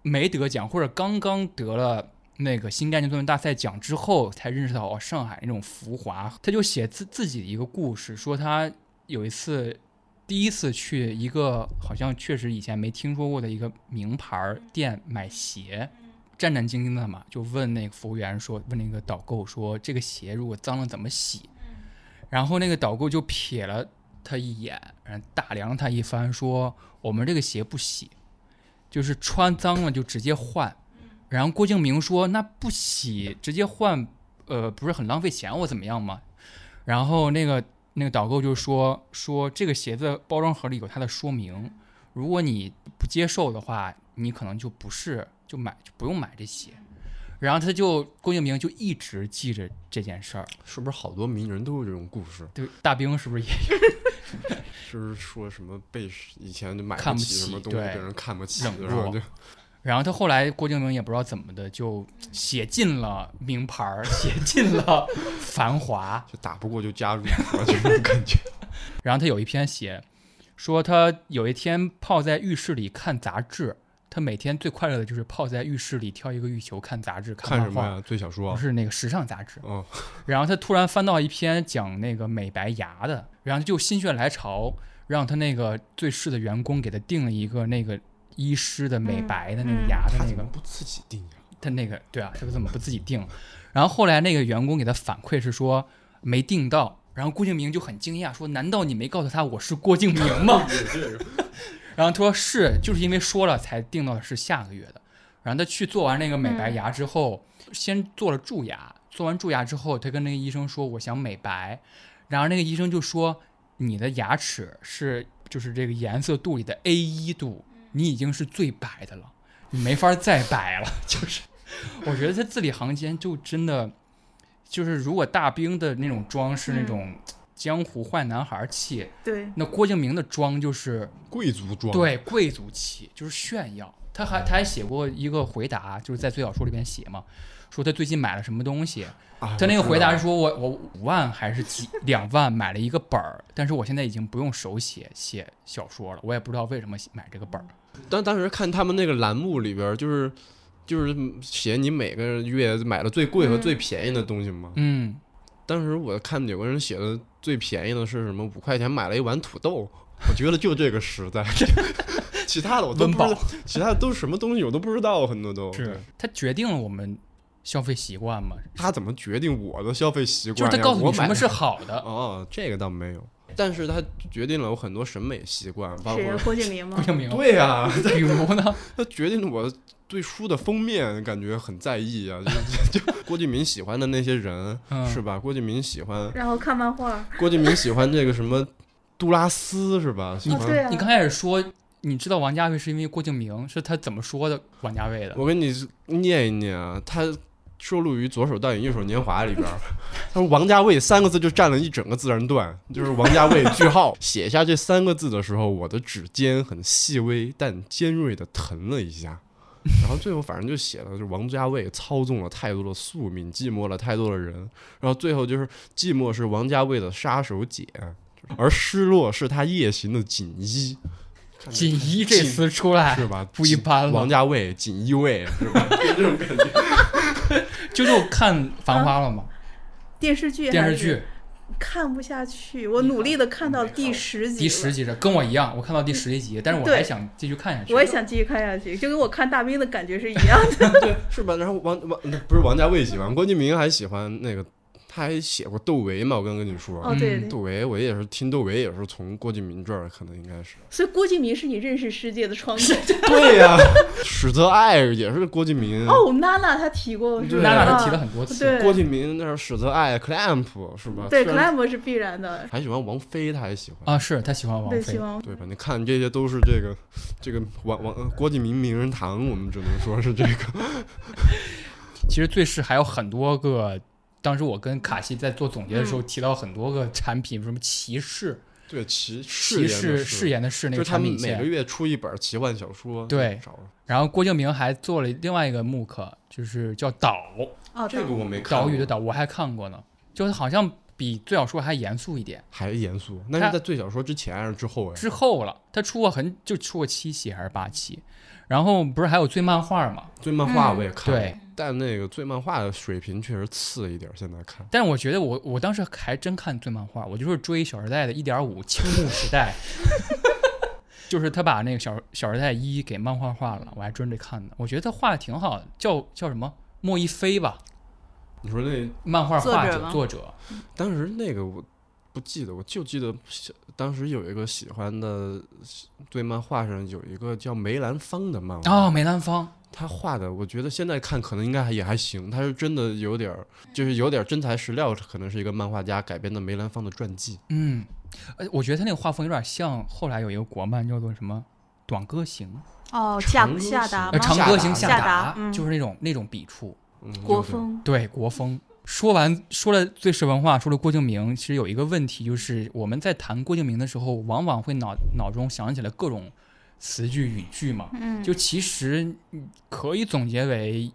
B: 没得奖或者刚刚得了。那个新概念作文大赛奖之后，才认识到哦，上海那种浮华。他就写自自己的一个故事，说他有一次第一次去一个好像确实以前没听说过的一个名牌儿店买鞋，战战兢兢的嘛，就问那个服务员说，问那个导购说，这个鞋如果脏了怎么洗？然后那个导购就瞥了他一眼，然后打量了他一番，说我们这个鞋不洗，就是穿脏了就直接换。然后郭敬明说：“那不洗直接换，呃，不是很浪费钱，我怎么样吗？”然后那个那个导购就说：“说这个鞋子包装盒里有它的说明，如果你不接受的话，你可能就不是就买就不用买这鞋。”然后他就郭敬明就一直记着这件事儿。
C: 是不是好多名人都有这种故事？
B: 对，大兵是不是也
C: 是不是说什么被以前就买
B: 看不
C: 起什
B: 起
C: 么东西，
B: 对
C: 被人看不起，
B: 冷落
C: 然后就
B: 然后他后来郭敬明也不知道怎么的就写进了名牌儿，写进了繁华。
C: 就打不过就加入， 就这种感觉。
B: 然后他有一篇写，说他有一天泡在浴室里看杂志，他每天最快乐的就是泡在浴室里挑一个浴球看杂志
C: 看
B: 漫
C: 什么
B: 画，
C: 呀？最小说
B: 不
C: 啊？
B: 是那个时尚杂志。
C: 哦，
B: 然后他突然翻到一篇讲那个美白牙的，然后就心血来潮，让他那个最适的员工给他定了一个那个医师的美白的那个
D: 嗯
B: 牙的
C: 他
B: 那
C: 怎
B: 个
C: 么不自己定呀？
B: 他那个对啊，他怎么不自己定？然后后来那个员工给他反馈是说没定到，然后郭敬明就很惊讶说：“难道你没告诉他我是郭敬明吗？” 然后他说是，就是因为说了才定到的是下个月的。然后他去做完那个美白牙之后，先做了蛀牙，做完蛀牙之后，他跟那个医生说我想美白，然后那个医生就说你的牙齿是就是这个颜色度里的 A 一度，你已经是最白的了，你没法再白了， 就是。我觉得他字里行间就真的，就是如果大兵的那种装是那种江湖坏男孩气，
D: 对，
B: 那郭敬明的装就是
C: 贵族装，
B: 对贵族气，就是炫耀。他还他还写过一个回答，就是在最小说里边写嘛，说他最近买了什么东西，
C: 啊，
B: 他那个
C: 我知道
B: 回答是说我我五万还是几两万买了一个本儿，但是我现在已经不用手写写小说了，我也不知道为什么买这个本儿。
C: 但当时看他们那个栏目里边儿，就是就是写你每个月买了最贵和最便宜的东西嘛。
B: 嗯，
C: 当时我看有个人写的最便宜的是什么？五块钱买了一碗土豆，我觉得就这个实在， 其他的我都
B: 温
C: 不知
B: 饱
C: 道，其他的都是什么东西我都不知道，很多都
B: 是他决定了我们消费习惯嘛，
C: 他怎么决定我的消费习惯
B: 就是
C: 呀？
B: 他告诉
C: 我
B: 你什
C: 买
B: 么是好的，
C: 哦，这个倒没有，但是他决定了我很多审美习惯，包 括
D: 谁呀？郭敬明
B: 郭
D: 吗？
B: 敬明。
C: 对呀、
B: 比如 呢，
C: 他决定了我对书的封面感觉很在意啊，就就就郭敬明喜欢的那些人、
B: 嗯
C: 是吧？郭敬明喜欢
D: 然后看漫画，
C: 郭敬明喜欢这个什么杜拉斯是吧？喜
D: 哦
C: 欢、
D: 对啊，
B: 你刚开始说你知道王家卫是因为郭敬明，是他怎么说的王家卫的？
C: 我给你念一念啊，他收录于《左手倒影，右手年华》里边儿。 他说王家卫三个字就占了一整个自然段，就是王家卫 句号。写下这三个字的时候，我的指尖很细微但尖锐的疼了一下。然后最后反正就写了，就是王家卫操纵了太多的宿命，寂寞了太多的人。然后最后就是寂寞是王家卫的杀手锏，而失落是他夜行的锦衣，
B: 锦衣这词出来
C: 是吧？
B: 不一般
C: 王
B: 了，
C: 家卫锦衣卫是吧？就这种感觉。
B: 就就看《繁花》了嘛，
D: 嗯电视剧
B: 电
D: 还
B: 视
D: 是
B: 剧
D: 看不下去，我努力的看到第十集，
B: 第十，集的，跟我一样，我看到第十一集，但是我
D: 对
B: 还想继续看下去。
D: 我也想继续看下去，就跟我看大兵的 感觉是一样的。
C: 对，是吧？然后王王那不是王家卫喜欢，郭敬明还喜欢那个他还写过窦唯嘛，我刚跟你说，
D: 哦，对，
B: 嗯
D: 对
C: 窦唯我也是听窦唯也是从郭敬明这儿，可能应该是
D: 所以郭敬明是你认识世界的窗口。
C: 对呀、史特艾也是郭敬明，
D: 哦，我们娜娜她提过，是吧？
B: 娜娜她提了
D: 啊
B: 很多次，
D: 对
C: 郭敬明那是史特艾 clamp 是吧？
D: 对
C: 虽然
D: ，clam 是必然的，
C: 还喜欢王菲，他还喜欢。
B: 啊，是他喜欢王
D: 对，
B: 菲
D: 希，望
C: 对吧？你看这些都是这个，这个王王呃郭敬明名人堂，我们只能说是这个。
B: 其实最是还有很多个。当时我跟卡西在做总结的时
D: 嗯
B: 候，提到很多个产品，什么骑士、
C: 对，骑
B: 骑士
C: 饰
B: 饰
C: 演
B: 演的饰那
C: 的
B: 个
C: 是，就是他
B: 产
C: 们
B: 品
C: 每个
B: 线。
C: 月出一本奇幻小说。
B: 对
C: 找
B: 然后郭敬明还做了另外一个 MOOC，就是叫岛
D: 哦，
C: 这个
D: 对
C: 我没看过。
B: 岛屿的岛，我还看过呢，就是好像比最小说还严肃一点。
C: 还严肃，那
B: 他
C: 是在最小说之前还是之后呀？啊
B: 之后了，他出过很就出过七期还是八期，然后不是还有追漫画嘛？
C: 最漫
D: 嗯
C: 画我也看，
B: 对，
C: 但那个最漫画的水平确实次一点儿。现在看，
B: 但是我觉得我我当时还真看追漫画，我就是追《小时代》的一点五青木时代， 就是他把那个小《小时代》一给漫画化了，我还专门看呢。我觉得他画的挺好的，叫叫什么莫一菲吧，
C: 你说那
B: 漫画画
D: 作者
B: 者
D: 吗
B: 作者，
C: 当时那个我不记得，我就记得小当时有一个喜欢的对漫画上有一个叫梅兰芳的漫画，
B: 哦，梅兰芳，
C: 他画的我觉得现在看可能应该还也还行，他是真的有点儿就是有点儿真材实料，可能是一个漫画家改编的梅兰芳的传记。
B: 嗯，呃，我觉得他那个画风有点像后来有一个国漫叫做什么《短歌行》，
D: 哦，
C: 长
D: 下
C: 歌
D: 下
C: 行
D: 达
B: 呃，
D: 吗？
B: 《长歌行》
C: 夏
D: 达
B: 达
D: 夏达，嗯
B: 就是那种那种笔触，
C: 嗯，
D: 国
C: 有点儿
D: 风
B: 对国风。说完说了最是文化，说了郭敬明，其实有一个问题就是我们在谈郭敬明的时候，往往会脑脑中想起来各种词句语句嘛。
D: 嗯，
B: 就其实嗯可以总结为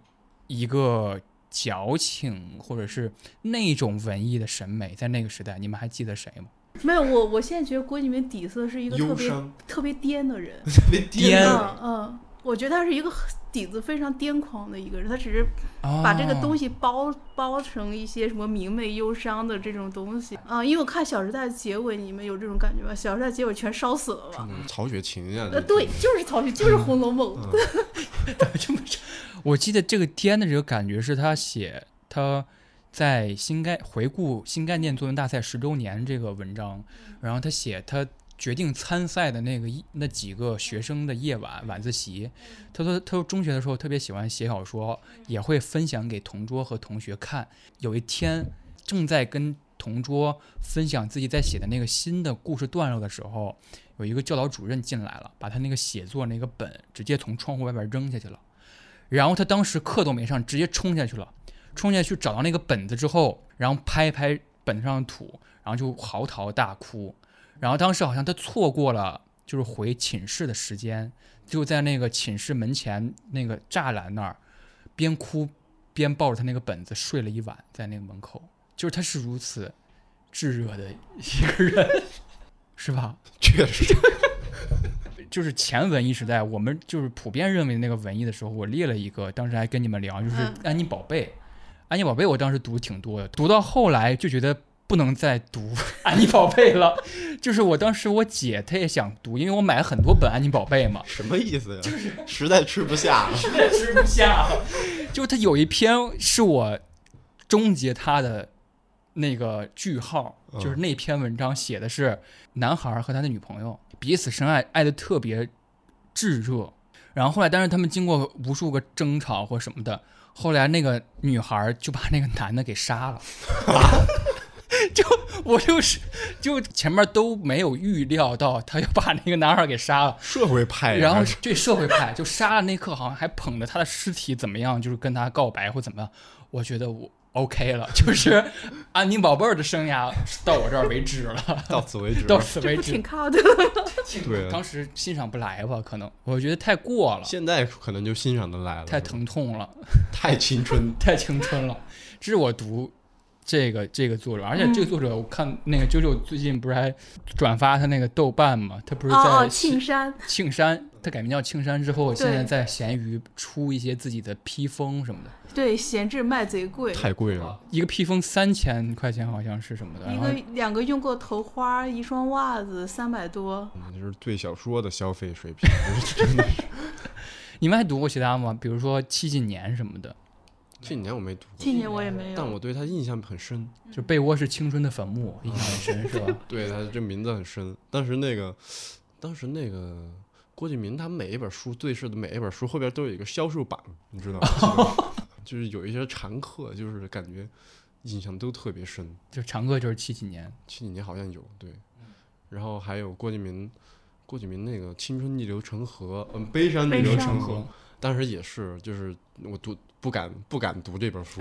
B: 一个矫情或者是那种文艺的审美，在那个时代，你们还记得谁吗？
D: 没有我，我现在觉得郭敬明底色是一个特
C: 忧
D: 别
C: 伤，
D: 特别癫的人，
C: 别
B: 癫
D: 嗯嗯，我觉得他是一个很底子非常癫狂的一个人，他只是
B: 哦、
D: 把这个东
B: 西
D: 西包包成一些什么明媚忧伤的这种东西啊、因为我看《小时代》的结尾，你们有这种感觉吗？《小时代》结尾全烧死了吧？
C: 嗯曹雪芹呀、
D: 呃，对，就是曹雪， 就是《红楼梦》
C: 嗯
B: 这么长，我记得这个颠的这个感觉是他写他在新概回顾新概念作文大赛十周年这个文章，然后他写他决定参赛的那个一那几个学生的夜晚晚自习，他说他说中学的时候特别喜欢写小说，也会分享给同桌和同学看。有一天正在跟同桌分享自己在写的那个新的故事段落的时候，有一个教导主任进来了，把他那个写作那个本直接从窗户外边扔下去了。然后他当时课都没上，直接冲下去了。冲下去找到那个本子之后，然后拍一拍本上的土，然后就嚎啕大哭。然后当时好像他错过了就是回寝室的时间，就在那个寝室门前那个栅栏那儿，边哭边抱着他那个本子睡了一晚，在那个门口。就是他是如此炙热的一个人， 是吧？
C: 确实，
B: 就是前文艺时代，我们就是普遍认为那个文艺的时候，我列了一个，当时还跟你们聊，就是《
D: 嗯
B: 安妮宝贝》。安妮宝贝我当时读挺多的，读到后来就觉得不能再读 安妮宝贝了。就是我当时我姐她也想读，因为我买了很多本安妮宝贝嘛，
C: 什么意思呀？就是实在吃不下了。
B: 也吃不下了。 就是她有一篇是我终结她的那个句号，
C: 嗯
B: 就是那篇文章写的是男孩儿和他的女朋友彼此深爱，爱的特别炙热。然后后来，但是他们经过无数个争吵或什么的，后来那个女孩儿就把那个男的给杀了。 就我就是就前面都没有预料到，他要把那个男孩儿给杀了。
C: 社会派哎呀，
B: 然后
C: 还是
B: 对社会派，就杀了那刻，好像还捧着他的尸体怎么样，就是跟他告白或怎么样。我觉得我 OK 了， 就是安妮宝贝儿的生涯到我这儿为止了，
C: 到此为止。
B: 到此
D: 这
B: 为
D: 不挺
B: 止。
D: 靠的。
C: 对啊
B: 当时欣赏不来吧？可能我觉得太过了，
C: 现在可能就欣赏的来了，
B: 太疼痛了，
C: 太青春。
B: 太青春了。这是我读这个这个作者，而且
D: 嗯
B: 这个作者我看那个九九最近不是还转发他那个豆瓣嘛？他 不是在
D: 哦哦，
B: 写
D: 庆山，
B: 庆山，他改名叫庆山之后，
D: 对
B: 现在在闲鱼出一些自己的披风什么的，
D: 对，闲置卖贼贵，
C: 太贵 了，
B: 一个披风三千块钱好像是什么的，
D: 一
B: 然后
D: 个两个用过头花，一双袜子三百多。
C: 嗯就是对小说的消费水平，真的是
B: 你们还读过其他吗？比如说七几年什么的，
C: 这几年我没读过，
D: 今年我也没有。
C: 但我对他印象很深，
D: 嗯
B: 就被窝是青春的坟墓，印象很深，是 吧？
C: 对他这名字很深。当时那个，当时那个郭敬明，他每一本书最是的每一本书后边都有一个销售榜，你知道 吗？就是有一些常客，就是感觉印象都特别深。
B: 就常客就是七几年，
C: 七几年好像有对，然后还有郭敬明，郭敬明那个《青春逆流成河》，嗯，《悲伤逆
D: 悲
C: 流
D: 伤
C: 成河》，当时也是，就是我读不敢不敢读这本 书，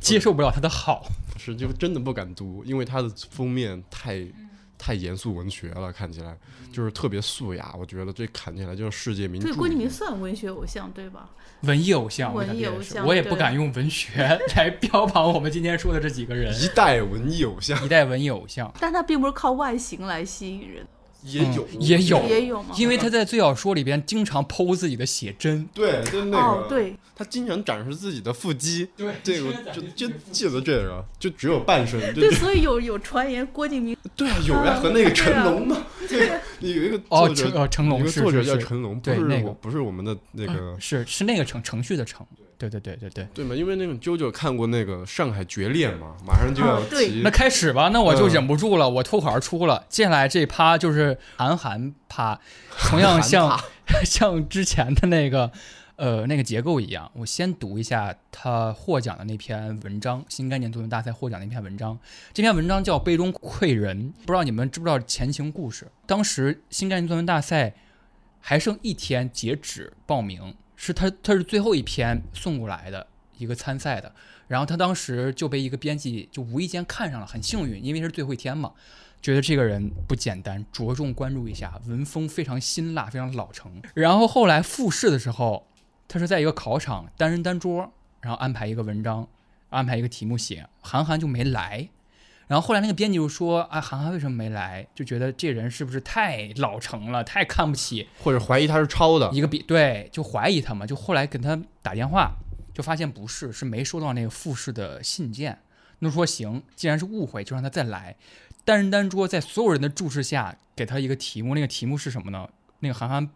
B: 接受不了他的好，
C: 是就真的不敢读，因为它的封面太
D: 嗯
C: 太严肃文学了，看起来就是特别素雅，我觉得这看起来就是世界名著。
D: 对郭敬明算文学偶像对吧？
B: 文艺偶像，我
D: 文
B: 感
D: 艺
B: 觉
D: 偶
B: 也是
D: 像
B: 我也
D: 对
B: 不敢用文学 来标榜我们今天说的这几个人，
C: 一代文艺偶像
B: 一代文艺偶 像。
D: 但他并不是靠外形来吸引人，
C: 也有、
B: 嗯也有
D: 也有吗？
B: 因为他在《最小说》里边经常剖自己的写真，
C: 对，就那个、
D: 哦，对，
C: 他经常展示自己的腹肌，
B: 对
C: 这个
B: 经常
C: 就
B: 展示
C: 就记得这个，就只有半身，就
D: 对，所以有有传言 郭敬明
C: 对啊，有呀，
D: 啊
C: 和那个
D: 对
C: 成
D: 啊
C: 龙嘛，对，有一个
B: 哦
C: 作
B: 成哦
C: 者，
B: 成龙
C: 有一
B: 是
C: 个作者
B: 是
C: 叫
B: 是
C: 成龙，不
B: 对
C: 是
B: 那个嗯
C: 我，不是我们的那个，
B: 是是那个程程序的程，对对对对对。
C: 对嘛？因为那个啾啾看过那个《上海决裂》嘛，马上就要
D: 哦对
C: 提
B: 那，开始吧，那我就
C: 嗯
B: 忍不住了，我脱口而出了。接下来这趴就是韩寒趴，同样像 像之前的那个呃那个结构一样，我先读一下他获奖的那篇文章，新概念作文大赛获奖的那篇文章。这篇文章叫《杯中窥人》，不知道你们知不知道前情故事？当时新概念作文大赛还剩一天截止报名，是他他是最后一篇送过来的一个参赛的，然后他当时就被一个编辑就无意间看上了，很幸运，因为是最后一天嘛，觉得这个人不简单，着重关注一下，文风非常辛辣，非常老成。然后后来复试的时候，他是在一个考场单人单桌，然后安排一个文章，安排一个题目写，韩寒就没来。然后后来那个编辑就说：“啊，韩寒为什么没来？就觉得这人是不是太老成了，太看不起
C: 或者怀疑他是抄的，
B: 一个比对，就怀疑他嘛，就后来给他打电话，就发现不是，是没收到那个复试的信件。那说行，既然是误会，就让他再来。单人单桌在所有人的注视下，给他一个题目，那个题目是什么呢？那个韩寒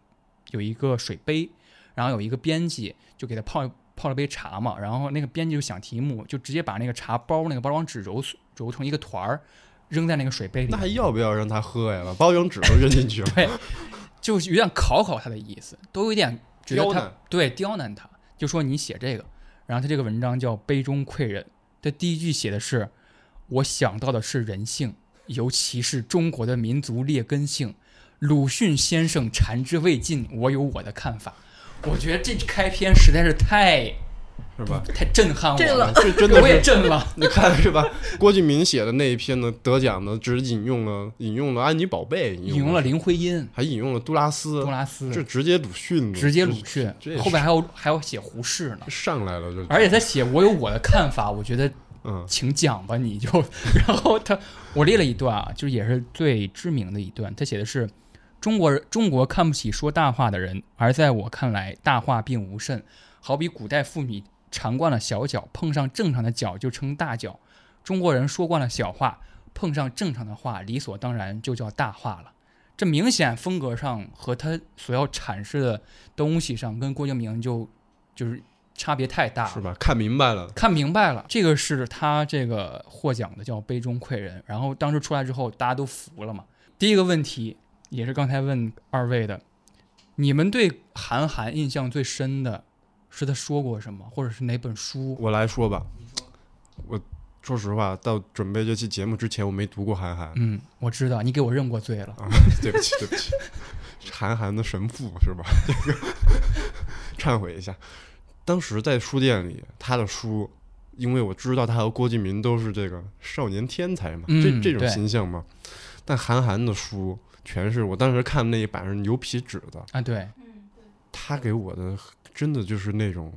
B: 有一个水杯，然后有一个编辑就给他泡泡了杯茶嘛，然后那个编辑就想题目，就直接把那个茶包那个包装纸揉揉成一个团儿，扔在那个水杯里，
C: 那。还要不要让他喝呀？把包装纸都扔进去了
B: 就是有点考考他的意思，都有点觉得
C: 刁
B: 他
C: 难
B: 对刁难他，就说你写这个，然后他这个文章叫《杯中窥人》，他第一句写的是我想到的是人性，尤其是中国的民族劣根性。鲁迅先生禅之未尽，我有我的看法。我觉得这开篇实在是太
C: 是 吧？
B: 太震撼我
D: 震
B: 了
D: 了，
C: 这真
B: 我也
C: 的是，
B: 震了。
C: 你看是吧？郭敬明写的那一篇呢，得奖的只引用了引用了安妮宝贝，引
B: 引用了林徽因、
C: 还引用了杜拉斯
B: 杜，拉斯，
C: 这直接鲁迅了，
B: 直接鲁
C: 这
B: 迅
C: 这也，
B: 后边还有还有写胡适呢。
C: 上来了，这
B: 而且他写我有我的看法，我觉得
C: 嗯，
B: 请讲吧，你就。然后他，我列了一段啊，就是也是最知名的一段，他写的是：中国人中国看不起说大话的人，而在我看来，大话并无甚，好比古代妇女缠惯了小脚，碰上正常的脚就称大脚；中国人说惯了小话，碰上正常的话，理所当然就叫大话了。这明显风格上和他所要阐释的东西上，跟郭敬明就就是差别太大了
C: 是。吧？看明白了，
B: 看明白了，这个是他这个获奖的叫《杯中窥人》，然后当时出来之后，大家都服了嘛。第一个问题也是刚才问二位的，你们对韩寒印象最深的是他说过什么，或者是哪本书？
C: 我来说吧，我说实话，到准备这期节目之前，我没读过韩寒
B: 嗯，我知道你给我认过罪了，
C: 啊，对不起，对不起，韩寒的神父是吧？这个 忏悔一下。当时在书店里，他的书，因为我知道他和郭敬明都是这个少年天才嘛，
B: 嗯
C: 这这
B: 对
C: 种形象嘛，但韩寒的书全是我当时看那一版是牛皮纸的，
B: 啊，对，
C: 他给我的真的就是那种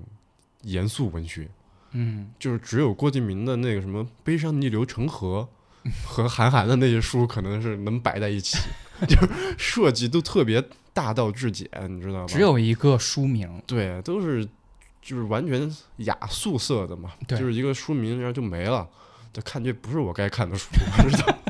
C: 严肃文学。
B: 嗯，
C: 就是只有郭敬明的那个什么《悲伤逆流成河》和韩寒的那些书，可能是能摆在一起， 就是设计都特别大道至简，你知道吧？
B: 只有一个书名，
C: 对，都是就是完全雅素色的嘛，
B: 对
C: 就是一个书名，然后就没了。就看这不是我该看的书，知道？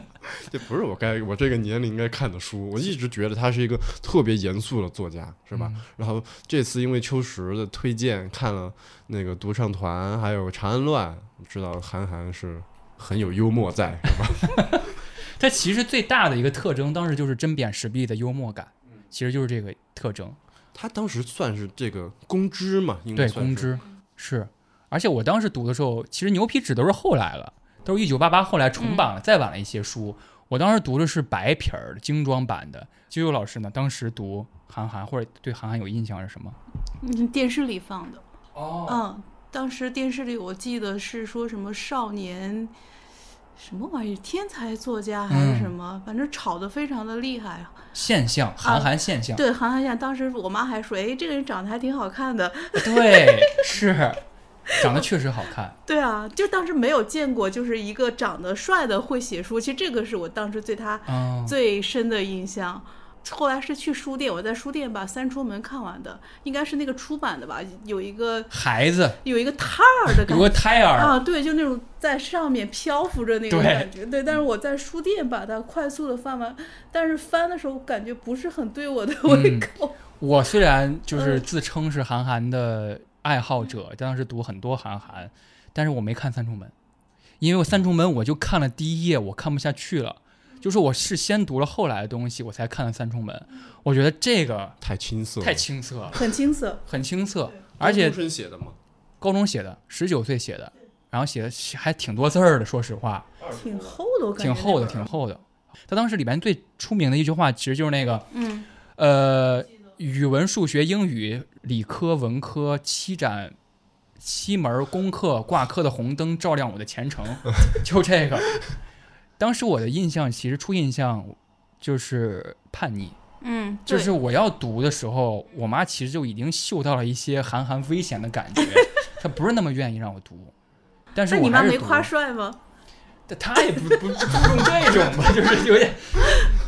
C: 这不是我该我这个年龄应该看的书。我一直觉得他是一个特别严肃的作家，是
B: 嗯
C: 吧？然后这次因为秋实的推荐，看了那个《独唱团》，还有《长安乱》，知道韩寒是很有幽默在，是吧？
B: 它其实最大的一个特征，当时就是针砭时弊的幽默感，其实就是这个特征。
C: 他当时算是这个公知嘛，应该
B: 对，
C: 算
B: 公
C: 是。嗯
B: 知是，而且我当时读的时候，其实牛皮纸都是后来了，都是一九八八后来
C: 嗯
B: 重版了，再晚了一些书。我当时读的是白皮儿的精装版的。悠悠老师呢，当时读韩寒或者对韩寒有印象是什么？
D: 嗯，电视里放的。
B: 哦，
D: 嗯，当时电视里我记得是说什么少年，什么玩意儿，天才作家还是什
B: 嗯
D: 么，反正吵得非常的厉害。啊
B: 现象，
C: 啊
B: 韩寒现象，
D: 对，韩寒燕当时我妈还说，哎，这个人长得还挺好看的。
B: 对，是，长得确实好看。
D: 对啊，就当时没有见过，就是一个长得帅的会写书。其实这个是我当时对他
B: 嗯，
D: 最深的印象。后来是去书店，我在书店把《三出门》看完的，应该是那个出版的吧，有一个
B: 孩子
D: 有一个摊儿的感
B: 有
D: 觉
B: 个胎
C: 嗯
B: 儿，
D: 啊，对，就那种在上面漂浮着那种
B: 对
D: 感觉，对。但是我在书店把它快速的翻完，但是翻的时候感觉不是很对我的
B: 嗯
D: 胃口。
B: 我虽然
D: 嗯
B: 就是自称是韩寒的爱好者，当时读很多韩寒，但是我没看《三重门》，因为我《三重门》我就看了第一页，我看不下去了。就是我是先读了后来的东西，我才看了《三重门》，我觉得这个
C: 太青涩了，
B: 太青涩了，
D: 很青涩，
B: 很青涩，而且
C: 生写的嘛，
B: 高中写的，十九岁写的，然后写的还挺多字儿的，说实话。
D: 挺厚的，我感觉
B: 挺厚的，
D: 那本
B: 挺
D: 儿
B: 厚的。他当时里边最出名的一句话，其实就是那个，
D: 嗯，
B: 呃，语文、数学、英语、理科、文科七盏七门功课挂科的红灯照亮我的前程， 就这个。当时我的印象，其实初印象就是叛逆，
D: 嗯，
B: 就
D: 对
B: 是我要读的时候，我妈其实就已经嗅到了一些韩寒危险的感觉，她不是那么愿意让我读。但是
D: 那
B: 我
D: 你妈
B: 还是
D: 没
B: 读
D: 夸帅吗？
B: 但他也不不不注重这种吧， 就是有点，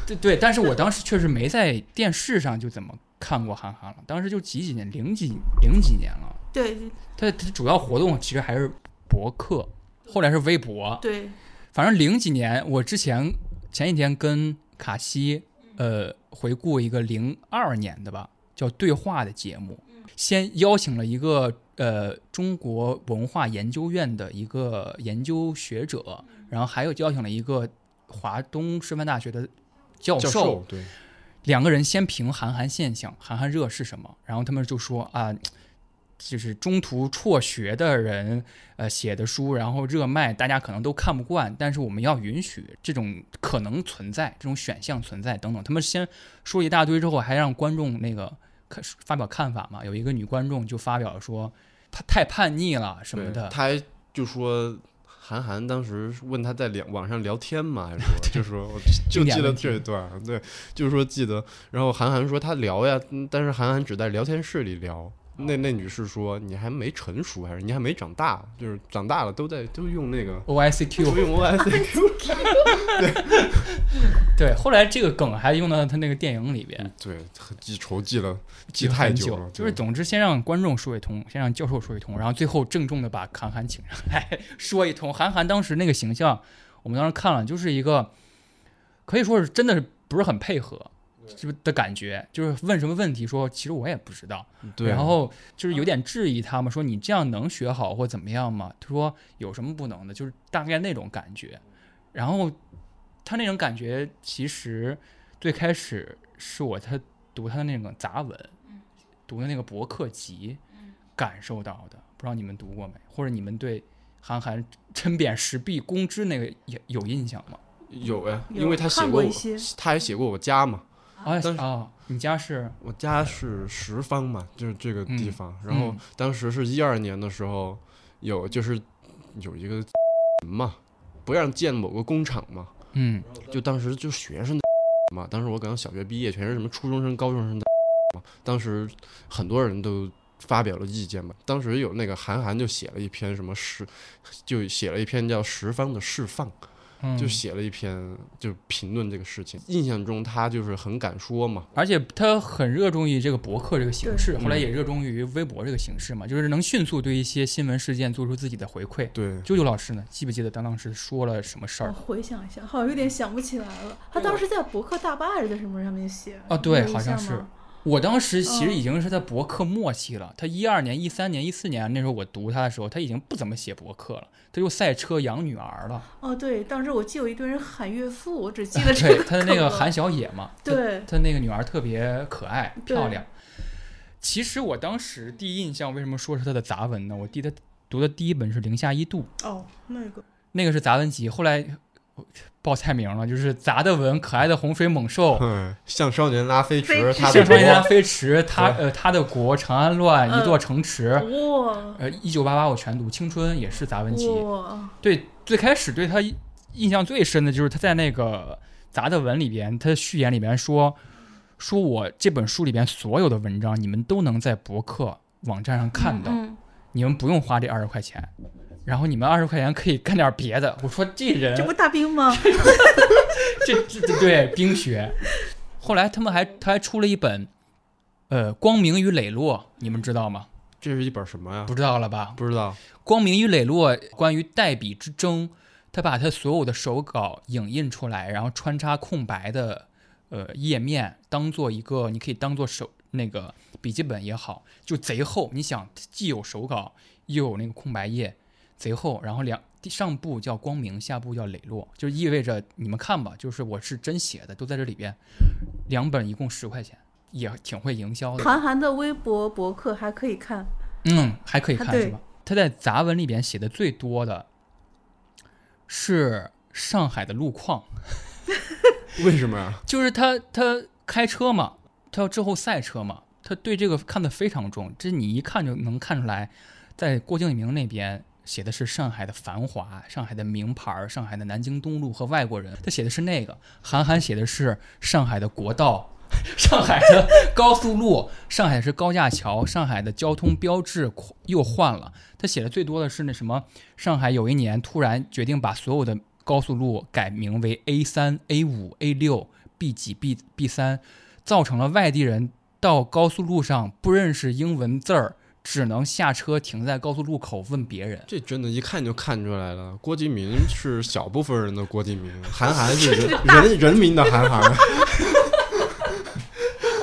B: 对对。但是我当时确实没在电视上就怎么看过韩寒了，当时就几几年，零几零几年了。
D: 对
B: 他他主要活动其实还是博客，后来是微博。
D: 对，
B: 反正零几年，我之前前几天跟卡西呃回顾一个零二年的吧，叫对话的节目，先邀请了一个呃中国文化研究院的一个呃研究学者，然后还有邀请了一个华东师范大学的教
C: 教授对，
B: 两个人先评韩寒现象，韩寒热是什么？然后他们就说啊，就是中途辍学的人呃写的书，然后热卖，大家可能都看不惯，但是我们要允许这种可能存在，这种选项存在等等。他们先说一大堆之后，还让观众那个看发表看法嘛。有一个女观众就发表说，她太叛逆了什么
C: 对
B: 的。
C: 他还就说。韩寒当时问他在两网上聊天嘛，还是说就 说我
B: 经
C: 就
B: 典
C: 记得
B: 问题
C: 这一段，对，就是说记得。然后韩寒说他聊呀，嗯但是韩寒只在聊天室里聊。那那女士说你还没成熟，还是你还没长大？就是长大了都在都用那个
B: O I C Q
C: 都 用 OICQ。
B: 对，后来这个梗还用到他那个电影里边，
C: 对，记仇记了
B: 记
C: 记太
B: 很
C: 久了，
B: 就是
C: 对
B: 总之先让观众说一通，先让教授说一通，然后最后郑重的把韩寒请上来 说一通。韩寒当时那个形象，我们当时看了，就是一个可以说是真的是不是很配合，就是的感觉，就是问什么问题说其实我也不知道，
C: 对，
B: 然后就是有点质疑他们说你这样能学好或怎么样吗？他说有什么不能的，就是大概那种感觉。然后他那种感觉其实最开始是我他读他的那个杂文，读的那个博客集感受到的，不知道你们读过没，或者你们对韩寒针砭时弊公知那个也有印象吗？
C: 有呀，
D: 有
C: 因为他写
D: 看
C: 过
D: 过
C: 我
D: 一些，
C: 他还写过我家嘛，
B: 啊
C: 当时
B: 啊，你家是
C: 我家是十方嘛，就是这个地
B: 嗯
C: 方。然后
B: 嗯
C: 当时是一二年的时候，有就是有一个人嘛，不让建某个工厂嘛，
B: 嗯
C: 就当时就学生的 嘛，当时我可能小学毕业，全是什么初中生、高中生的 嘛，当时很多人都发表了意见嘛。当时有那个韩寒就写了一篇什么释，就写了一篇叫《十方的释放》，
B: 嗯
C: 就写了一篇就评论这个事情。印象中他就是很敢说嘛，
B: 而且他很热衷于这个博客这个形式，
C: 对
B: 后来也热衷于微博这个形式嘛，就是能迅速对一些新闻事件做出自己的回馈。
C: 对，
B: 啾啾老师呢，记不记得当当时说了嗯什么事
D: 我
B: 儿？
D: 啊回想一下，好像有点想不起来了。他当时在博客大坝还是在什么上面写
B: 啊对好像是。我当时其实
D: 嗯
B: 已经是在博客末期了，他一二年、一三年、一四年那时候我读他的时候，他已经不怎么写博客了，他就赛车养女儿了。
D: 哦，对，当时我记得有一堆人喊岳父，我只记得这
B: 啊对
D: 个。
B: 他的那个韩，小野嘛，他
D: 对
B: 他那个女儿特别可爱
D: 对
B: 漂亮。其实我当时第一印象为什么说是他的杂文呢？我记得读的第一本是《零下一度》，
D: 哦，那个
B: 那个是杂文集，后来呃报菜名了，就是杂的文，可爱的洪水猛兽。
C: 嗯，像少年拉飞
D: 飞
C: 驰，
D: 驰
C: 他
B: 像
C: 的
B: 双家
C: 国，
B: 飞驰，他呃他的国，长安乱，
D: 嗯
B: 一座城池，
D: 哇
B: 呃一九八八我全读，青春也是杂文集。
D: 哇，
B: 对，最开始对他印象最深的就是他在那个杂的文里边，他的序言里边说，说我这本书里边所有的文章，你们都能在博客网站上看到，
D: 嗯，
B: 你们不用花这二十块钱，然后你们二十块钱可以干点别的。我说这人
D: 这不大兵吗？
B: 这这这对冰雪。后来他们还他还出了一本，呃，《光明与磊落》，你们知道吗？
C: 这是一本什么呀
B: 不？知道了吧？
C: 不知道，
B: 《光明与磊落》关于代笔之争，他把他所有的手稿影印出来，然后穿插空白的呃页面，当做一个你可以当做手那个笔记本也好，就贼厚。你想，既有手稿，又有那个空白页，贼厚。然后两上部叫光明，下部叫磊落，就意味着你们看吧，就是我是真写的，都在这里边。两本一共十块钱，也挺会营销的。
D: 韩寒的微博博客还可以看，
B: 嗯，还可以
D: 啊
B: 看
D: 对
B: 是吧？他在杂文里边写的最多的是上海的路况，
C: 为什么呀？
B: 就是他他开车嘛，他要之后赛车嘛，他对这个看得非常重，这你一看就能看出来，在郭敬明那边。写的是上海的繁华，上海的名牌儿，上海的南京东路和外国人，他写的是那个。韩寒写的是上海的国道，上海的高速路，上海是高架桥，上海的交通标志又换了。他写的最多的是那什么，上海有一年突然决定把所有的高速路改名为 A 三、A 五、A 六、B 几、B B 三，造成了外地人到高速路上不认识英文字儿，只能下车停在高速路口问别人。
C: 这真的，一看就看出来了。郭敬明是小部分人的郭敬明，韩 寒是人人人民的韩 寒。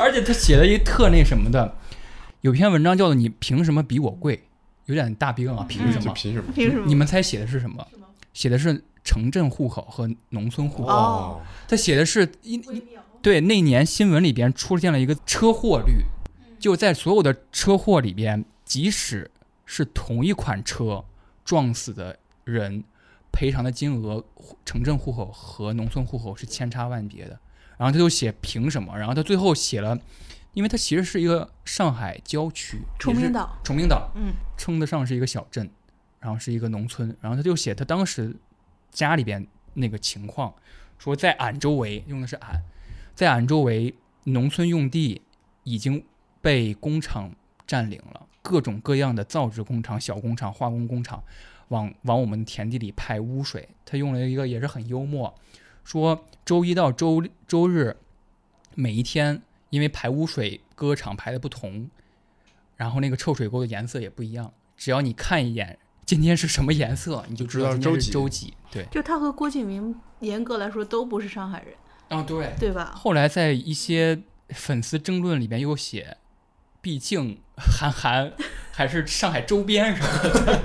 B: 而且他写了一特那什么的，有篇文章叫做“你凭什么比我贵”，有点大兵啊，凭什
C: 就
B: 么？
C: 凭什么？
D: 凭什么？
B: 你们猜写的是什么？写的是城镇户口和农村户口。
D: 哦，
B: 他写的是一对那年新闻里边出现了一个车祸率，就在所有的车祸里边，即使是同一款车撞死的人，赔偿的金额，城镇户口和农村户口是千差万别的。然后他就写凭什么？然后他最后写了，因为他其实是一个上海郊区，
D: 崇明岛，
B: 崇明岛，
D: 嗯，
B: 称得上是一个小镇，然后是一个农村，然后他就写他当时家里边那个情况，说在俺周围用的是俺，在俺周围农村用地已经被工厂占领了，各种各样的造纸工厂、小工厂、化工工厂往往我们田地里排污水。他用了一个也是很幽默，说周一到周六周日每一天，因为排污水各厂排的不同，然后那个臭水沟的颜色也不一样。只要你看一眼今天是什么颜色，你就知道
C: 知道
B: 今天
C: 周
B: 是
C: 几
B: 周几。对，
D: 就他和郭敬明严格来说都不是上海人，
B: 啊、对，
D: 对吧？
B: 后来在一些粉丝争论里边又写，毕竟韩寒还是上海周边什么的，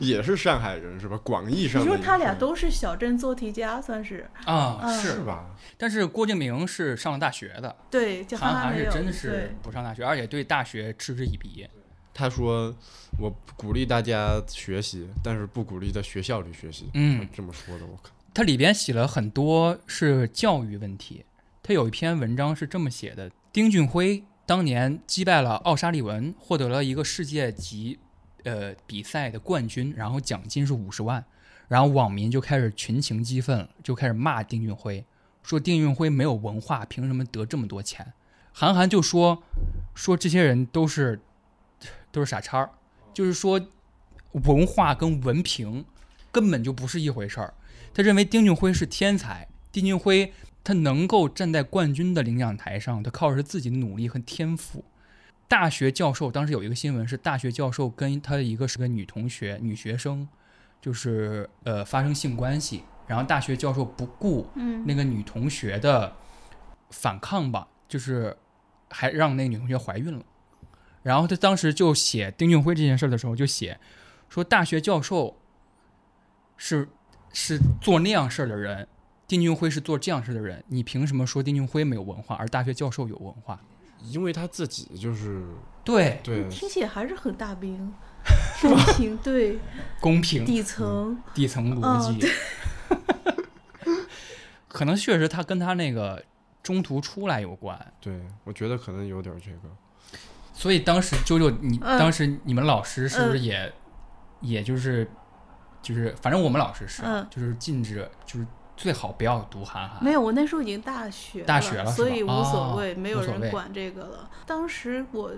C: 也是上海人是吧？广义上
D: 你
C: 的一
D: 说
C: 个，
D: 他俩都是小镇做题家，算是
B: 啊
D: 嗯
C: 是吧？
B: 但是郭敬明是上了大学的，
D: 对，就
B: 韩
D: 寒
B: 寒
D: 没
B: 是
D: 有，
B: 真的
D: 对
B: 是不上大学，而且对大学嗤之以鼻。
C: 他说：“我鼓励大家学习，但是不鼓励在学校里学习。”
B: 嗯，
C: 这么说的，我靠，
B: 它里边写了很多是教育问题。他有一篇文章是这么写的：丁俊晖当年击败了奥沙利文，获得了一个世界级呃比赛的冠军，然后奖金是五十万，然后网民就开始群情激愤了，就开始骂丁俊晖，说丁俊晖没有文化，凭什么得这么多钱？韩寒就说说这些人都是都是傻叉儿，就是说文化跟文凭根本就不是一回事儿。他认为丁俊晖是天才，丁俊晖他能够站在冠军的领奖台上，他靠的是自己的努力和天赋。大学教授当时有一个新闻是，大学教授跟他的一个是个女同学、女学生，就是呃发生性关系，然后大学教授不顾
D: 嗯，
B: 那个女同学的反抗吧，就是还让那个女同学怀孕了。然后他当时就写丁俊晖这件事儿的时候，就写说大学教授是是做那样事儿的人，丁俊晖是做这样事儿的人，你凭什么说丁俊晖没有文化，而大学教授有文化？
C: 因为他自己就是
B: 对，
C: 对
D: 听起来还是很大兵， 公平对
B: 公平
D: 底层，
B: 底层逻
D: 哦
B: 辑， 可能确实他跟他那个中途出来有关。
C: 对，我觉得可能有点这个，
B: 所以当时啾啾，你、
D: 嗯
B: 当时你们老师是不是
D: 嗯
B: 也，也就是，就是反正我们老师是啊，
D: 嗯
B: 就是禁止，就是最好不要读韩寒。
D: 没有，我那时候已经大学
B: 啊大学了是
D: 所
B: 吧
D: 以无
B: 哦
D: 所谓，没有
B: 无所谓
D: 人管这个了。当时我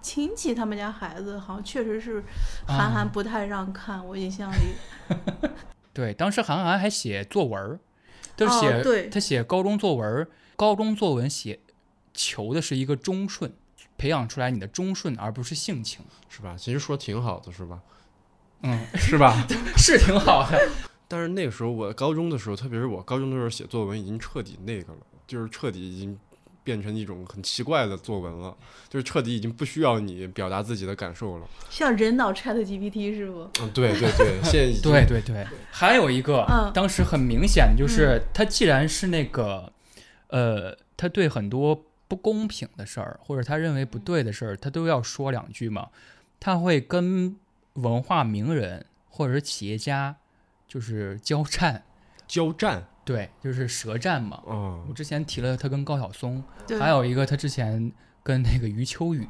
D: 亲戚他们家孩子好像确实是
B: 啊
D: 韩寒不太让看，我印象 里。
B: 对，当时韩寒还写作文儿，他是
D: 哦
B: 写、
D: 对
B: 他写高中作文儿，高中作文写求的是一个忠顺，培养出来你的忠顺，而不是性情。
C: 是吧？其实说挺好的，是吧？
B: 嗯，
C: 是吧？
B: 是挺好的。
C: 但是那个时候，我高中的时候，特别是我高中的时候写作文，已经彻底那个了，就是彻底已经变成一种很奇怪的作文了，就是彻底已经不需要你表达自己的感受了。
D: 像人脑 Chat GPT 是不？
C: 嗯，对对对，现在已经
B: 对对对，还有一个，
D: 嗯
B: 当时很明显的就是，他既然是那个，呃，他对很多不公平的事儿，或者他认为不对的事儿，他都要说两句嘛。他会跟文化名人或者是企业家就是交战，
C: 交战，
B: 对，就是舌战嘛。我
C: 嗯，
B: 之前提了他跟高晓松，
D: 对，
B: 还有一个他之前跟那个余秋雨，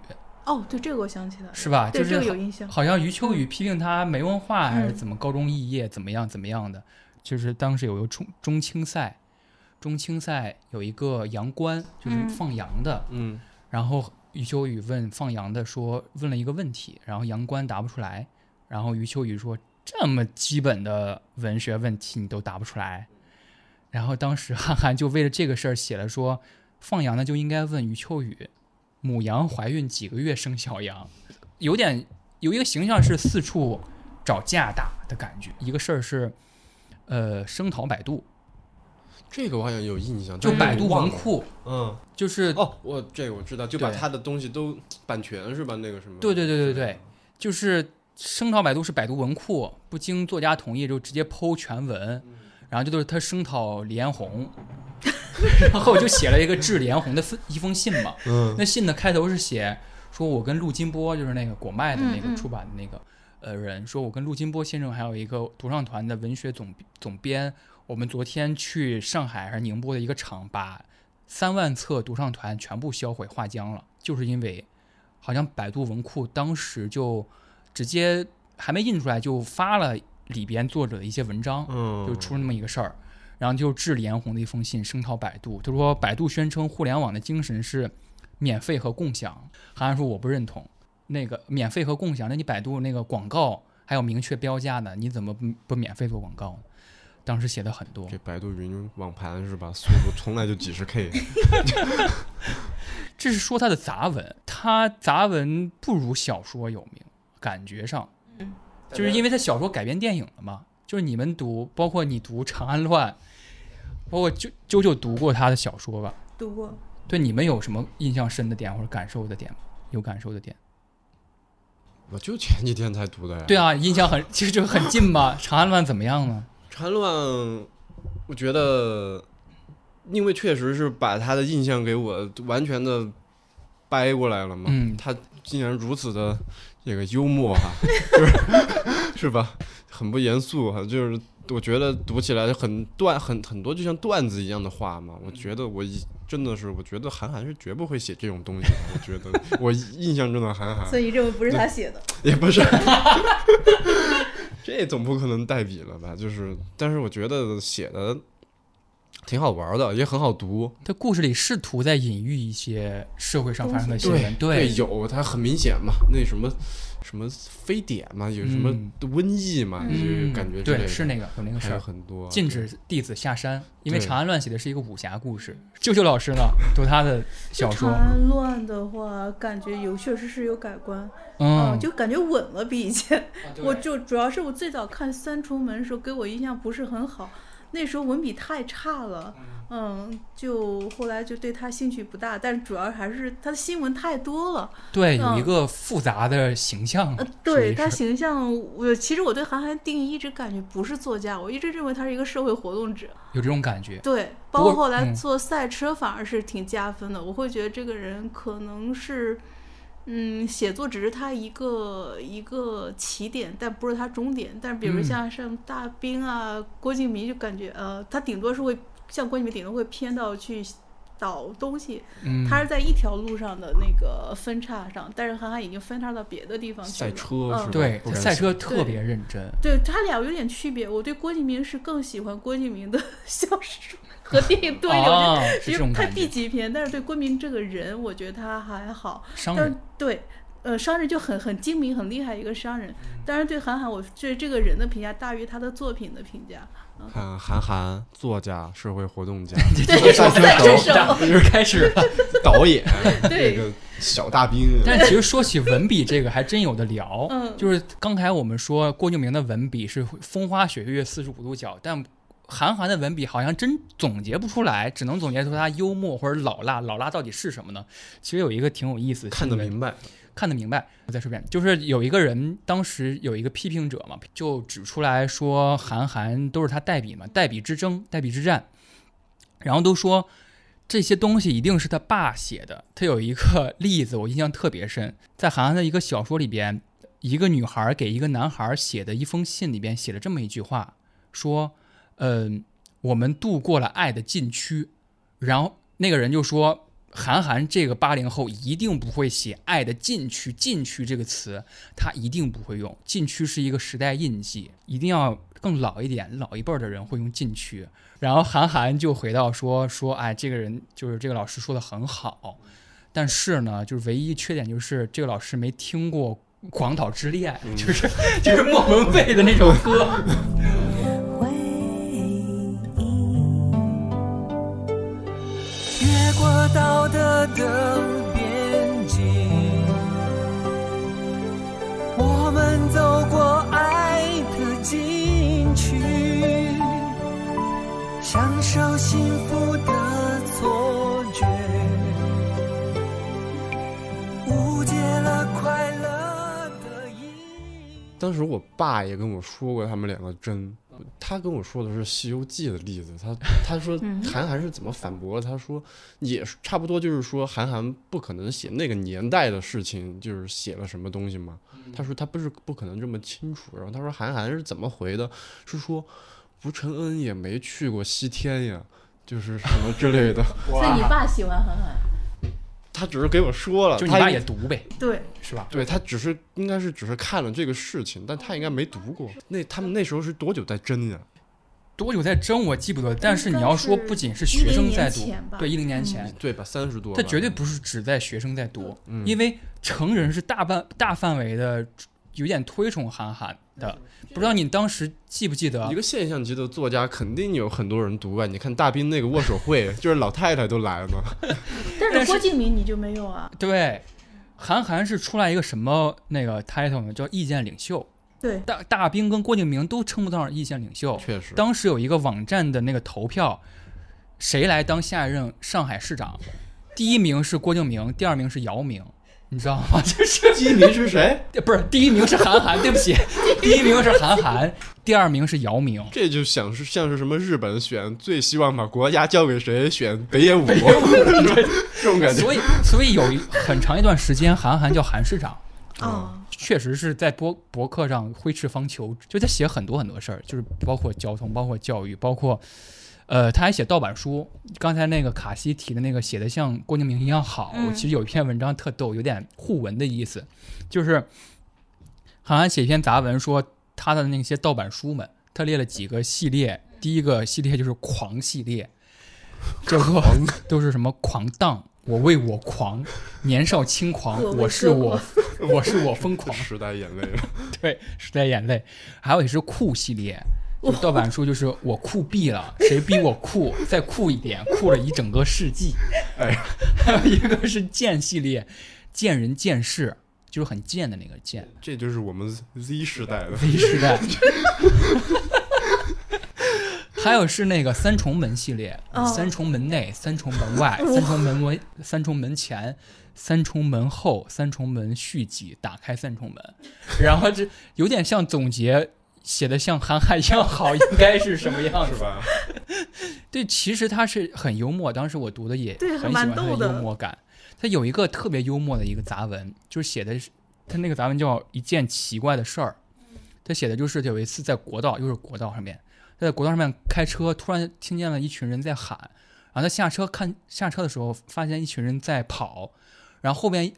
D: 哦，对这个我想起来了，
B: 是吧？
D: 对
B: 就是
D: 这个有印象。
B: 好像余秋雨批评他没文化，还是
D: 嗯
B: 怎么高中肄业，怎么样怎么样的，就是当时有一个中中青赛，中青赛有一个羊倌，就是
D: 嗯
B: 放羊的，
C: 嗯，
B: 然后余秋雨问放羊的说问了一个问题，然后羊倌答不出来，然后余秋雨说这么基本的文学问题你都答不出来，然后当时韩寒就为了这个事儿写了说放羊的就应该问余秋雨，母羊怀孕几个月生小羊，有点有一个形象是四处找架打的感觉，一个事儿是呃声讨百度，
C: 这个我好像有印象，
B: 就
C: 但
B: 百
C: 是
B: 度
C: 我哎忘
B: 文
C: 了，
B: 库
C: 嗯。
B: 就是
C: 哦，我这个我知道，就把
B: 对
C: 他的东西都版权是吧？那个什么？
B: 对对对对对
C: 是，
B: 就是声讨百度是百度文库，不经作家同意就直接剖全文，然后这都是他声讨李彦宏，然后我就写了一个致李彦宏的封一封信嘛。
C: 嗯，
B: 那信的开头是写说我跟陆金波，就是那个果麦的那个出版的那个呃人，说我跟陆金波先生还有一个独唱团的文学总总编，我们昨天去上海还是宁波的一个厂，把三万册独唱团全部销毁画浆了，就是因为好像百度文库当时就直接还没印出来就发了里边作者的一些文章，
C: 嗯
B: 就出了那么一个事儿，然后就致李彦宏的一封信声讨百度，他说百度宣称互联网的精神是免费和共享，韩寒说我不认同，那个免费和共享，那你百度那个广告还有明确标价的，你怎么不不免费做广告呢？当时写的很多
C: 这，百度云网盘是吧？速度从来就几十 K，
B: 这是说他的杂文，他杂文不如小说有名，感觉上，就是因为他小说改编电影了嘛，就是你们读，包括你读《长安乱》，包括啾啾啾读过他的小说吧？
D: 读过，
B: 对你们有什么印象深的点或者感受的点吗？有感受的点？
C: 我就前几天才读的呀。
B: 对，啊，印象很 其实就很近嘛。《长安乱》怎么样呢？
C: 《缠乱》，我觉得，因为确实是把他的印象给我完全的掰过来了嘛。
B: 嗯
C: 他竟然如此的这个幽默啊，就是 是吧？很不严肃啊，就是我觉得读起来很段很很多就像段子一样的话嘛。我觉得我一真的是，我觉得韩寒是绝不会写这种东西的。我觉得 我印象中的韩
B: 嗯
C: 寒
D: 所以认为不是他写的。
C: 也不是，这总不可能代笔了吧？就是，但是我觉得写的挺好玩的，也很好读。
B: 它故事里试图在隐喻一些社会上发生的新闻，
C: 对，有它很明显嘛，那什么什么非典嘛，有什么
B: 嗯
C: 瘟疫嘛，就是
B: 嗯，
C: 感觉之
B: 对
C: 类的
B: 是那个有那个事
C: 还
B: 儿，
C: 有很多
B: 禁止弟子下山，因为《
C: 啊对
B: 长安乱》写的是一个武侠故事。舅舅老师呢，读他的小
D: 长
B: 说，
D: 安乱的话，感觉有确实是有改观，哦
B: 嗯，
D: 就感觉稳了，比以前。
C: 啊
B: 对
D: 我就主要是我最早看《三重门》的时候，给我印象不是很好，那时候文笔太差了，嗯，就后来就对他兴趣不大，但主要还是他的新闻太多了，
B: 对
D: 嗯
B: 有一个复杂的形象
D: 呃，，
B: 属
D: 对
B: 于
D: 他
B: 是
D: 形象，我其实我对韩寒定义一直感觉不是作家，我一直认为他是一个社会活动者，
B: 有这种感觉，
D: 对，
B: 不
D: 包
B: 过
D: 括后来
B: 嗯
D: 做赛车反而是挺加分的。我会觉得这个人可能是，嗯，写作只是他一个一个起点，但不是他终点。但比如
B: 嗯
D: 像像大兵啊、郭敬明，就感觉呃，他顶多是会像郭敬明，顶多会偏到去。倒东西，
B: 嗯，
D: 他是在一条路上的那个分岔上，但是韩寒已经分岔到别的地方去
C: 赛
D: 了。
C: 车
D: 嗯
C: 是吧？
B: 对
C: 不
B: 他
C: 敢
B: 赛车
C: 想
B: 特别认真，
D: 对他俩有点区别。我对郭敬明是更喜欢郭敬明的 小说和电影多一点，我
B: 啊，是
D: 其
B: 这
D: 实
B: 种
D: 拍
B: 感
D: 毕
B: 觉，
D: 集片，但是对郭明这个人，我觉得他还好。
B: 商
D: 但
B: 人
D: 是对，呃，商人就很很精明、很厉害一个商人。
B: 嗯
D: 当然，对韩寒，我对这个人的评价大于他的作品的评价。
C: 看韩寒，作家、社会活动家、
D: 对，
C: 赛车
D: 赛车
C: 手、
D: 手，
B: 开始了。
C: 导演，
D: 对
C: 这个小大兵，
B: 但其实说起文笔这个，还真有的聊。
D: 嗯
B: 就是刚才我们说郭敬明的文笔是风花雪月四十五度角，但韩寒的文笔好像真总结不出来，只能总结出他幽默或者老辣。老辣到底是什么呢？其实有一个挺有意思，
C: 看得明白，
B: 看得明白。我再说一遍，就是有一个人当时有一个批评者嘛，就指出来说韩寒都是他代笔嘛，代笔之争、代笔之战，然后都说这些东西一定是他爸写的。他有一个例子我印象特别深，在韩寒的一个小说里边，一个女孩给一个男孩写的一封信里边写了这么一句话，说：“嗯、我们度过了爱的禁区。”然后那个人就说：“韩寒这个八零后一定不会写‘爱的禁区’‘禁区’这个词，他一定不会用。禁区是一个时代印记，一定要更老一点，老一辈儿的人会用禁区。”然后韩寒就回到说说：“哎，这个人就是这个老师说的很好，但是呢，就是唯一缺点就是这个老师没听过。”广岛之恋 就是就是莫文蔚的那首歌，
E: 回忆，
A: 越过道德的边界，我们走过爱的禁区，享受幸福的错觉，误解了快乐的意义。
C: 当时我爸也跟我说过他们两个争，他跟我说的是《西游记》的例子，他他说韩寒是怎么反驳的？他说也是差不多，就是说韩寒不可能写那个年代的事情，就是写了什么东西嘛。
B: 嗯
C: 他说他不是不可能这么清楚。然后他说韩寒是怎么回的？是说吴承恩也没去过西天呀，就是什么之类的。
D: 所以你爸喜欢韩寒，
C: 他只是给我说了，
B: 就你
C: 他
B: 爸也读呗，
D: 对，
B: 是吧？
C: 对他只是应该是只是看了这个事情，但他应该没读过。那他们那时候是多久在争呀？
B: 多久在争我记不得，但是
D: 应
B: 你
D: 该
B: 要说
D: 是
B: 不仅是学生在
D: 10
B: 读
D: 年前，吧
B: 对一零年前，
C: 对吧？三十多吧，
B: 它嗯绝对不是只在学生在读，
C: 嗯
B: 因为成人是大半大范围的有点推崇韩寒的，不知道你当时记不记得
C: 一？个现象级的作家，肯定有很多人读啊。你看大斌那个握手会， 就是老太太都来了嘛。
D: 但
B: 但是
D: 是郭敬明你就没有啊？
B: 对，韩寒是出来一个什么那个 title 呢？叫意见领袖。
D: 对，
B: 大大兵跟郭敬明都称不上意见领袖，
C: 确实，
B: 当时有一个网站的那个投票，谁来当下一任上海市长？第一名是郭敬明，第二名是姚明，你知道吗？就是
C: 第一名是谁？
B: 呃不是第一名是韩寒，对不起，第一名是韩寒，第二名是姚明。
C: 这就想是像是什么日本选最希望把国家交给谁，选北野武， 这种感觉。
B: 所以，所以有一很长一段时间，韩寒叫韩市长，
D: 啊，
B: 确实是在博博客上挥斥方遒，就在写很多很多事儿，就是包括交通，包括教育，包括，呃，他还写盗版书。刚才那个卡西提的那个写的像郭敬明一样好，
D: 嗯
B: 我其实有一篇文章特逗，有点互文的意思，就是韩寒写一篇杂文说他的那些盗版书们，他列了几个系列，第一个系列就是狂系列，叫做都是什么狂荡，我为我狂，年少轻狂，
D: 我为
B: 我是
D: 歌
B: 我， 我是我疯狂，
C: 时代眼泪，
B: 对，时代眼泪，还有也是酷系列。就盗版书就是我酷毙了，谁逼我 酷，再酷一点，酷了一整个世纪。
C: 哎，
B: 还有一个是贱系列，见人见事，就是很贱的那个贱。
C: 这就是我们 Z 时代的
B: V 时代。还有是那个三重门系列，
D: 哦
B: 三重门内、三重门外、三重门外、三重门前、三重门后、三重门续集，打开三重门，然后这有点像总结，写的像韩寒一样好，应该是什么样
C: 是
B: 子？
C: 吧？
B: 对，其实他是很幽默，当时我读的也
D: 对
B: 很
D: 还
B: 喜欢
D: 蛮
B: 他
D: 逗
B: 的
D: 的
B: 幽默感。他有一个特别幽默的一个杂文，就是写的是他那个杂文叫《一件奇怪的事儿》，他写的就是有一次在国道，又是国道上面，他在国道上面开车，突然听见了一群人在喊，然后他下车看下车的时候，发现一群人在跑，然后后边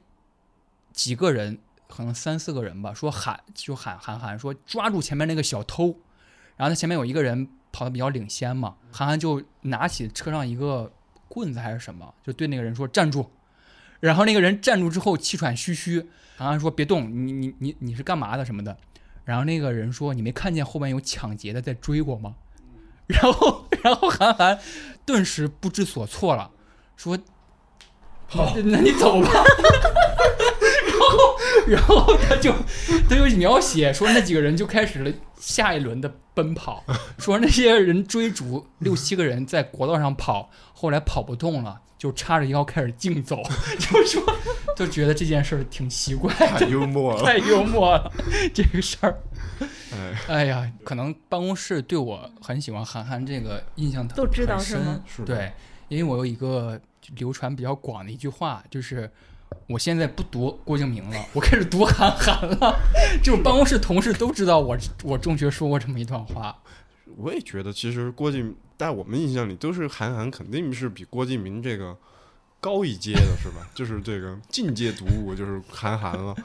B: 几个人，可能三四个人吧，说喊就喊喊喊说抓住前面那个小偷，然后他前面有一个人跑得比较领先嘛，韩寒就拿起车上一个棍子还是什么，就对那个人说站住，然后那个人站住之后气喘吁吁，韩寒说别动，你你你你是干嘛的什么的，然后那个人说你没看见后面有抢劫的在追我吗？ 然后然后韩寒顿时不知所措了，说
C: 跑，
B: 那你走吧。 然后，然后他就他就描写说那几个人就开始了下一轮的奔跑，说那些人追逐六七个人在国道上跑，后来跑不动了，就叉着腰开始竞走，就说就觉得这件事儿挺奇怪，
C: 太幽默了，
B: 太幽默了，这个事儿。
C: 哦哎，
B: 哎呀，可能办公室对我很喜欢韩寒这个印象特
D: 都知道
B: 很
D: 是
B: 深
D: 吗
C: 是的
B: 对，因为我有一个流传比较广的一句话，就是我现在不读郭敬明了，我开始读韩寒了。就是办公室同事都知道我我中学说过这么一段话。
C: 我也觉得其实郭敬，在我们印象里都是韩寒，肯定是比郭敬明这个。高一阶的是吧？ 就是这个进阶读物，就是韩寒了，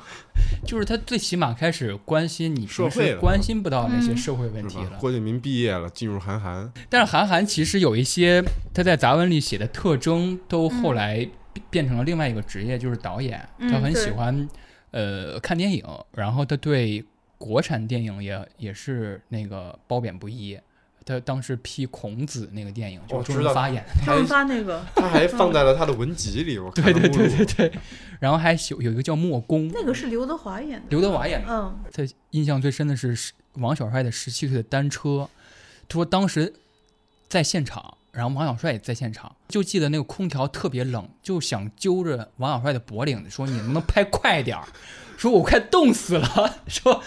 B: 就是他最起码开始关心你
C: 社
B: 平
C: 会
B: 时
C: 了
B: 关心不到那些
D: 嗯
B: 社会 问
C: 是
B: 题
C: 吧
B: 了？。
C: 郭敬明毕业了，进入韩寒，
B: 但是韩寒其实有一些他在杂文里写的特征，都后来变变成了另外一个职业，就是导演。
D: 嗯
B: 他很
D: 对
B: 喜欢呃看电影，然后他对国产电影也也是那个褒贬不一。他当时批《孔子》那个电影，就
C: 哦
B: 是周
C: 知
B: 润
C: 道
B: 发演的
D: 他
C: 他
D: 们发那个
C: 他还放在了他的文集里，我看
B: 对
C: 了
B: 对
C: 目录
B: 对对对，然后还有有一个叫《墨攻》，
D: 那个是刘德华演的，
B: 刘德华演的。
D: 嗯，
B: 他印象最深的是十王小帅的《十七岁的单车》，他说当时在现场，然后王小帅也在现场，就记得那个空调特别冷，就想揪着王小帅的脖领子说：“你能不能拍快点儿？”说我快冻死了，说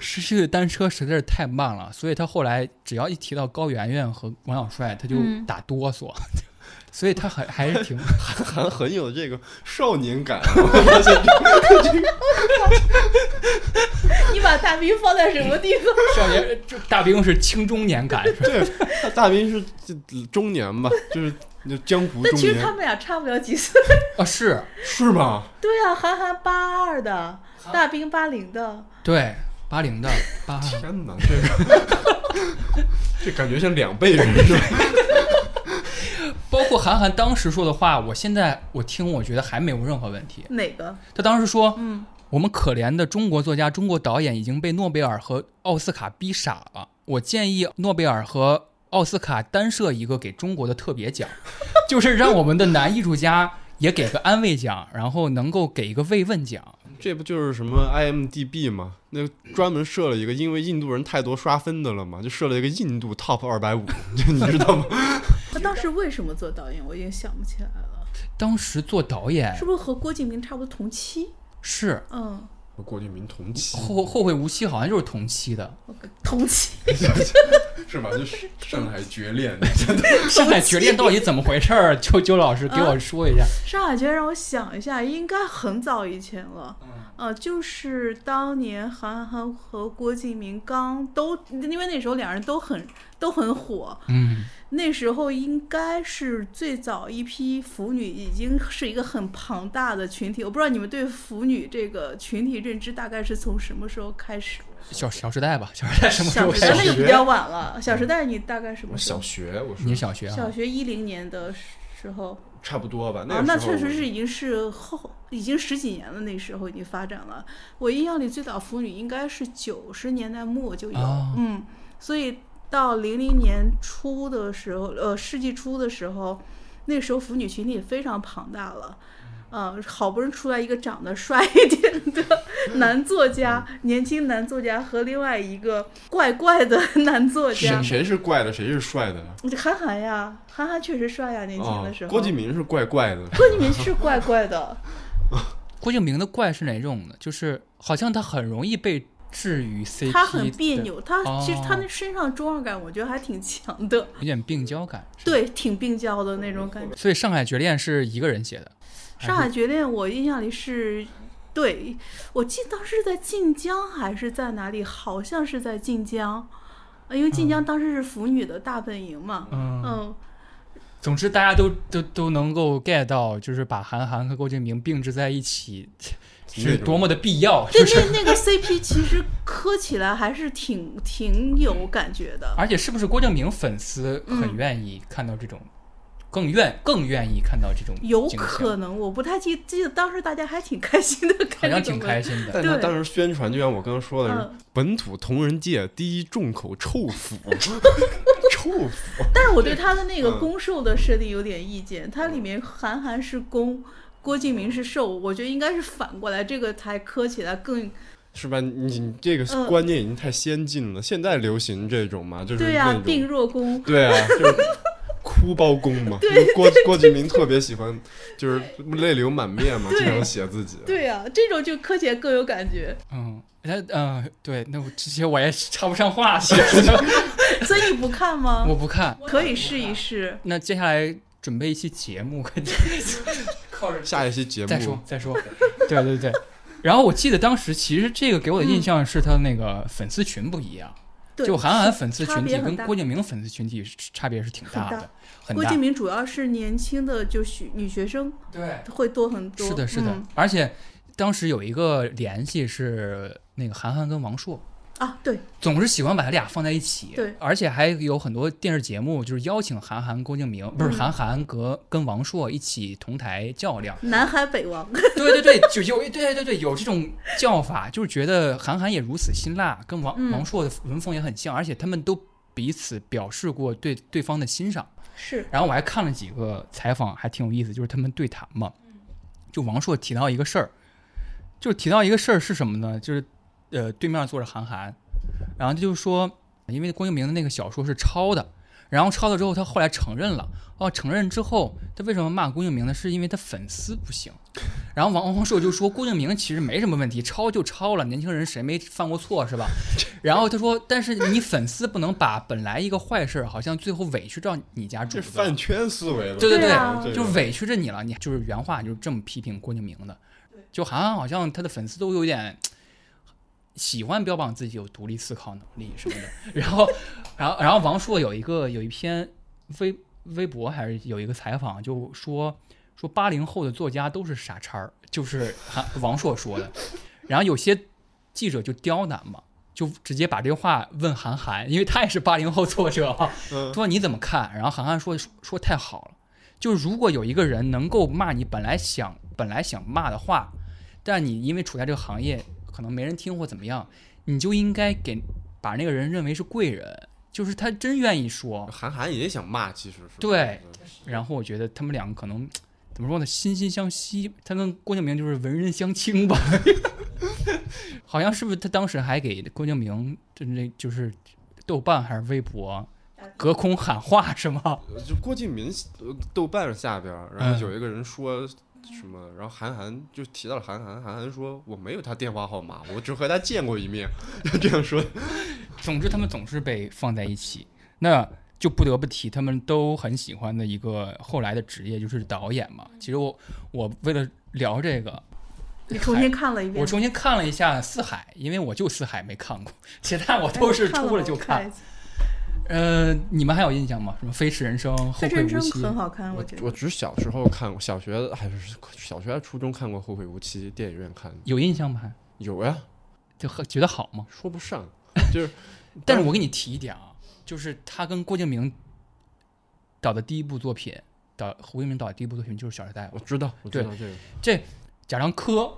B: 十七岁的单车实在是太慢了，所以他后来只要一提到高圆圆和王小帅，他就
D: 嗯
B: 打哆嗦， 所以他还还是挺
C: 韩很有这个少年感、啊，我发现 这这
D: 你把大兵放在什么地方？
B: 少年，就大兵是青中年感，是吧
C: 对，他大兵是这中年吧，就是就江湖
D: 但
C: 中
D: 其实他
C: 年，
D: 们俩差不了几岁。
B: 啊是
C: 是吗？
D: 对啊，韩寒八二的，大兵八零的，
B: 对八零的八二。
C: 天哪，这个 这感觉像两辈人是吧？
B: 包括韩寒当时说的话，我现在我听，我觉得还没有任何问题。
D: 哪个？
B: 他当时说，
D: 嗯，
B: 我们可怜的中国作家、中国导演已经被诺贝尔和奥斯卡逼傻了。我建议诺贝尔和奥斯卡单设一个给中国的特别奖， 就是让我们的男艺术家也给个安慰奖，然后能够给一个慰问奖。
C: 这不就是什么 IMDB 吗？那专门设了一个，因为印度人太多刷分的了嘛，就设了一个印度 Top 二百五， 你知道吗？
D: 他当时为什么做导演？我已经想不起来了，
B: 当时做导演
D: 是不是和郭敬明差不多同期？
B: 是
D: 嗯，
C: 郭敬明同期
B: 后后会无期，好像就是同期的。
D: 我同期。
C: 是吧？就是上海绝恋，
B: 上海决恋到底怎么回事儿？ 秋秋老师给我说一下。
D: 上海娟让我想一下，应该很早以前了。呃，就是当年韩寒和郭敬明刚都，因为那时候两人都很都很火，
B: 嗯，
D: 那时候应该是最早一批腐女，已经是一个很庞大的群体。我不知道你们对腐女这个群体认知大概是从什么时候开始？
B: 小小时代吧，小时代什么时候
D: 小时
B: 开
D: 代
B: 始？
D: 那就比较晚了。小时代你大概什么
C: 我
D: 时候
C: 小？学我
B: 你
C: 是
B: 是小学啊
D: 小？学一零年的时候
C: 差不多吧，
D: 啊
C: 个，
D: 那
C: 时候
D: 确实是已经是后，已经十几年了。那时候已经发展了。我印象里最早腐女应该是九十年代末就有，
C: 哦
B: 啊
D: 嗯，所以到零零年初的时候，呃，世纪初的时候，那时候腐女群体也非常庞大了。
C: 嗯
D: 呃，好不容易出来一个长得帅一点 的男作家，
C: 嗯
D: 年轻男作家和另外一个怪怪的 男作
C: 谁，
D: 家
C: 谁是怪的，谁是帅的？
D: 韩寒呀，韩寒确实帅呀，年轻
C: 啊
D: 的时，候。
C: 郭敬明是怪怪 的，
D: 郭敬明是怪怪的，
B: 郭敬明的怪是哪种呢？就是好像他很容易被置于 CP，
D: 他很别
B: 的，
D: 扭，他
B: 哦
D: 其实他那身上中二感，我觉得还挺强的，
B: 有点病娇感。是哎吧，
D: 对，挺病娇的那种感觉。
B: 所以《上海绝恋》是一个人写的，还是
D: 上海绝恋，我印象里是，对我记得当时是在晋江还是在哪里，好像是在晋江，呃因为晋江当时是腐女的大本营嘛，
B: 嗯，
D: 嗯，
B: 总之大家都都都能够 get 到，就是把韩寒和郭敬明并置在一起是多么的必要，
D: 对，
B: 就是。
D: 那那个 CP 其实磕起来还是挺挺有感觉的。
B: 而且是不是郭敬明粉丝很
D: 嗯
B: 愿意看到这种，更愿更愿意看到这种
D: 有
B: 景象
D: 可能，我不太记记得当时大家还挺开心的，
B: 好
D: 看
B: 像
D: 这种
B: 挺
D: 文
B: 开心的。
C: 但他
D: 对
C: 当时宣传，就像我刚刚说的，
D: 嗯
C: 是本土同人界第一重口臭 腐，臭腐。
D: 但是我对他的那个
C: 嗯
D: 攻受的设定有点意见，
B: 嗯
D: 它里面韩寒是攻，郭敬明是受，我觉得应该是反过来，这个才磕起来更
C: 是吧？你你这个
D: 嗯
C: 观念已经太先进了，现在流行这种嘛，就是
D: 对呀、
C: 那
D: 啊
C: 种，
D: 病弱攻。
C: 对啊，就是哭包公嘛。郭郭敬明特别喜欢，就是泪流满面嘛，
D: 对
C: 经常写自己。
D: 对呀、啊，这种就磕起来更有感 觉，
B: 嗯，那嗯、对，那我这些我也插不上 话，其实
D: 所以你不看吗
B: 我？不看。
D: 可以试一试。
B: 那接下来准备一期节目，快 点靠着
C: 下一期节
B: 再说
C: 目
B: 再说，对对对。然后我记得当时其实这个给我的印象是他那个粉丝群不一样，
D: 对，
B: 就韩寒粉丝
D: 差
B: 群
D: 别
B: 体
D: 很
B: 跟
D: 大
B: 郭敬明粉丝群体是差别是挺大
D: 很
B: 的
D: 大，
B: 很
D: 郭
B: 大
D: 敬。明主要是年轻的，就是女学生
B: 对，
D: 会多很多。
B: 是的，是的
D: 嗯、。
B: 而且当时有一个联系是那个韩寒跟王朔，
D: 啊，对，
B: 总是喜欢把他俩放在一起，
D: 对
B: 而且还有很多电视节目就是邀请韩寒、郭敬明，不是
D: 嗯。
B: 韩寒和跟王朔一起同台较量
D: 南海北王，
B: 对对对，就有对对对对有这种叫法，就是觉得韩寒也如此辛辣，跟王、
D: 嗯
B: 王朔的文风也很像，而且他们都彼此表示过对对方的欣赏。
D: 是
B: 然后我还看了几个采访，还挺有意思，就是他们对谈嘛。就王朔提到一个事儿，就是提到一个事儿是什么呢？就是呃，对面坐着韩寒，然后他就说，因为郭敬明的那个小说是抄的，然后抄了之后，他后来承认了。哦，承认之后，他为什么骂郭敬明呢？是因为他粉丝不行。然后王王朔就说，郭敬明其实没什么问题，抄就抄了，年轻人谁没犯过错是吧？然后他说，但是你粉丝不能把本来一个坏事儿，好像最后委屈到你家主
C: 这
B: 子。
C: 饭圈思维了。
B: 对对
D: 对
C: 啊
B: 就委屈着你了。你就是原话就是这么批评郭敬明的，就韩寒好像他的粉丝都有点喜欢标榜自己有独立思考能力什么的。 然后，然后，然后王朔有一个有一篇微微博还是有一个采访，就说说八零后的作家都是傻叉儿，就是韩王朔说的。然后有些记者就刁难嘛。就直接把这话问韩寒，因为他也是八零后作者啊，
C: 嗯
B: 说你怎么看？然后韩寒说说太好了，就是如果有一个人能够骂你本来想本来想骂的话，但你因为处在这个行业可能没人听或怎么样，你就应该给把那个人认为是贵人，就是他真愿意说。
C: 韩寒也想骂，其实是
B: 对，然后我觉得他们两个可能怎么说呢，心心相惜，他跟郭敬明就是文人相轻吧。 好像是不是他当时还给郭敬明就那就是豆瓣还是微博隔空喊话是吗？
C: 就郭敬明呃豆瓣下边儿，然
B: 嗯
C: 后有一个人说什么，然后韩寒就提到了韩寒，韩寒说我没有他电话号码，我只和他见过一面，就这样说。
B: 总之，他们总是被放在一起，那就不得不提他们都很喜欢的一个后来的职业，就是导演嘛。其实我我为了聊这个，
D: 你重新看了一遍，
B: 我重新看了一下《四海》，因为我就《四海》没看过，其他我都是
D: 哎看了
B: 出了就
D: 吗我看
B: 看
D: 了一。次
B: 呃，你们还有印象吗？什么《飞驰人生》《后会
D: 这真
B: 无
D: 真
B: 期》？
D: 很好看，
C: 我
D: 觉得。
C: 我只小时候看过，小学还是小学还是初中看过《后会无期》，电影院看的
B: 有印象吗？还
C: 有呀，
B: 就很觉得好吗？
C: 说不上，就是
B: 但是我给你提一点啊，就是他跟郭敬明导的第一部作品，导胡敬明导的第一部作品就是《小时代》。
C: 我知道，我知道这个，
B: 这贾樟柯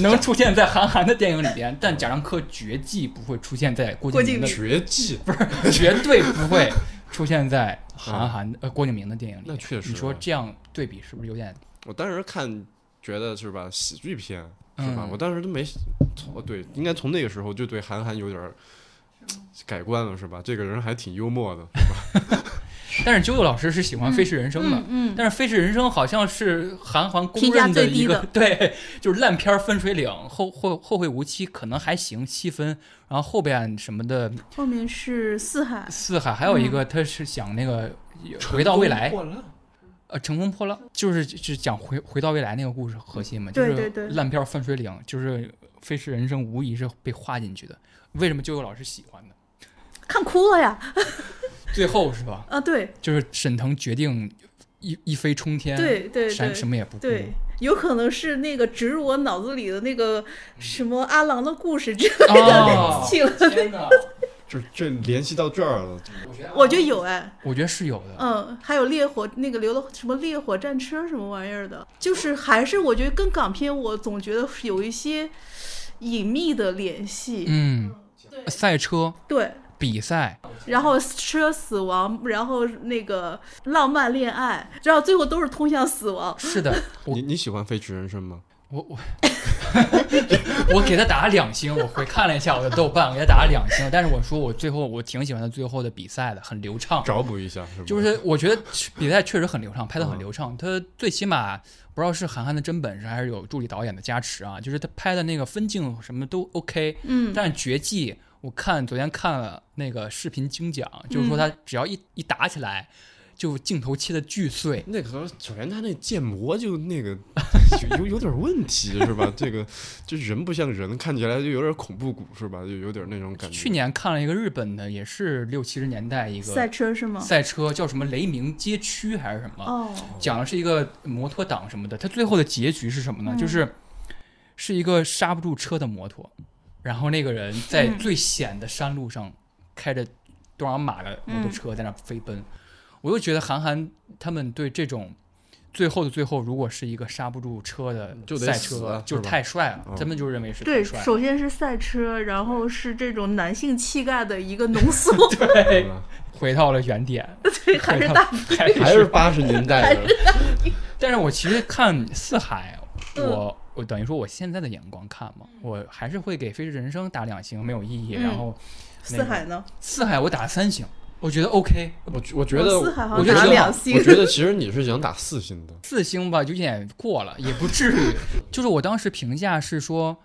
B: 能出现在韩寒的电影里边，但贾樟柯绝技不会出现在郭
D: 郭
B: 敬明
D: 敬
B: 的，
C: 绝技，
B: 绝对不会出现在韩寒的、呃郭敬明的电影里边。
C: 那确实啊
B: 你说这样对比是不是有点？
C: 我当时看觉得是吧，喜剧片是吧？
B: 嗯
C: 我当时都没从哦对，应该从那个时候就对韩寒有点儿改观了是吧？这个人还挺幽默的，
B: 但是啾啾老师是喜欢《飞驰人生》的，
D: 嗯，
B: 但是《飞驰人生》好像是韩寒公
D: 评价
B: 认的
D: 最低
B: 一个
D: 的
B: 对，就是烂片儿分水岭，后后后会无期可能还行七分，然后后边什么的
D: 后面是四海，
B: 四海还有一
D: 嗯
B: 个他是想那个回到未来，呃，乘风破浪就是就是讲回回到未来那个故事核心嘛，就
D: 对
B: 是
D: 对对
B: 烂片儿分水岭，就是《飞驰人生》无疑是被划进去的。为什么啾啾老师喜欢呢？
D: 看哭了呀！
B: 最后是吧？
D: 啊，对
B: 就是沈腾决定一一飞冲天，
D: 对对
B: 啥什
D: 对
B: 么也不顾。
D: 对， 有可能是那个植入我脑子里的那个什么阿郎的故事之类
B: 哦
D: 的 起了。
B: 天哪！
C: 就是这联系到这儿了，
D: 我觉得有哎，
B: 我觉得是有的。
D: 嗯，还有烈火那个留了什么烈火战车什么玩意儿的，就是还是我觉得跟港片我总觉得是有一些隐秘的联系。
B: 嗯，赛车
D: 对，
B: 比赛，
D: 然后车死亡，然后那个浪漫恋爱，然后最后都是通向死亡。
B: 是的，我
C: 你你喜欢《飞驰人生》吗？
B: 我我我给他打了两星，我回看了一下我的豆瓣，我给他打了两星，但是我说我最后我挺喜欢他最后的比赛的，很流畅。
C: 找补一下是吧？
B: 啊就是我觉得比赛确实很流畅，拍的很流畅。他最起码不知道是韩寒的真本事，还是有助理导演的加持啊。就是他拍的那个分镜什么都 OK，
D: 嗯，
B: 但是绝技，我看昨天看了那个视频精讲，就是说他只要一一打起来，就镜头切的巨碎。
C: 那个时候，首先他那建模就那个有有有点问题是吧？这个就人不像人，看起来就有点恐怖谷是吧？就有点那种感觉。
B: 去年看了一个日本的，也是六七十年代一
D: 赛
B: 个
D: 车是吗？
B: 赛车，叫什么雷鸣街区还是什么，
D: 哦，
B: 讲的是一个摩托党什么的。它最后的结局是什么
D: 嗯
B: 呢？就是是一个刹不住车的摩托，然后那个人在
D: 嗯
B: 最险的山路上开着多少码的摩托车在那飞奔。我又觉得韩寒他们对这种。最后的最后，如果是一个刹不住车的
C: 就得
B: 赛
C: 死
B: 车，
C: 啊
B: 就是
C: 吧
B: 太帅了，
C: 嗯
B: 他们就认为是太
D: 对，
B: 帅了。
D: 首先是赛车，然后是这种男性气概的一个 浓缩，
B: 对
C: 是吧
B: 回到了原点，
D: 对，还是 大
B: 还是
C: 还是八十年代的，
B: 但是我其实看《四海》，
D: 嗯
B: 我我等于说我现在的眼光看嘛，我还是会给《飞驰人生》打两星，没有意义。
D: 嗯
B: 然后那
D: 四
B: 个
D: 海呢？
B: 《四海》我打三星，我觉得 OK，
C: 我觉我觉得
D: 我四海好
B: 我觉
D: 像
B: 得
D: 打
B: 挺好
D: 两星
C: 我，觉得其实你是想打四星的，
B: 四星吧有点过了，也不至 于。就是我当时评价是说，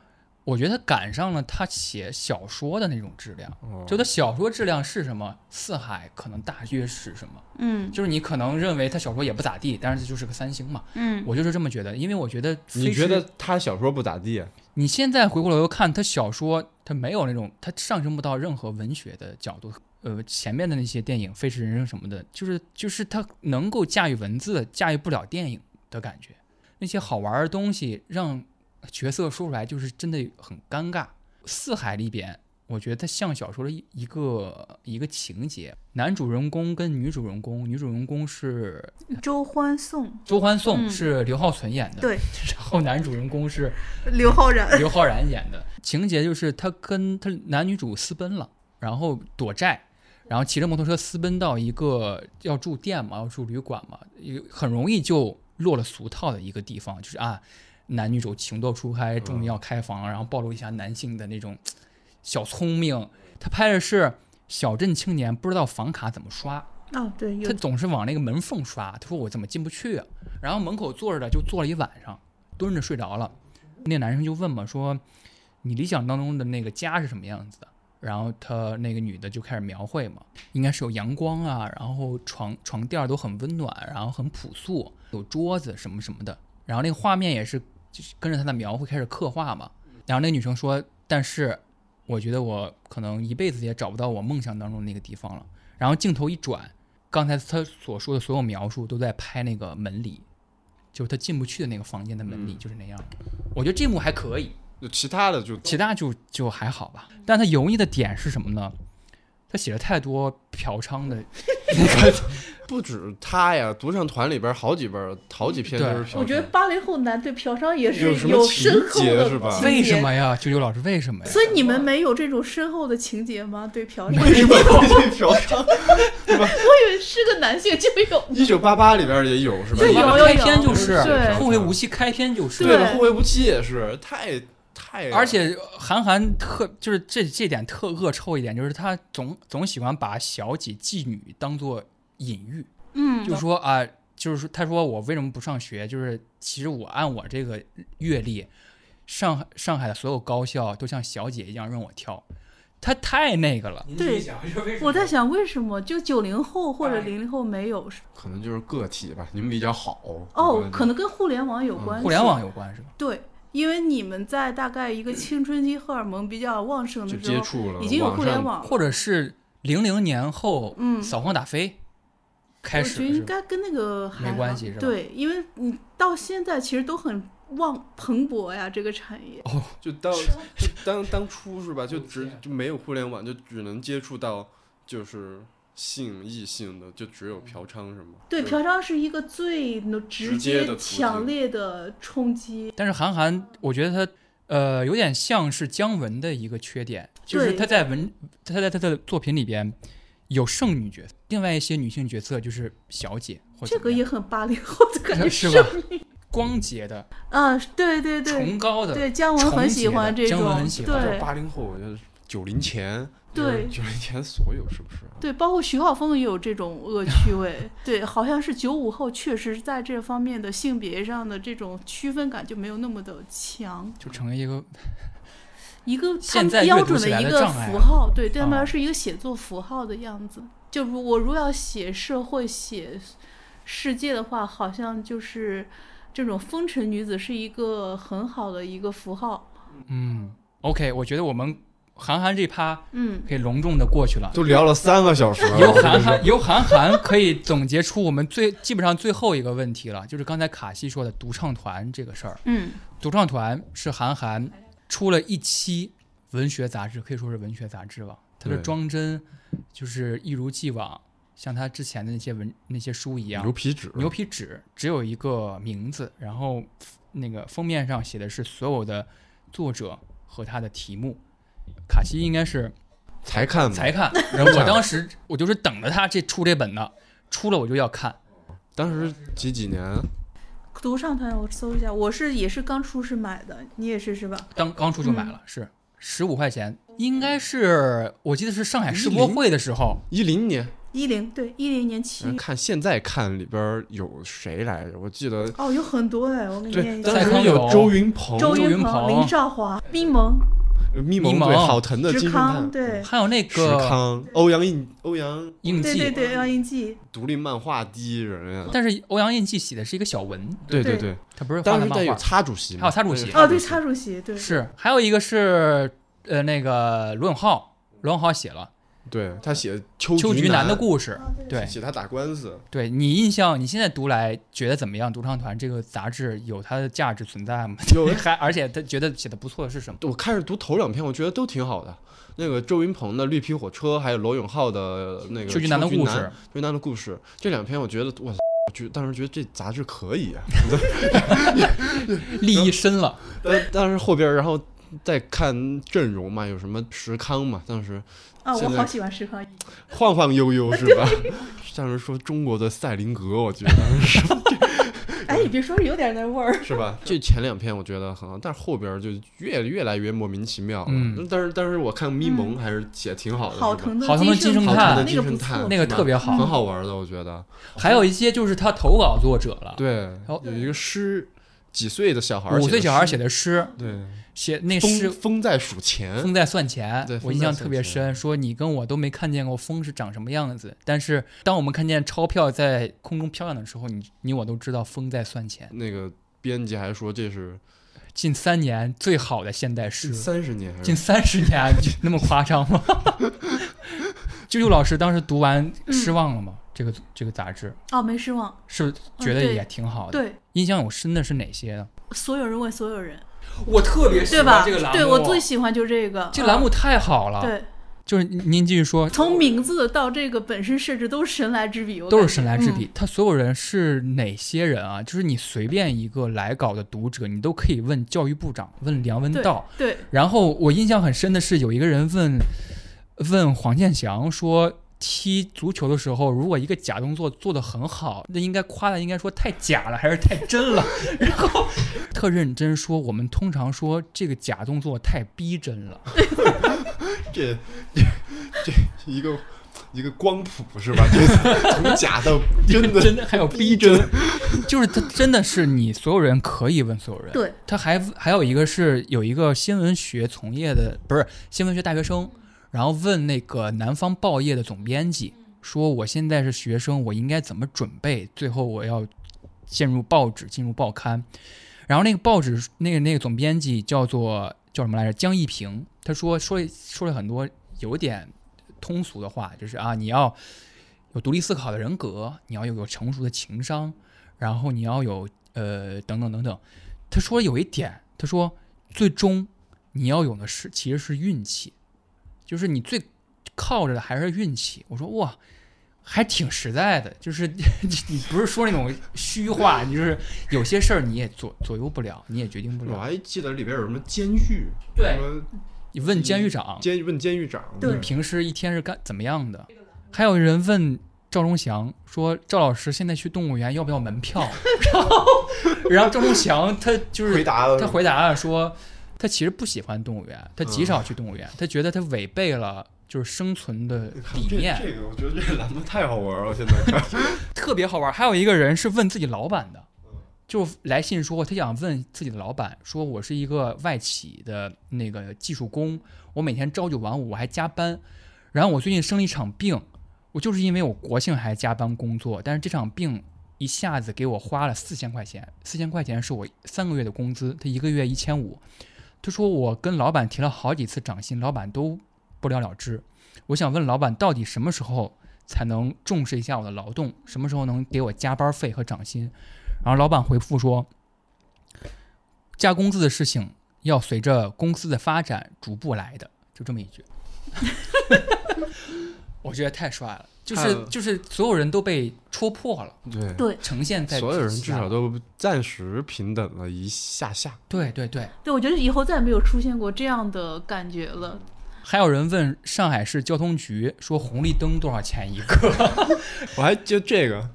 B: 我觉得赶上了他写小说的那种质量。
C: 哦
B: 就他小说质量是什么，《四海》可能大约是什么，
D: 嗯
B: 就是你可能认为他小说也不咋地，但是就是个三星嘛。
D: 嗯，
B: 我就是这么觉得，因为我觉得
C: 你
B: 飞
C: 觉
B: 驰
C: 得他小说不咋地，啊
B: 你现在回过头看他小说，他没有那种，他上升不到任何文学的角度。呃，前面的那些电影《飞驰人生》什么的，就是就是他能够驾驭文字，驾驭不了电影的感觉。那些好玩的东西让角色说出来，就是真的很尴尬。《四海》里边，我觉得它像小说的一一个一个情节，男主人公跟女主人公，女主人公是
D: 周欢送
B: 周欢颂，
D: 嗯
B: 是刘浩存演的，
D: 对，
B: 然后男主人公是
D: 刘昊 然，
B: 刘昊然演的情节就是他跟他男女主私奔了，然后躲债，然后骑着摩托车私奔到一个要住店嘛，要住旅馆嘛，一个很容易就落了俗套的一个地方，就是啊，男女主情窦初开，终于要开房，然后暴露一下男性的那种嘖小聪明。他拍的是小镇青年不知道房卡怎么刷，
D: 哦，对，有
B: 他总是往那个门缝刷，他说我怎么进不去、啊？然后门口坐着的就坐了一晚上，蹲着睡着了。那男生就问嘛，说你理想当中的那个家是什么样子的？然后他那个女的就开始描绘嘛，应该是有阳光啊，然后床床垫儿都很温暖，然后很朴素，有桌子什么什么的。然后那个画面也是就是跟着他的描绘开始刻画嘛。然后那个女生说，但是我觉得我可能一辈子也找不到我梦想当中的那个地方了。然后镜头一转，刚才他所说的所有描述都在拍那个门里，就是他进不去的那个房间的门里，就是那样。我觉得这幕还可以，
C: 就其他的就
B: 其他就就还好吧。但他油腻的点是什么呢？他写了太多嫖娼的那个
C: 不止他呀，独唱团里边好几本好几篇都是嫖娼
D: 我觉得八零后男对嫖娼也是
C: 有什么情
D: 深厚
C: 节
D: 的
C: 是吧
D: 情
B: 为什
D: 节
B: 么呀？啾啾老师，为什么呀？
D: 所以你们没有这种深厚的情节吗？对嫖娼，
C: 为什么会去嫖娼？
D: 我以为是个男性就有。
C: 一九八八里边也有是吧？
D: 对有有
B: 开篇就是
D: 对
B: 后会无期，开篇就是。
C: 对
D: 对
C: 了，后会无期也是太太，
B: 而且韩寒特就是这这点特恶臭一点，就是他总总喜欢把小姐妓女当做隐喻，
D: 嗯
B: 就是说啊，就是说他说我为什么不上学？就是其实我按我这个阅历，上海上海的所有高校都像小姐一样让我挑，他太那个了。
D: 对，我在想为什么就九零后或
B: 哎
D: 者零零后没有？
C: 可能就是个体吧，你们比较好
D: 哦，可能跟互联网有关
B: 嗯
D: 系。
B: 互联网有关是吧？
D: 对，因为你们在大概一个青春期荷尔蒙比较旺盛
C: 就
D: 的
C: 接
D: 时候，
C: 触了
D: 已经有互联，网了，
B: 或者是零零年后，
D: 嗯
B: 扫黄打非开
D: 我
B: 始
D: 觉得
B: 是
D: 应
B: 吧
D: 该跟那个还
B: 没
D: 好
B: 关系是吧
D: 对，因为你到现在其实都很旺蓬勃呀，这个产业。
B: 哦
C: 就当就当当初是吧？就只就没有互联网，就只能接触到就是性异性的，就只有嫖娼是吗？
D: 对，嫖娼是一个最能直
C: 直接的
D: 接、
C: 途径
D: 强烈的冲击。
B: 但是韩寒，我觉得他呃有点像是姜文的一个缺点，就是
D: 对
B: 他在文他在他的作品里边有剩女角色，另外一些女性角色就是小姐或者
D: 这
B: 怎
D: 个
B: 么样
D: 也很八零后的感觉，
B: 是吧？光洁的、
D: 啊，对对对，
B: 崇高的，
D: 对姜文很喜欢
B: 重叠的
D: 这
B: 姜文
D: 种
B: 很，喜欢
D: 对
C: 八零后，我觉得九零前，
D: 对
C: 九零前所有是不啊是？
D: 对，包括徐浩峰也有这种恶 趣味，对，好像是九五后确实在这方面的性别上的这种区分感就没有那么的强，
B: 就成了一个
D: 一个他
B: 现
D: 们
B: 在阅
D: 标
B: 读
D: 准
B: 起来
D: 一
B: 的
D: 个
B: 障碍
D: 符
B: 啊
D: 号，对，对他们
B: 啊
D: 来说是一个写作符号的样子。就如我如果要写社会、写世界的话，好像就是这种风尘女子是一个很好的一个符号。
B: 嗯，OK，我觉得我们韩寒这趴
D: 嗯，
B: 可以隆重的过去了。
C: 都聊了三个小时了，
B: 由
C: 我真
B: 韩
C: 的是
B: 寒，由韩寒可以总结出我们最基本上最后一个问题了，就是刚才卡西说的独唱团这个事儿。
D: 嗯，
B: 独唱团是韩寒出了一期文学杂志，可以说是文学杂志了。他的
C: 对
B: 装帧就是一如既往，像他之前的那些文那些书一样
C: 牛，皮纸，
B: 牛皮纸只有一个名字，然后那个封面上写的是所有的作者和他的题目。卡西应该是
C: 才看嘛
B: 才看，然 后我当时我就是等着他这出这本呢，出了我就要看。
C: 当时几几年？
D: 独唱团我搜一下，我是也是刚出是买的，你也是是吧？
B: 当刚出就买了，是十五块钱，应该是我记得是上海世博会的时候，
C: 一零年，
D: 一零对一零年七
C: 嗯看现在看里边有谁来着？我记得
D: 哦，有很多哎，我给你
C: 对，
D: 念一
C: 当
D: 下
B: 蔡：
C: 时
B: 康永
C: 有周云鹏、
D: 周
B: 周云
D: 鹏、
B: 鹏
D: 林兆华、冰萌、
C: 咪
B: 咪
C: 蒙
B: 蒙
C: 对郝腾的
D: 直
C: 金
D: 康，
C: 圣叹，
D: 对
B: 还有那
C: 石
B: 个
C: 康、欧阳印、欧阳
B: 印
D: 对对
B: 记，
D: 对，让印记，
C: 独立漫画第一人呀。
B: 但是欧阳印记写的是一个小文，
C: 对
D: 对
C: 对，
B: 他不是画
C: 当
B: 的
C: 时在
B: 漫
C: 有
B: 画，
C: 擦主席嘛，
B: 还有擦主席
C: 对
D: 哦，对，插主席，对，
B: 是还有一个是呃那个罗永浩，罗永浩写了
C: 对他写秋
B: 《秋菊
C: 男
B: 男的故事》，
D: 哦
B: 对
C: 写他打 官司，
B: 对，你印象你现在读来觉得怎么样？独唱团这个杂志有它的价值存在 吗？
C: 有
B: 还而且他觉得写的不错的是什么？
C: 我开始读头两篇，我觉得都挺好的。那个周云鹏的《绿皮火车》，还有罗永浩的那个《
B: 秋菊男
C: 男
B: 的故事
C: 秋菊男的故事》这两篇，我觉得我觉当时觉得这杂志可以啊，
B: 立益深了，
C: 但但是后边儿然后再看阵容嘛，有什么石康嘛，当时
D: 啊，我
C: 现在
D: 好喜欢石康一，
C: 晃晃悠悠是 吧？当时说中国的赛林格，我觉得是
D: 哎，你别说，有点那味儿，
C: 是吧？这前两篇我觉得很好，但是后边儿就越越来越莫名其妙了。
B: 嗯
C: 但是但是我看咪蒙还是写挺好的，
D: 好
C: 是吧
D: 疼的
B: 好疼的金
D: 圣
B: 圣
D: 叹，
B: 叹
D: 那个不错，
C: 那
B: 嗯那个特别好。
C: 很好玩的，我觉得。
B: 还有一些就是他投稿作者了，
C: 对，
B: 好
C: 有一个诗，几岁的小孩儿，
B: 五岁小孩写
C: 的
B: 的诗，
C: 诗，对，
B: 写那诗
C: 风风在数钱，
B: 风在算钱
C: 嗯对，
B: 我
C: 风
B: 印
C: 在
B: 象
C: 算
B: 特别
C: 钱
B: 深。说你跟我都没看见过风是长什么样子，但是当我们看见钞票在空中飘扬的时候，你你我都知道风在算钱。
C: 那个编辑还说这是
B: 近三年最好的现代诗，
C: 三十年还
B: 近
C: 是
B: 三十年那么夸张吗？啾啾老师当时读完失望了吗？
C: 嗯
B: 这个这个杂志
D: 哦，没失望。
B: 是觉得
D: 对
B: 也挺好的。
D: 嗯对，
B: 印象我深的是哪些啊呢？
D: 所有人问所有人，
B: 我特别
D: 对吧？对我最喜欢就这个
B: 这栏目
D: 嗯
B: 太好了。，
D: 对，
B: 就是您继续说，
D: 从名字到这个本身设置都是神来之笔，我
B: 都是
D: 感觉嗯
B: 神来之笔。他所有人是哪些人啊？就是你随便一个来稿的读者，你都可以问教育部长，问梁文道。
D: 嗯对，
B: 然后我印象很深的是，有一个人问问黄健翔说。踢足球的时候，如果一个假动作做得很好，那应该夸他，应该说太假了还是太真了？ 然后特认真说，我们通常说这个假动作太逼真了。
C: 这这这一个一个光谱是吧？这从假到真的
B: 真的还有逼真， 就是他真的是你所有人可以问所有人。
D: 对，
B: 他还还有一个是有一个新闻学从业的，不是新闻学大学生，然后问那个南方报业的总编辑说：“我现在是学生，我应该怎么准备？最后我要进入报纸，进入报刊。”然后那个报纸那个那个总编辑叫做叫什么来着？江一平，他说说了说了很多有点通俗的话，就是啊，你要有独立思考的人格，你要有有成熟的情商，然后你要有呃等等等等。他说有一点，他说最终你要有的是其实是运气，就是你最靠着的还是运气。我说哇，还挺实在的，就是你不是说那种虚话，你就是有些事儿你也左左右不了，你也决定不
C: 我
B: 了。
C: 还记得里边有什么监狱，
B: 对
C: 什么
B: 你问监狱长，
C: 监问监狱长，
D: 对
B: 你平时一天是干怎么样的？还有人问赵忠祥说：“赵老师，现在去动物园要不要门票？”然后，然后赵忠祥他就是
C: 回答了
B: 他回答了说，他其实不喜欢动物园，他极少去动物园，他觉得他违背了就是生存的理
C: 这
B: 念，
C: 这个我觉得这个栏目太好玩了，现在看
B: 特别好玩。还有一个人是问自己老板的，就来信说他想问自己的老板，说我是一个外企的那个技术工，我每天朝九晚五，我还加班，然后我最近生了一场病，我就是因为我国庆还加班工作，但是这场病。一下子给我花了四千块钱，四千块钱是我三个月的工资，他一个月一千五，他说我跟老板提了好几次涨薪，老板都不了了之。我想问老板，到底什么时候才能重视一下我的劳动？什么时候能给我加班费和涨薪？然后老板回复说，加工资的事情要随着公司的发展逐步来的，就这么一句。 我觉得太帅了，就是
C: 太
B: 就是所有人都被戳破了，
C: 对
D: 对
B: 呈现在
C: 所有人
B: 自己啊
C: 至
B: 下
C: 少都暂时平等了一下下。
B: 对对对。
D: 对，我觉得以后再也没有出现过这样的感觉了。
B: 还有人问上海市交通局说红绿灯多少钱一个？
C: 我还就 这个，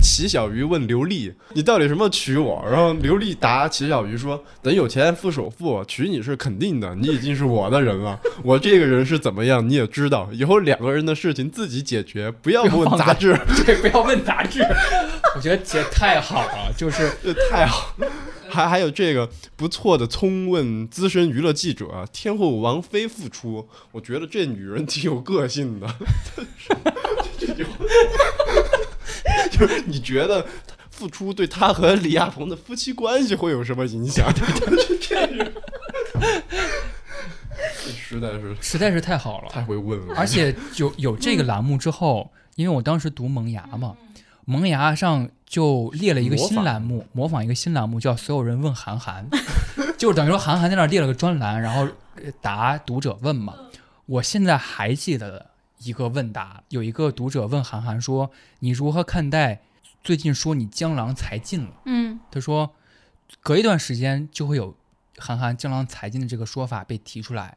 C: 齐小鱼问刘丽：“你到底什么娶我？”然后刘丽答齐小鱼说：“等有钱付首付，娶你是肯定的，你已经是我的人了。我这个人是怎么样，你也知道。以后两个人的事情自己解决，不要问杂志。
B: 对，不要问杂志。我觉得写太好了，就是”
C: 这太好。还还有这个不错的聪问资深娱乐记者啊天后王菲复出，我觉得这女人挺有个性的。这句话，就是你觉得复出对她和李亚鹏的夫妻关系会有什么影响？ 就是这人，实在是
B: 实在是太好了。
C: 太会问了。
B: 而且有有这个栏目之后，因为我当时读萌芽嘛，萌芽上就列了一个新栏目，模仿一个新栏目叫“所有人问韩寒”， 就是等于说韩寒在那儿列了个专栏，然后呃答读者问嘛。我现在还记得一个问答，有一个读者问韩寒说：“你如何看待最近说你江郎才尽了？”
D: 嗯，
B: 他说，隔一段时间就会有韩寒江郎才尽的这个说法被提出来，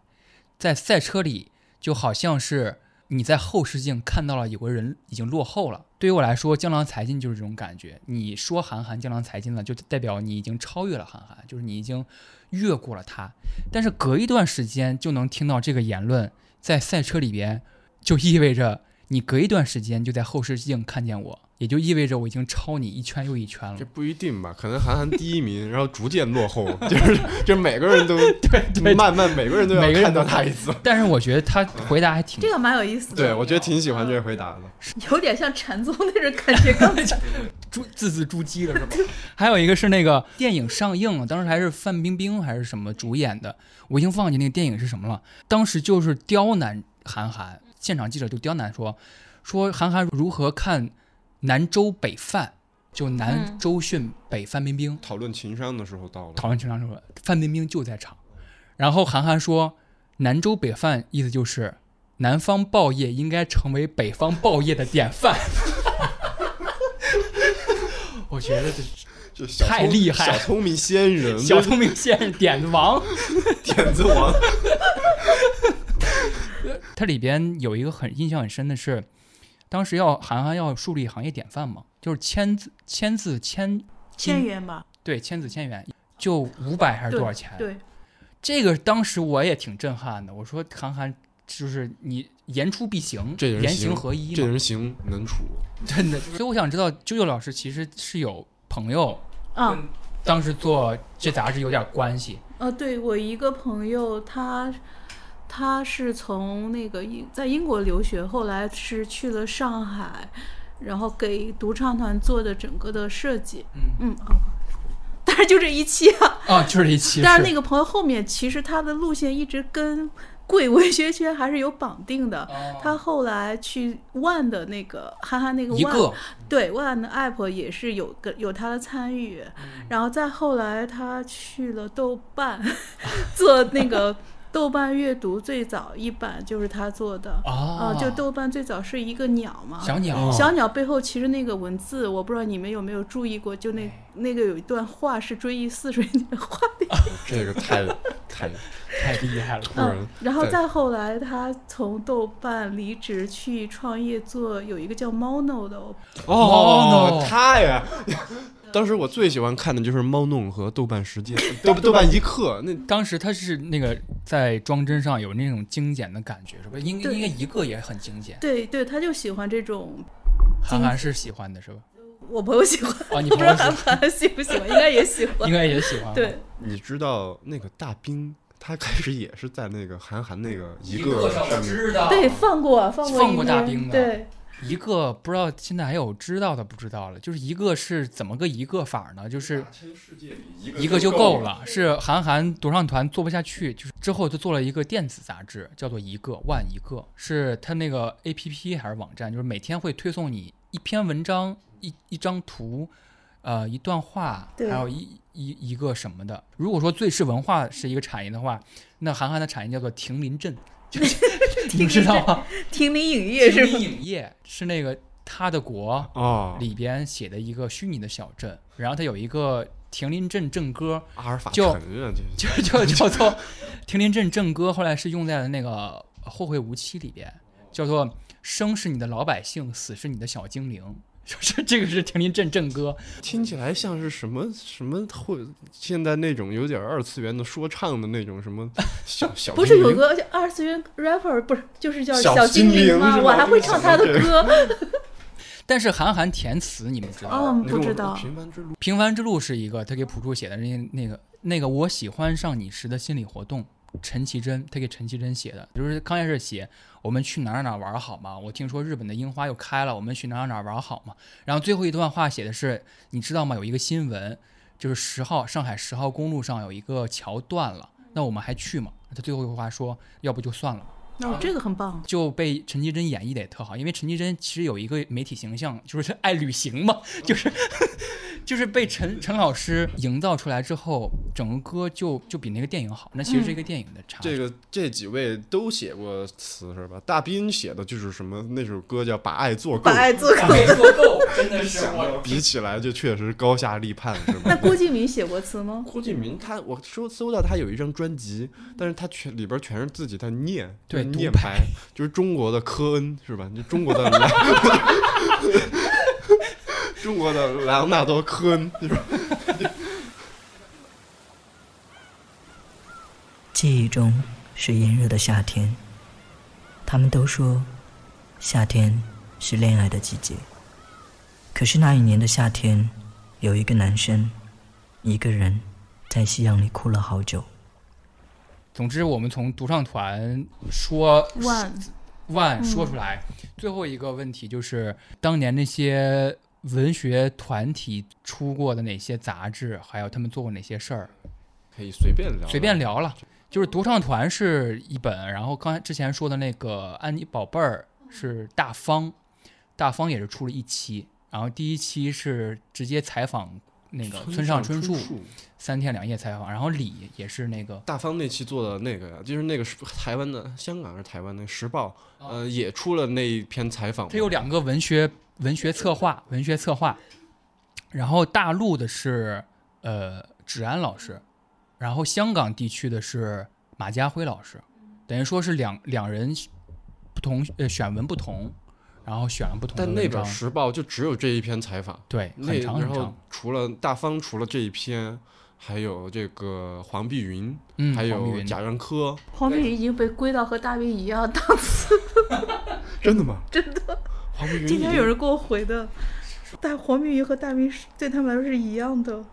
B: 在赛车里就好像是你在后视镜看到了有个人已经落后了。对于我来说，江郎才尽就是这种感觉。你说韩寒江郎才尽了，就代表你已经超越了韩寒，就是你已经越过了他。但是隔一段时间就能听到这个言论，在赛车里边就意味着。你隔一段时间就在后视镜看见我，也就意味着我已经超你一圈又一圈了
C: 这。不一定吧，可能韩寒第一名，然后逐渐落后，就是就是每个人都
B: 对
C: 慢慢每个人都要
B: 每个人
C: 看到
B: 都
C: 他一次。
B: 但是我觉得他回答还挺
D: 这个蛮有意思的。
C: 对，我觉得挺喜
B: 啊
C: 欢这个回答的。
D: 有点像禅宗那种感觉。 刚才
B: 猪字字珠玑的是吧？ 还有一个是那个电影上映了，当时还是范冰冰还是什么主演的，我已经忘记那个电影是什么了。当时就是刁难韩寒，现场记者就刁难说，说韩寒如何看南周北犯，就南
E: 嗯
B: 周迅北范冰冰。
C: 讨论情商的时候到了，
B: 讨论情商时候，范冰冰就在场。然后韩寒说：“南州北饭意思就是南方报业应该成为北方报业的典范。”我觉得这
C: 这小
B: 太
C: 聪
B: 厉害了
C: 小聪明仙人，
B: 小聪明先生点子王。
C: 点子王，
B: 它里边有一个很印象很深的是，当时要韩寒要树立行业典范嘛，就是签字签字签
D: 千元吧，
B: 对签字千元，就五百还是多少钱？
D: 对，
B: 这个当时我也挺震撼的，我说韩寒就是你言出必行，
C: 这人
B: 言
C: 行
B: 行合一
C: 这
B: 嘛，
C: 人行能处，
B: 真的。所以我想知道，啾啾老师其实是有朋友
D: 啊，
B: 嗯当时做这杂志有点关系，
D: 呃，对我一个朋友，他他是从那个英在英国留学，后来是去了上海，然后给独唱团做的整个的设计，嗯 哦，但是就这一期啊，
B: 啊， 就是这一期。
D: 但是那个朋友后面其实他的路线一直跟贵文学圈还是有绑定的。
B: 哦
D: 他后来去万的那个憨憨那个
B: 一
D: 万
B: 个
D: 对，万安的 app 也是有个有他的参与，
B: 嗯
D: 然后再后来他去了豆瓣， 做 那个豆瓣阅读最早一版就是他做的
B: 啊
D: 啊、就豆瓣最早是一个鸟嘛，
B: 小鸟
D: 小鸟背后其实那个文字，我不知道你们有没有注意过，就
B: 嗯
D: 那那个有一段话是追忆似水年华 的
C: 这个太太
B: 太厉害了，
C: 突然
D: 嗯， 然后
C: 在
D: 再后来，他从豆瓣离职去创业做有一个叫 Mono 的，我
B: 哦，no
C: 他呀！ 当时我最喜欢看的就是猫弄和豆瓣时 间，豆豆瓣一刻，那
B: 当时他是那个在装帧上有那种精简的感觉，是吧？应该
D: 对
B: 应该一个也很精简，
D: 对对，他就喜欢这种，
B: 韩寒是喜欢的， 是吧？
D: 我朋友喜欢，
B: 啊，你
D: 不
B: 朋
D: 知
B: 友
D: 道
B: 喜
D: 韩寒喜不喜欢，应该也喜欢
B: 应。该也喜欢，
D: 对，
C: 你知道那个大兵，他开始也是在那个韩寒那个一
B: 个
C: 个上面，
B: 知道
D: 对，放过放过
B: 放
D: 一
B: 过大
D: 边
B: 兵的
D: 对，
B: 一个不知道现在还有知道的不知道了，就是一个是怎么个一个法儿呢？就是一个就够。了，是韩寒独唱团做不下去，就是之后就做了一个电子杂志，叫做一个万一个，是他那个 A P P 还是网站，就是每天会推送你一篇文章、一一张图，呃，一段话，
D: 对
B: 还有一一一个什么的。如果说最是文化是一个产业的话，那韩寒的产业叫做亭林镇，就是 你知道吗？
D: 亭林影业
B: 亭
D: 是
B: 林
D: 吗？
B: 影业是那个他的国，
C: 哦，
B: 里边写的一个虚拟的小镇，然后它有一个亭林镇镇歌，
C: 阿尔法
B: 就
C: 肯啊，这
B: 就就叫做亭林镇镇歌，后来是用在了那个《后会无期》里边，叫做“生是你的老百姓，死是你的小精灵”，就是这个是亭林镇镇歌，
C: 听起来像是什么什么会现在那种有点二次元的说唱的那种什 么小小
D: 不是
C: 精
D: 有
C: 灵
D: 个叫二次元 rapper，不是就是叫
C: 小精
D: 精灵
C: 灵
D: 吗？
C: 是
D: 我
C: 吧
D: 还
C: 就
D: 会
C: 是
D: 唱
C: 小
D: 他的
C: 精灵
D: 歌。
B: 但是韩寒填词你们知道吗？
D: 哦，
C: 你跟
D: 不
C: 我
D: 知
C: 说
D: 道。
C: 平凡之路
B: 平凡之路是一个他给朴树写的，人家那个那个我喜欢上你时的心理活动，陈绮贞，他给陈绮贞写的，就是刚开始写我们去哪儿哪儿玩儿好吗？我听说日本的樱花又开了，我们去哪儿哪儿玩儿好吗？然后最后一段话写的是，你知道吗？有一个新闻，就是十号上海十号公路上有一个桥断了，那我们还去吗？他最后一句话说，要不就算了吧。
D: 那我这个很棒。
B: 就被陈绮贞演绎的也特好，因为陈绮贞其实有一个媒体形象，就是她爱旅行嘛， 就是就是被陈陈老师营造出来之后，整个歌就就比那个电影好。那其实是一个电影的差距。
C: 这个这几位都写过词是吧？大斌写的就是什么那首歌叫《把爱做够
D: 把》，爱做够。
B: 做够真的是我
C: 比起来就确实高下立判是吧
D: 那？郭敬明写过词 吗？
C: 郭敬明他，我搜搜到他有一张专辑，但是他全里边全是自己在念，
B: 对
C: 就是念
B: 独白
C: 白，就是中国的科恩是吧？就中国的莱， 中国的莱昂纳多科恩是吧？
F: 记忆中是炎热的夏天，他们都说夏天是恋爱的季节。可是那一年的夏天，有一个男生一个人在夕阳里哭了好久。
B: 总之，我们从独唱团说
D: 万
B: 万说出来，最后一个问题就是当年那些。文学团体出过的哪些杂志，还有他们做过哪些事儿，
C: 可以随便聊，
B: 随便。聊了。就是独唱团是一本，然后刚才之前说的那个安妮宝贝儿是大方，大方也是出了一期，然后第一期是直接采访那个村上春树，三天两夜采访，然后李也是那个
C: 大方那期做的那个呀，就是那个时台湾的、香港还是台湾的《时报》，呃，也出了那一篇采访嘛。
B: 哦它有两个文学文学策划，文学策划，然后大陆的是呃芷安老师，然后香港地区的是马家辉老师，等于说是两两人不同呃选文不同，然后选了不同的
C: 但那
B: 文
C: 本
B: 章
C: 《时报》就只有这一篇采访，
B: 对，
C: 那
B: 很长
C: 然
B: 很
C: 后
B: 长，
C: 除了大方，除了这一篇，还有这个黄碧云，
B: 嗯，
C: 还
B: 黄碧
C: 有
B: 云
C: 贾樟柯，
D: 黄碧云已经被归到和大 V 一样档次，
C: 真的吗？
D: 真的。
C: 黄碧云
D: 今
C: 已
D: 天
C: 经
D: 有人给我回的，但黄碧云和大 V 是对他们来说是一样的。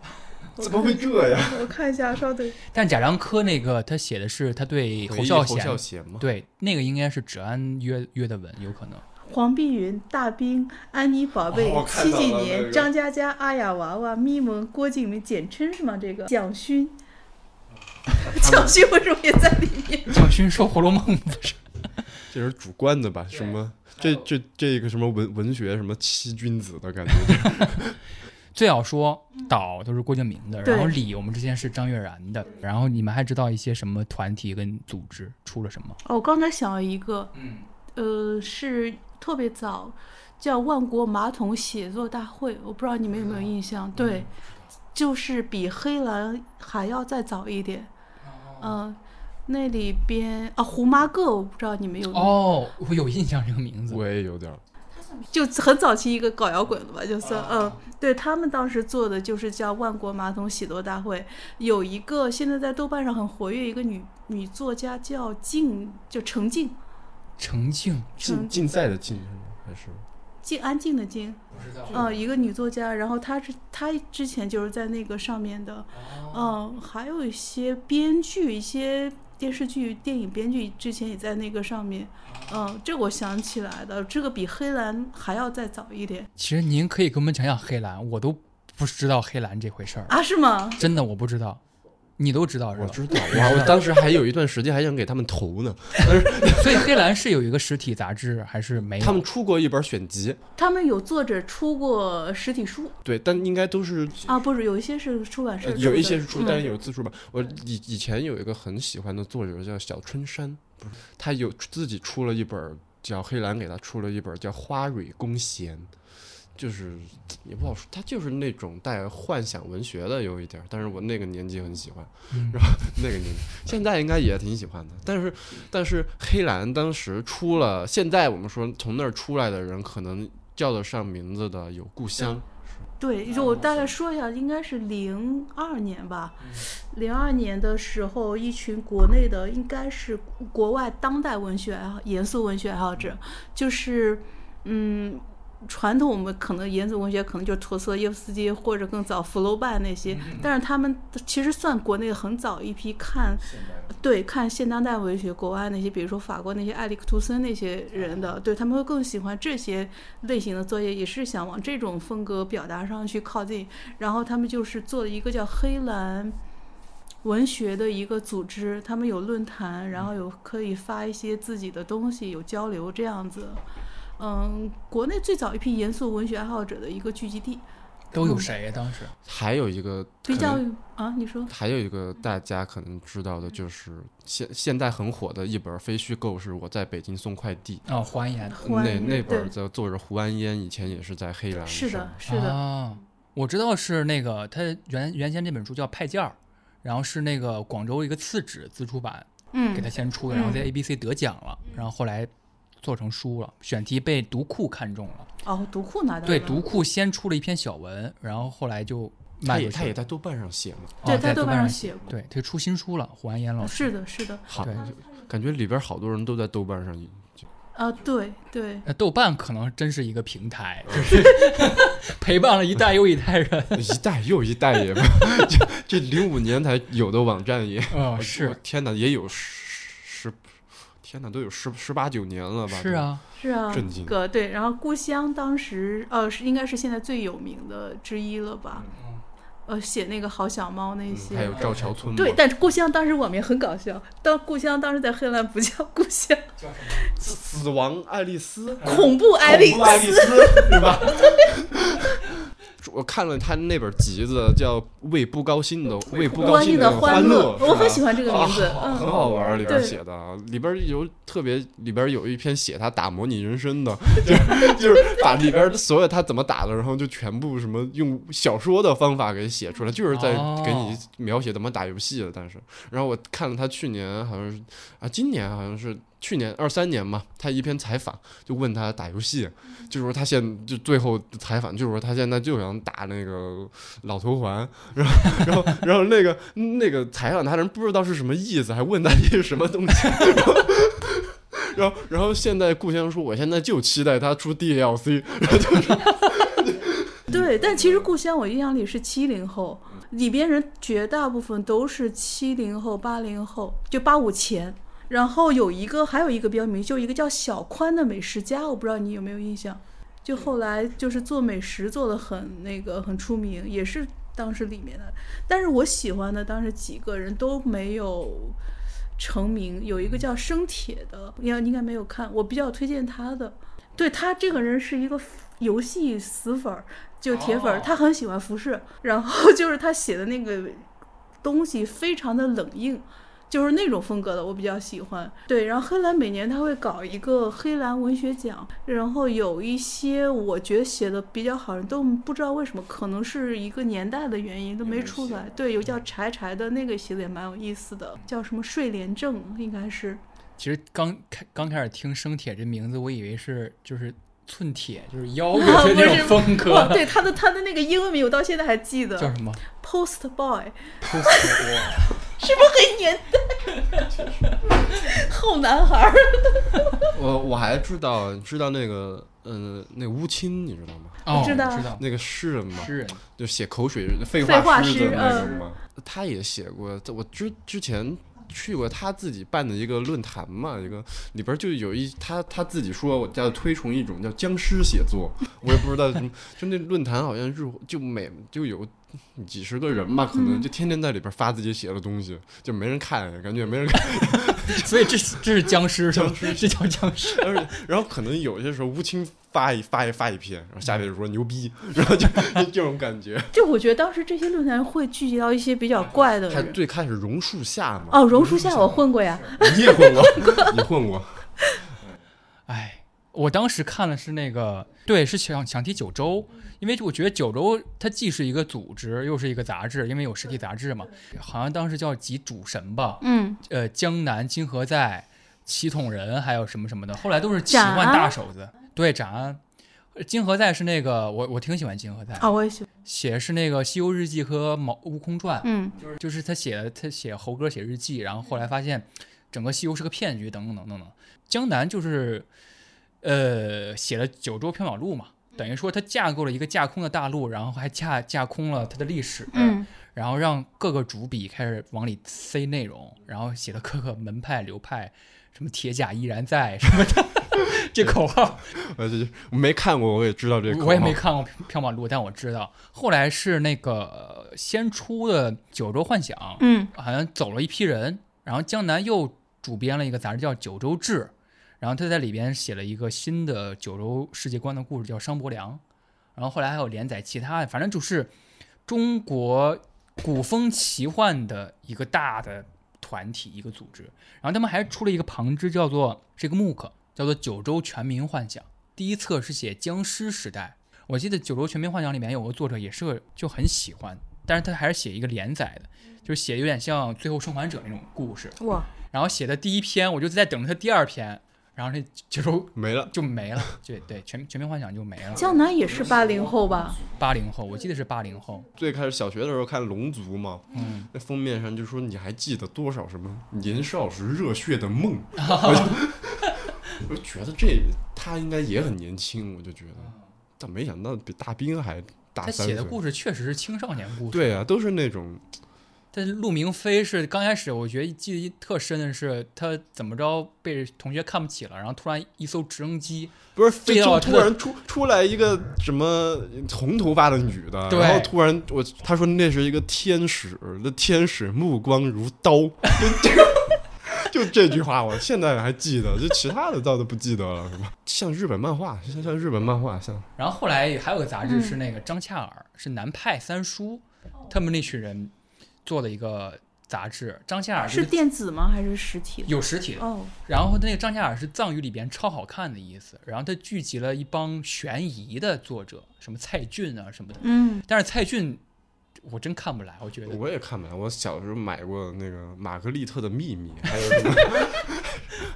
C: 怎么会这样？
D: 我看一下，稍等，
B: 但贾樟柯那个他写的是他对
C: 回
B: 侯
C: 忆
B: 孝
C: 侯
B: 贤，
C: 孝贤嘛，
B: 对，那个应该是芷安约约的文，有可能。
D: 黄碧云、大兵、安妮宝贝、
C: 哦我看
D: 戚
C: 到
D: 继
C: 了那
D: 年、
C: 个
D: 张嘉佳、阿雅娃娃、咪蒙、郭敬明，简称是吗？这个蒋勋，
C: 啊
D: 蒋勋为什么也在里面？
B: 蒋勋说《红楼梦》不是？
C: 这是主观的吧？什么？这这这个什么文文学什么七君子的感觉，
B: 最好说导都是郭敬明的，
D: 嗯对
B: 然后李我们之前是张悦然的，然后你们还知道一些什么团体跟组织出了什么？
D: 哦，我刚才想了一个，
B: 嗯，
D: 呃，是特别早，叫万国马桶写作大会，我不知道你们有没有印象？
C: 嗯
D: 对，就是比黑兰还要再早一点。
C: 哦
D: 嗯、那里边啊，胡麻个，我不知道你们有没有，
B: 哦，我有印象这个名字。
C: 我也有点儿。
D: 嗯就很早期一个搞摇滚的吧，就算嗯、对他们当时做的就是叫万国马桶写作大会，有一个现在在豆瓣上很活跃一个女女作家叫静，就程静，
B: 程静，
C: 竞
D: 嗯
C: 竞赛的竞是吗？还是
D: 静安静的静，嗯，一个女作家，然后她是她之前就是在那个上面的，嗯，还有一些编剧，一些电视剧、电影编剧之前也在那个上面，嗯，这我想起来的，这个比黑兰还要再早一点
B: 其实您可以给我们讲讲黑兰，我都不知道黑兰这回事儿，
D: 啊？是吗？
B: 真的我不知道，你都知道是
C: 我
B: 吧？
C: 知道，我我当时还有一段时间还想给他们投呢。
B: 所以黑兰是有一个实体杂志还是没有？
C: 他们出过一本选集，
D: 他们有作者出过实体书
C: 对，但应该都是
D: 啊？不是，有一些是出版社
C: 呃
D: 出的、
C: 有一些是出，但
D: 嗯
C: 是有自出版。我以以前有一个很喜欢的作者叫小春山，不是他有自己出了一本叫黑兰给他出了一本叫《花蕊弓弦》，就是也不好说，他就是那种带幻想文学的有一点儿，但是我那个年纪很喜欢，然后那个年纪现在应该也挺喜欢的，但是但是黑兰当时出了，现在我们说从那儿出来的人可能叫得上名字的有故乡。
D: 对，就我大概说一下，应该是零二年吧。零二年的时候，一群国内的，应该是国外当代文学爱好、严肃文学爱好者，就是嗯，传统我们可能严肃文学可能就陀思妥耶夫斯基或者更早福楼拜那些，但是他们其实算国内很早一批看，对看现当代文学，国外那些比如说法国那些埃里克图森那些人的，对他们会更喜欢这些类型的作业，也是想往这种风格表达上去靠近。然后他们就是做了一个叫黑蓝。文学的一个组织，他们有论坛，然后有可以发一些自己的东西，有交流这样子。嗯，国内最早一批严肃文学爱好者的一个聚集地，
B: 都有谁呀？当时
C: 还有一个
D: 比
C: 可
D: 较
C: 能
D: 啊，你说
C: 还有一个大家可能知道的，
D: 嗯
C: 就是现现在很火的一本非虚构，是我在北京送快递。
B: 哦，还原
D: 胡安
C: 那
D: 一
C: 那
D: 对
C: 本的作者胡安烟以前也是在黑兰
D: 是
C: 上
D: 的，是的，
B: 啊，我知道是那个他原原先这本书叫《派件儿》，然后是那个广州一个次纸自出版给
D: 嗯
B: 他，先出的，然后在
D: 嗯
B: ABC 得奖了，然后后来做成书了，选题被读库看中了。
D: 哦，读库拿到
B: 对，
D: 了
B: 读库先出了一篇小文，然后后来就
C: 他
B: 卖
C: 也
B: 出
C: 他也
B: 去。
C: 在豆瓣上写嘛。
D: 对
B: 哦
D: 他
B: 在
D: 豆
B: 豆
D: 瓣
B: 上
D: 上写过
B: 对，他出新书了，胡安烟老师。
D: 是的，是的，
C: 好
B: 对，
D: 嗯
C: 感觉里边好多人都在豆瓣上。
D: 啊，对对，
B: 呃那豆瓣可能真是一个平台，就是 陪伴了一代又一代 人。
C: 一代又一代 也，这这零五年才有的网站也，
B: 嗯、
C: 我
B: 是
C: 天哪，也有十十，天哪，都有十十八九年了吧？
B: 是啊，
D: 是啊，
C: 震惊
D: 个对，然后故乡当时呃是应该是现在最有名的之一了吧？呃，写那个好小猫那些。
C: 嗯还有赵桥村嘛，
D: 对，但是故乡当时我们也很搞笑，当故乡当时在黑兰不叫故乡，
C: 死亡爱丽丝，
D: 恐怖艾丽
C: 嗯恐怖爱丽丝是吧？ 我看了他那本集子，叫《为不高兴的为不高
D: 关
C: 兴
D: 心
C: 的
D: 的欢
C: 乐》，
D: 我很喜
C: 欢
D: 欢这个名字，
C: 很
D: 嗯，
C: 好玩儿，里边
D: 对
C: 写的啊，里边有特别，里边有一篇写他打模拟人生 的，就是就是把里边所有他怎么打的，然后就全部什么用小说的方法给写出来，就是在给你
B: 哦
C: 描写怎么打游戏的。但是，然后我看了他去年好像是啊，今年好像是去年二三年嘛，他一篇采访就问他打游戏，就是说他现就最后采访，就是说他现在就想打那个老头环， 然后然后然后那个那个采访他的人不知道是什么意思，还问他这是什么东西。然后，然后现在故乡说，我现在就期待他出 DLC，
D: 对。但其实故乡我印象里是七零后，里边人绝大部分都是七零后、八零后，就八五前。然后有一个，还有一个比较名，就一个叫小宽的美食家，我不知道你有没有印象。就后来就是做美食做的很那个很出名，也是当时里面的。但是我喜欢的当时几个人都没有成名，有一个叫生铁的，你应该没有看，我比较推荐他的。对他这个人是一个游戏死粉儿，就铁粉儿，他很喜欢服饰，然后就是他写的那个东西非常的冷硬。就是那种风格的，我比较喜欢。对，然后黑兰每年他会搞一个黑兰文学奖，然后有一些我觉得写的比较好人都不知道为什么，可能是一个年代的嗯原因都没出来。对，有叫柴柴的那个写的也蛮有意思的，叫什么睡莲症，应该是。
B: 其实刚开刚开始听生铁这名字，我以为是就是寸铁，就是
D: 啊
B: 腰的那种风
D: 哇，
B: 格，
D: 哦对他的他的那个英文名我到现在还记得
B: 叫什么？
D: ，Post Boy，
B: 哇
D: 是不是很年代？ 后男孩儿，
C: 我我还知道知道那个嗯、那乌青你知道吗？
B: 哦，
D: 知道
B: 知 道，
C: 那个诗人嘛，
B: 诗人
C: 就写口水废
D: 废话
C: 诗
D: 诗
C: 的那种
D: 嗯
C: 嘛。他也写过，在我之之前去过他自己办的一个论坛嘛，一个里边就有一他他自己说，我叫推崇一种叫僵尸写作，我也不知道什么，就那论坛好像是就每就有。几十个人吧，可
D: 嗯
C: 能就天天在里边发自己写的东西，就没人看，感觉没人看。
B: 所以这是这是僵尸，僵尸这叫僵尸。
C: 而且然后可能有些时候乌青发一发一发一篇，然后下面就说牛逼， 然后就就这种感觉。
D: 就我觉得当时这些论坛会聚集到一些比较怪的
C: 他
D: 人。
C: 最开始榕树下嘛，
D: 哦，榕树下我混过呀，
C: 你也混过， 你混过。
B: 哎，我当时看的是那个，对，是想想提九州，因为我觉得九州它既是一个组织，又是一个杂志，因为有实体杂志嘛，好像当时叫集主神吧，
D: 嗯，
B: 呃，江南金河在、祁统人，还有什么什么的，后来都是奇
D: 展
B: 幻
D: 安
B: 大手子。对，展安，呃金河在是那个我我挺喜欢金河在，
D: 啊，我也喜欢，
B: 写是那个《西游日记》和《毛悟空传》
D: 嗯，
B: 就是他写的他写猴哥写日记，然后后来发现整个西游是个骗局，等等等等等。江南就是呃写了九州缥缈录嘛。等于说，他架构了一个架空的大陆，然后还架架空了它的历史，
D: 嗯，
B: 然后让各个主笔开始往里塞内容，然后写了各个门派流派，什么铁甲依然在什么的， 这口号
C: 呃，这我没看过，我也知道这个口号。
B: 我也没看过《缥缈录》，但我知道后来是那个呃先出的《九州幻想》，
D: 嗯，
B: 好像走了一批人，然后江南又主编了一个杂志叫《九州志》，然后他在里边写了一个新的九州世界观的故事，叫《商伯良》，然后后来还有连载其他的，反正就是中国古风奇幻的一个大的团体一个组织，然后他们还出了一个旁支，叫做这个 MOOC，叫做《九州全民幻想》，第一册是写僵尸时代。我记得《九州全民幻想》里面有个作者也是个就很喜欢，但是他还是写一个连载的，就是写有点像《最后生还者》那种故事。
D: 哇，
B: 然后写的第一篇，我就在等着他第二篇，然后那九州
C: 没了。
B: 就没了，对对，全全民幻想就没了。
D: 江南也是八零后吧？
B: 八零后，我记得是八零后，
C: 最开始小学的时候看《龙族》嘛，
B: 嗯，
C: 那封面上就说你还记得多少什么年少时热血 的梦，我就 我就觉得这他应该也很年轻，我就觉得，但没想到比大兵还大
B: 他
C: 三
B: 写
C: 岁
B: 的。故事确实是青少年故事，
C: 对啊，都是那种
B: 但是陆明飞是刚开始，我觉得记忆特深的是他怎么着被同学看不起了，然后突然一艘直升机，
C: 不是，
B: 飞到
C: 就
B: 这
C: 突然出出来一个什么红头发的女的，
B: 对
C: 然后突然我他说那是一个天使，那天使目光如刀， 就就就这句话我现在还记得，就其他的倒都不记得了，是吧？像日本漫画，像像日本漫画，像
B: 然后后来还有个杂志是那个张恰尔，是南派三叔他们那群人做的一个杂志，张恰尔就是
D: 电子吗？还是实体的？
B: 有实体的，
D: 哦，
B: 然后那个张嘉尔是藏语里边超好看的意思，然后他聚集了一帮悬疑的作者，什么蔡骏啊什么的，
D: 嗯，
B: 但是蔡骏我真看不来，我觉得
C: 我也看完，我小时候买过那个《玛格丽特的秘密》，还有什么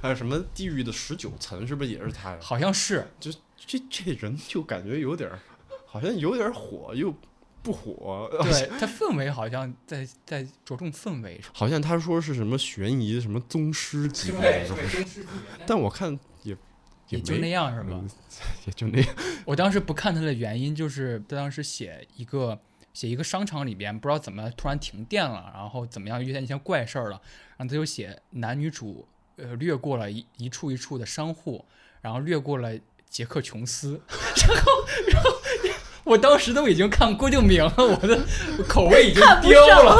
C: 还有什么《地狱的十九层》，是不是也是他呀？
B: 好像 是
C: 就这这人就感觉有点儿，好像有点儿火又不火，
B: 对他氛围好像在在着重氛围上，
C: 好像他说是什么悬疑什么宗师级别
B: 对，
C: 是吧，
B: 对，
C: 但我看也
B: 也
C: 没
B: 就那样是吧？
C: 嗯也就那样。
B: 我当时不看他的原因就是他当时写一个写一个商场里边不知道怎么突然停电了，然后怎么样遇见一些怪事儿了，然后他就写男女主呃掠过了一一处一处的商户，然后掠过了杰克琼斯，然后然后我当时都已经看郭敬明了，我的口味已经丢了，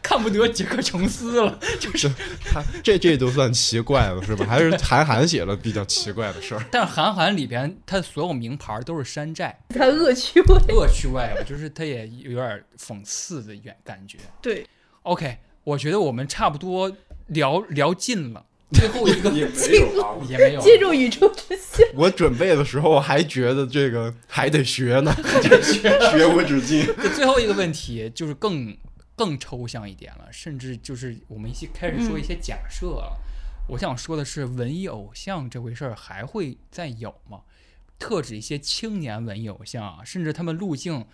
B: 看不得杰克琼斯了，就是
C: 他这这都算奇怪了是吧？还是韩寒写了比较奇怪的 事儿。
B: 但是韩寒里边他所有名牌都是山寨。
D: 他恶趣味。
B: 恶趣味吧，就是它也有点讽刺的远感觉。
D: 对，
B: OK，我觉得我们差不多聊聊尽了，最后一个也
D: 进入
B: 也没有啊
D: 进入宇宙之心，
C: 我准备的时候还觉得这个还得学 呢，这学学无止境。
B: 就最后一个问题就是更更抽象一点了，甚至就是我们一起开始说一些假设了。我想说的是，文艺偶像这回事儿还会再有吗？特指一些青年文艺偶像啊，甚至他们路径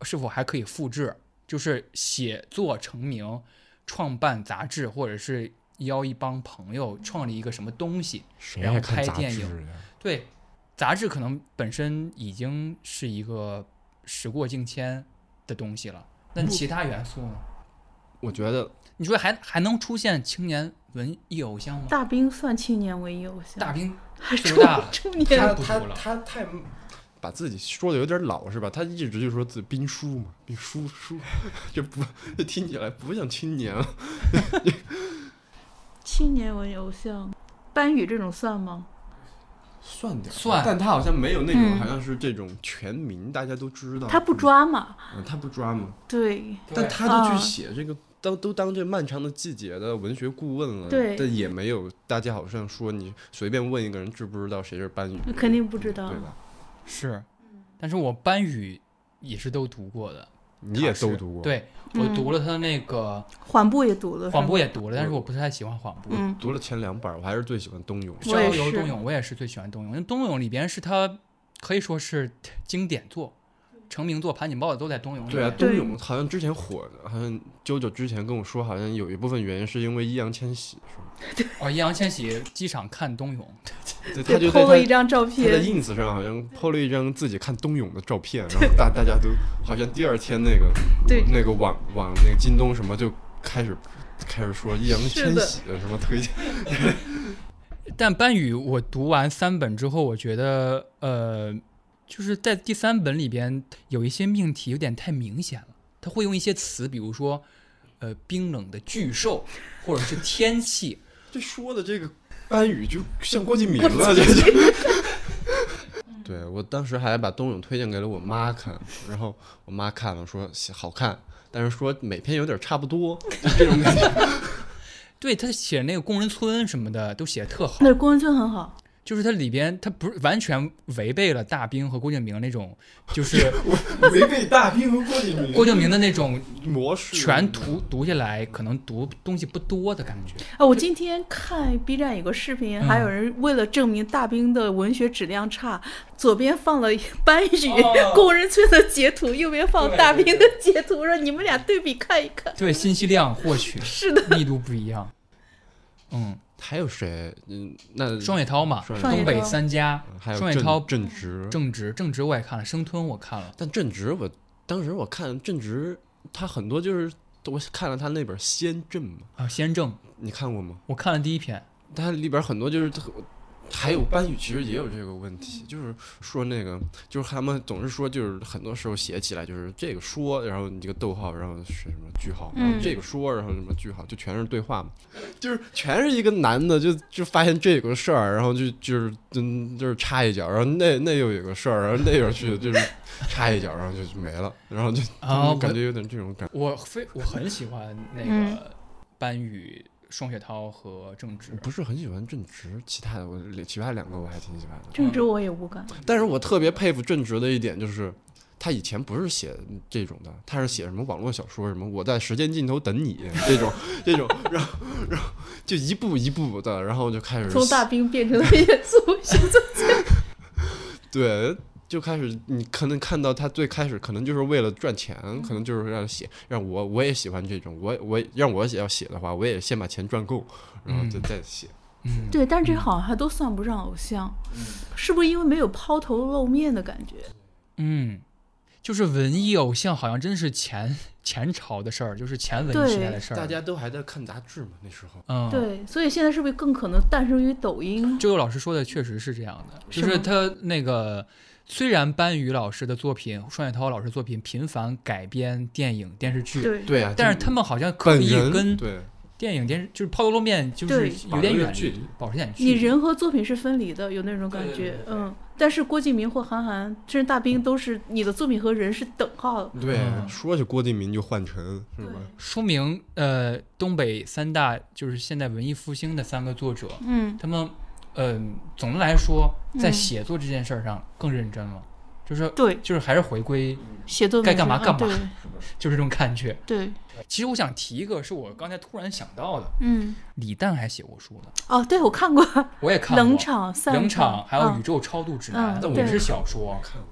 B: 是否还可以复制？就是写作成名，创办杂志，或者是邀一帮朋友创立一个什么东西，
C: 谁
B: 然后
C: 还看
B: 拍
C: 杂
B: 电
C: 志呀？啊
B: 影对，杂志可能本身已经是一个时过境迁的东西了，那其他元素呢？
C: 我觉得
B: 你说还还能出现青年文艺偶像吗？
D: 大兵算青年文艺偶像，
B: 大兵
D: 还
B: 岁
D: 中
B: 数大了
D: 中
C: 他
D: 年，
B: 不
C: 他
B: 读了
C: 他太把自己说的有点老是吧？他一直就说自己兵叔嘛，兵叔 叔，这不这听起来不像青年啊。
D: 青年文艺偶像，班宇这种算吗？
C: 算点儿
B: 算
C: 但他好像没有那种，
D: 嗯
C: 好像是这种全民大家都知道。
D: 他不、抓嘛？
C: 嗯，他不抓嘛，
D: 对，
C: 但他
D: 啊
C: 就去写这个，当都当这漫长的季节的文学顾问了，
D: 对
C: 但也没有大家好像说你随便问一个人知不知道谁是班宇，
D: 那肯定不知道
C: 对吧？
B: 是，但是我班宇也是都读过的，
C: 你也
B: 他是
C: 都读过，，
B: 对
D: 嗯
B: 我读了他那个
D: 缓步也读了，是吧
B: 缓步也读了，但是我不太喜欢缓步。
D: 嗯，
C: 读了前两本儿，我还是最喜欢东勇。
D: 我
B: 逍
D: 也
B: 遥游
D: 是
B: 冬泳，我也是最喜欢冬泳，因为冬泳里边是他可以说是经典作、成名作，《盘锦豹》都在冬泳里
C: 对啊，
B: 面。
C: 冬泳好像之前火，好像啾啾之前跟我说，好像有一部分原因是因为易烊千玺，是吗？
B: 哦，易烊千玺机场看冬泳，
C: 对，他就
D: 对，PO 了
C: 在
D: 一张照
C: 他在
D: 片，
C: ins 上好像 po 了一张自己看冬泳的照 片，然后大大家都好像第二天那个
D: 对
C: 那个网网那个京东什么就开始开始说易烊千
D: 是的
C: 玺的什么推 荐，
B: 但班宇，我读完三本之后，我觉得，呃，就是在第三本里边有一些命题有点太明显了，他会用一些词，比如说，呃，冰冷的巨兽，或者是天气，
C: 这说的这个班宇就像郭敬明了，这就。 对我当时还把冬泳推荐给了我妈看，然后我妈看了说好看，但是说每篇有点差不 多，就这种感觉。
B: 对他写那个工人村什么的都写得特好，
D: 那公园村很好，
B: 就是它里边它不是完全违背了大兵和郭敬明那种，就是
C: 违背大兵和郭敬明
B: 郭敬明的那种
C: 模式，
B: 全读读下来可能读东西不多的感觉。
D: 啊，我今天看 B 站有个视频，还有
B: 嗯
D: 人为了证明大兵的文学质量差，左边放了 班宇
B: 哦
D: 《工人村》的截图，右边放
B: 对
D: 大
B: 对
D: 兵的截图，让你们俩对比看一看。
B: 对，信息量获 取
D: 是的，
B: 密度不一样。嗯，
C: 还有谁？嗯，那
B: 双雪涛嘛，
C: 双雪
D: 涛
B: 东北三家，
C: 还有
B: 双雪
C: 郑
B: 涛
C: 郑直，
B: 正直，正直我也看了，生吞我看了，
C: 但郑直我当时我看郑直，他很多就是我看了他那本《先正》嘛，
B: 啊，《先正》
C: 你看过吗？
B: 我看了第一篇，
C: 它里边很多就是特，还有班宇其实也有这个问题，就是说那个就是他们总是说就是很多时候写起来就是这个说，然后你这个逗号，然后是什么句号，然后
D: 嗯
C: 这个说，然后什么句号，就全是对话嘛，就是全是一个男的就就发现这有个事儿，然后就就是嗯就是插一脚，然后那那又有个事儿，然后那边去就是插一脚，然后就就没了，然后就
B: 啊
C: 就感
B: 我
C: 觉有点这种感觉。
B: 我非我很喜欢那
C: 嗯
B: 个班宇、双雪涛和郑智
C: 我，不是很喜欢正直，其他的我其他两个我还挺喜欢的。
D: 正直
B: 嗯
D: 我也无感。
C: 但是我特别佩服正直的一点就是，他以前不是写这种的，他是写什么网络小说，什么我在时间尽头等你 这种这种，然后然后就一步一步的，然后就开始
D: 从大兵变成了严 肃，现在
C: 对。就开始，你可能看到他最开始可能就是为了赚钱，
D: 嗯
C: 可能就是让写，让我我也喜欢这种，我我让我也要写的话，我也先把钱赚够，然后再再写。
B: 嗯，
D: 对，但这好像还都算不上偶像，是不是因为没有抛头露面的感觉？
B: 嗯，就是文艺偶像，好像真是前前朝的事儿，就是前文艺
D: 对
B: 时代的事儿。
C: 大家都还在看杂志嘛，那时候。
B: 嗯，，
D: 对，所以现在是不是更可能诞生于抖音？
B: 这位老师说的确实是这样的，就是是
D: 吗
B: 他那个虽然班宇老师的作品、双雪涛老师的作品频繁改编电影电视剧，
D: 对，
C: 对啊，
B: 但是
C: 就
B: 他们好像刻
C: 本
B: 意
C: 人
B: 跟
C: 对
B: 电影电视就是抛头露面，就是
D: 对
B: 有点远
C: 保持点距
B: 离
C: 离，
B: 保持点距
D: 你
B: 离。
D: 人和作品是分离的，有那种感
B: 对对
D: 觉
B: 对，对
D: 嗯。但是郭敬明或韩寒，甚至大兵，都是你的作品和人是等号的。
C: 对，
B: 嗯
C: 说起郭敬明就换成是吧？
B: 说明呃，东北三大就是现代文艺复兴的三个作者，
D: 嗯，
B: 他们嗯、总的来说在
D: 嗯
B: 写作这件事儿上更认真了，就是
D: 对，
B: 就是还是回归
D: 写作文
B: 该干嘛
D: 是
B: 干嘛
D: 嗯
B: 就是这种感觉。
D: 对对，
B: 其实我想提一个，是我刚才突然想到的，
D: 嗯，
B: 李诞还写过书呢，
D: 哦，对我看过
B: 我也看过《
D: 冷场、散
B: 冷场》，还有《宇
D: 嗯
B: 宙超度指南》
D: 嗯
B: 但我
D: 对
B: 是小说，
C: 看过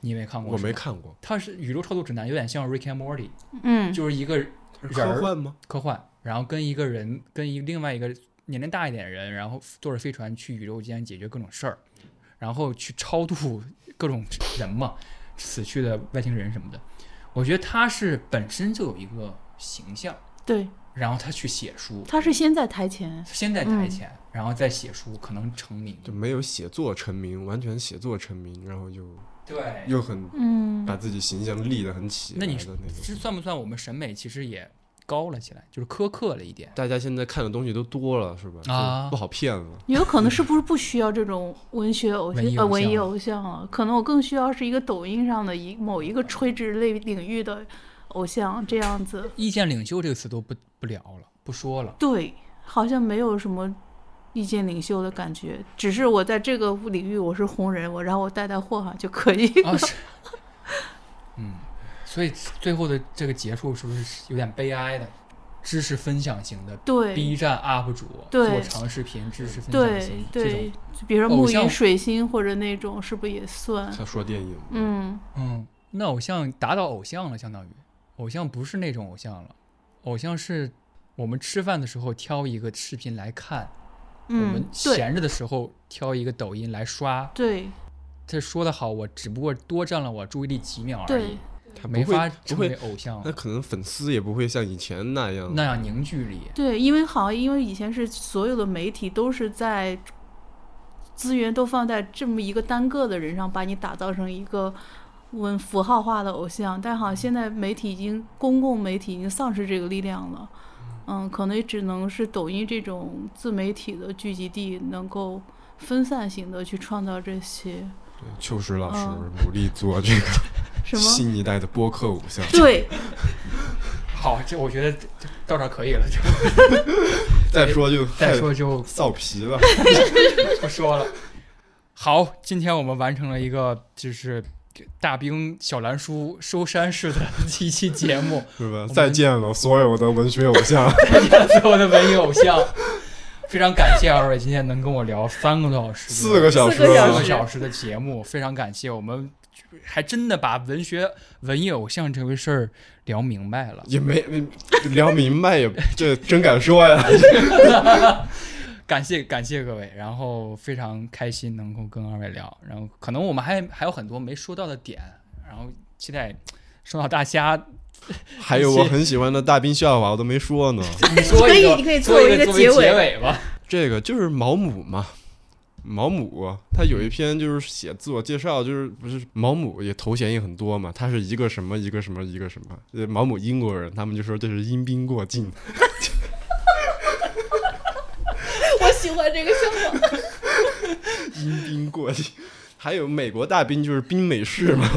B: 你没看过？
C: 我没。看过，
B: 它是《宇宙超度指南》，有点像《Rick and Morty》，
D: 嗯，
B: 就是一个人
C: 是
B: 儿
C: 科幻吗？
B: 科幻，然后跟一个人，跟一另外一个年龄大一点的人，然后坐着飞船去宇宙间解决各种事儿，然后去超度各种人嘛，死去的外星人什么的。我觉得他是本身就有一个形象，
D: 对，
B: 然后他去写书，
D: 他是先在台前，
B: 先在台前，
D: 嗯
B: 然后再写书，可能成名。
C: 就没有写作成名，完全写作成名，然后又
B: 对
C: 又很
D: 嗯，
C: 把自己形象立得很起
B: 那
C: 来的
B: 你
C: 那
B: 说
C: 种。
B: 这算不算我们审美其实也高了起来，就是苛刻了一点？
C: 大家现在看的东西都多了，是吧？就
B: 啊
C: 不好骗了。
D: 有可能是不是不需要这种文学偶像
B: 文艺
D: 呃
B: 偶
D: 文艺
B: 像
D: 偶像了？可能我更需要是一个抖音上的一某一个垂直类领域的偶像这样子。
B: 意见领袖这个词都不不聊了，不说 了。
D: 对，好像没有什么意见领袖的感觉，只是我在这个领域我是红人，我然后我带带货哈就可以 了。
B: 啊，是，嗯，所以最后的这个结束是不是有点悲哀的？知识分享型的
D: 对
B: B 站 UP 主
D: 对
B: 做长视频知识分享
D: 对
B: 型这
D: 对
B: 种，，
D: 就比如说
B: 偶
D: 木
B: 像
D: 鱼、水星或者那种，是不是也算？
C: 他说电影，，
D: 啊嗯，
B: 嗯，那偶像达到偶像了，相当于偶像不是那种偶像了，偶像是我们吃饭的时候挑一个视频来看，我
D: 嗯
B: 们，
D: 对
B: 闲着的时候挑一个抖音来刷。
D: 对
B: 这说的好，我只不过多占了我注意力几秒而
D: 对
B: 已，，
C: 他
B: 没
C: 不会
B: 法
C: 不
B: 成为
C: 会，
B: 偶像
C: 那可能粉丝也不会像以前那样
B: 那样凝聚力。
D: 对，因为好像因为以前是所有的媒体都是在资源都放在这么一个单个的人上，把你打造成一个文符号化的偶像，但好像现在媒体已经公共媒体已经丧失这个力量了。嗯，可能也只能是抖音这种自媒体的聚集地，能够分散型的去创造这些
C: 对秋实老师
D: 嗯
C: 努力做这个
D: 什么？
C: 新一代的播客偶像。
D: 对，
B: 好，这我觉得这这到这儿可以了，就
C: 再说就
B: 再
C: 太
B: 说就
C: 臊皮了。
B: 不说了。好，今天我们完成了一个就是大兵小蓝书收山式的 一期节目，
C: 是吧
B: 们？
C: 再见了，所有的文学偶像。
B: 所有的文艺偶像，非常感谢二位今天能跟我聊三个多小时，
C: 四个小时
D: 四个
B: 四
D: 小
B: 个
C: 了，
D: 时
B: 小时的节目，非常感谢我们。还真的把文学文艺偶像这回事儿聊明白了，
C: 也没 没聊明白也， 这真敢说 呀。
B: 感谢感谢各位，然后非常开心能够跟二位聊，然后可能我们还还有很多没说到的点，然后期待生老大虾，
C: 还有我很喜欢的大兵笑话，我都没说 呢。
B: 你说一
D: 可
B: 个，
D: 以你可以
B: 做
D: 做
B: 一
D: 一个
B: 个为
D: 结尾
B: 尾吧。
C: 这个就是毛姆嘛，毛姆他有一篇就是写自我介绍，就是不是毛姆也头衔也很多嘛，他是一个什么一个什么一个什么，呃毛姆英国人，他们就说这是因兵过境，
D: 我喜欢这个笑话。
C: 因兵过境， 还有美国大兵就是兵美式嘛，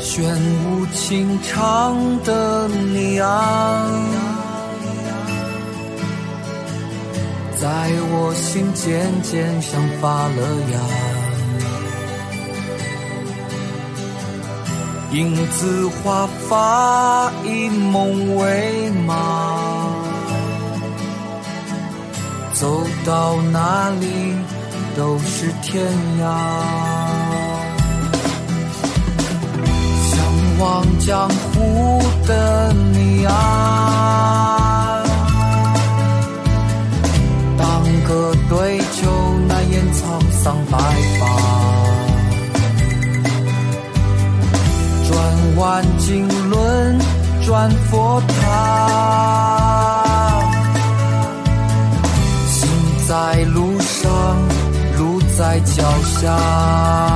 A: 炫舞情场的你啊，在我心渐渐像发了芽，影子华发以梦为马，走到哪里都是天涯。向往江湖的你啊，当个对酒那烟草桑白发，转弯经纶转佛塔，心在路上，路在脚下。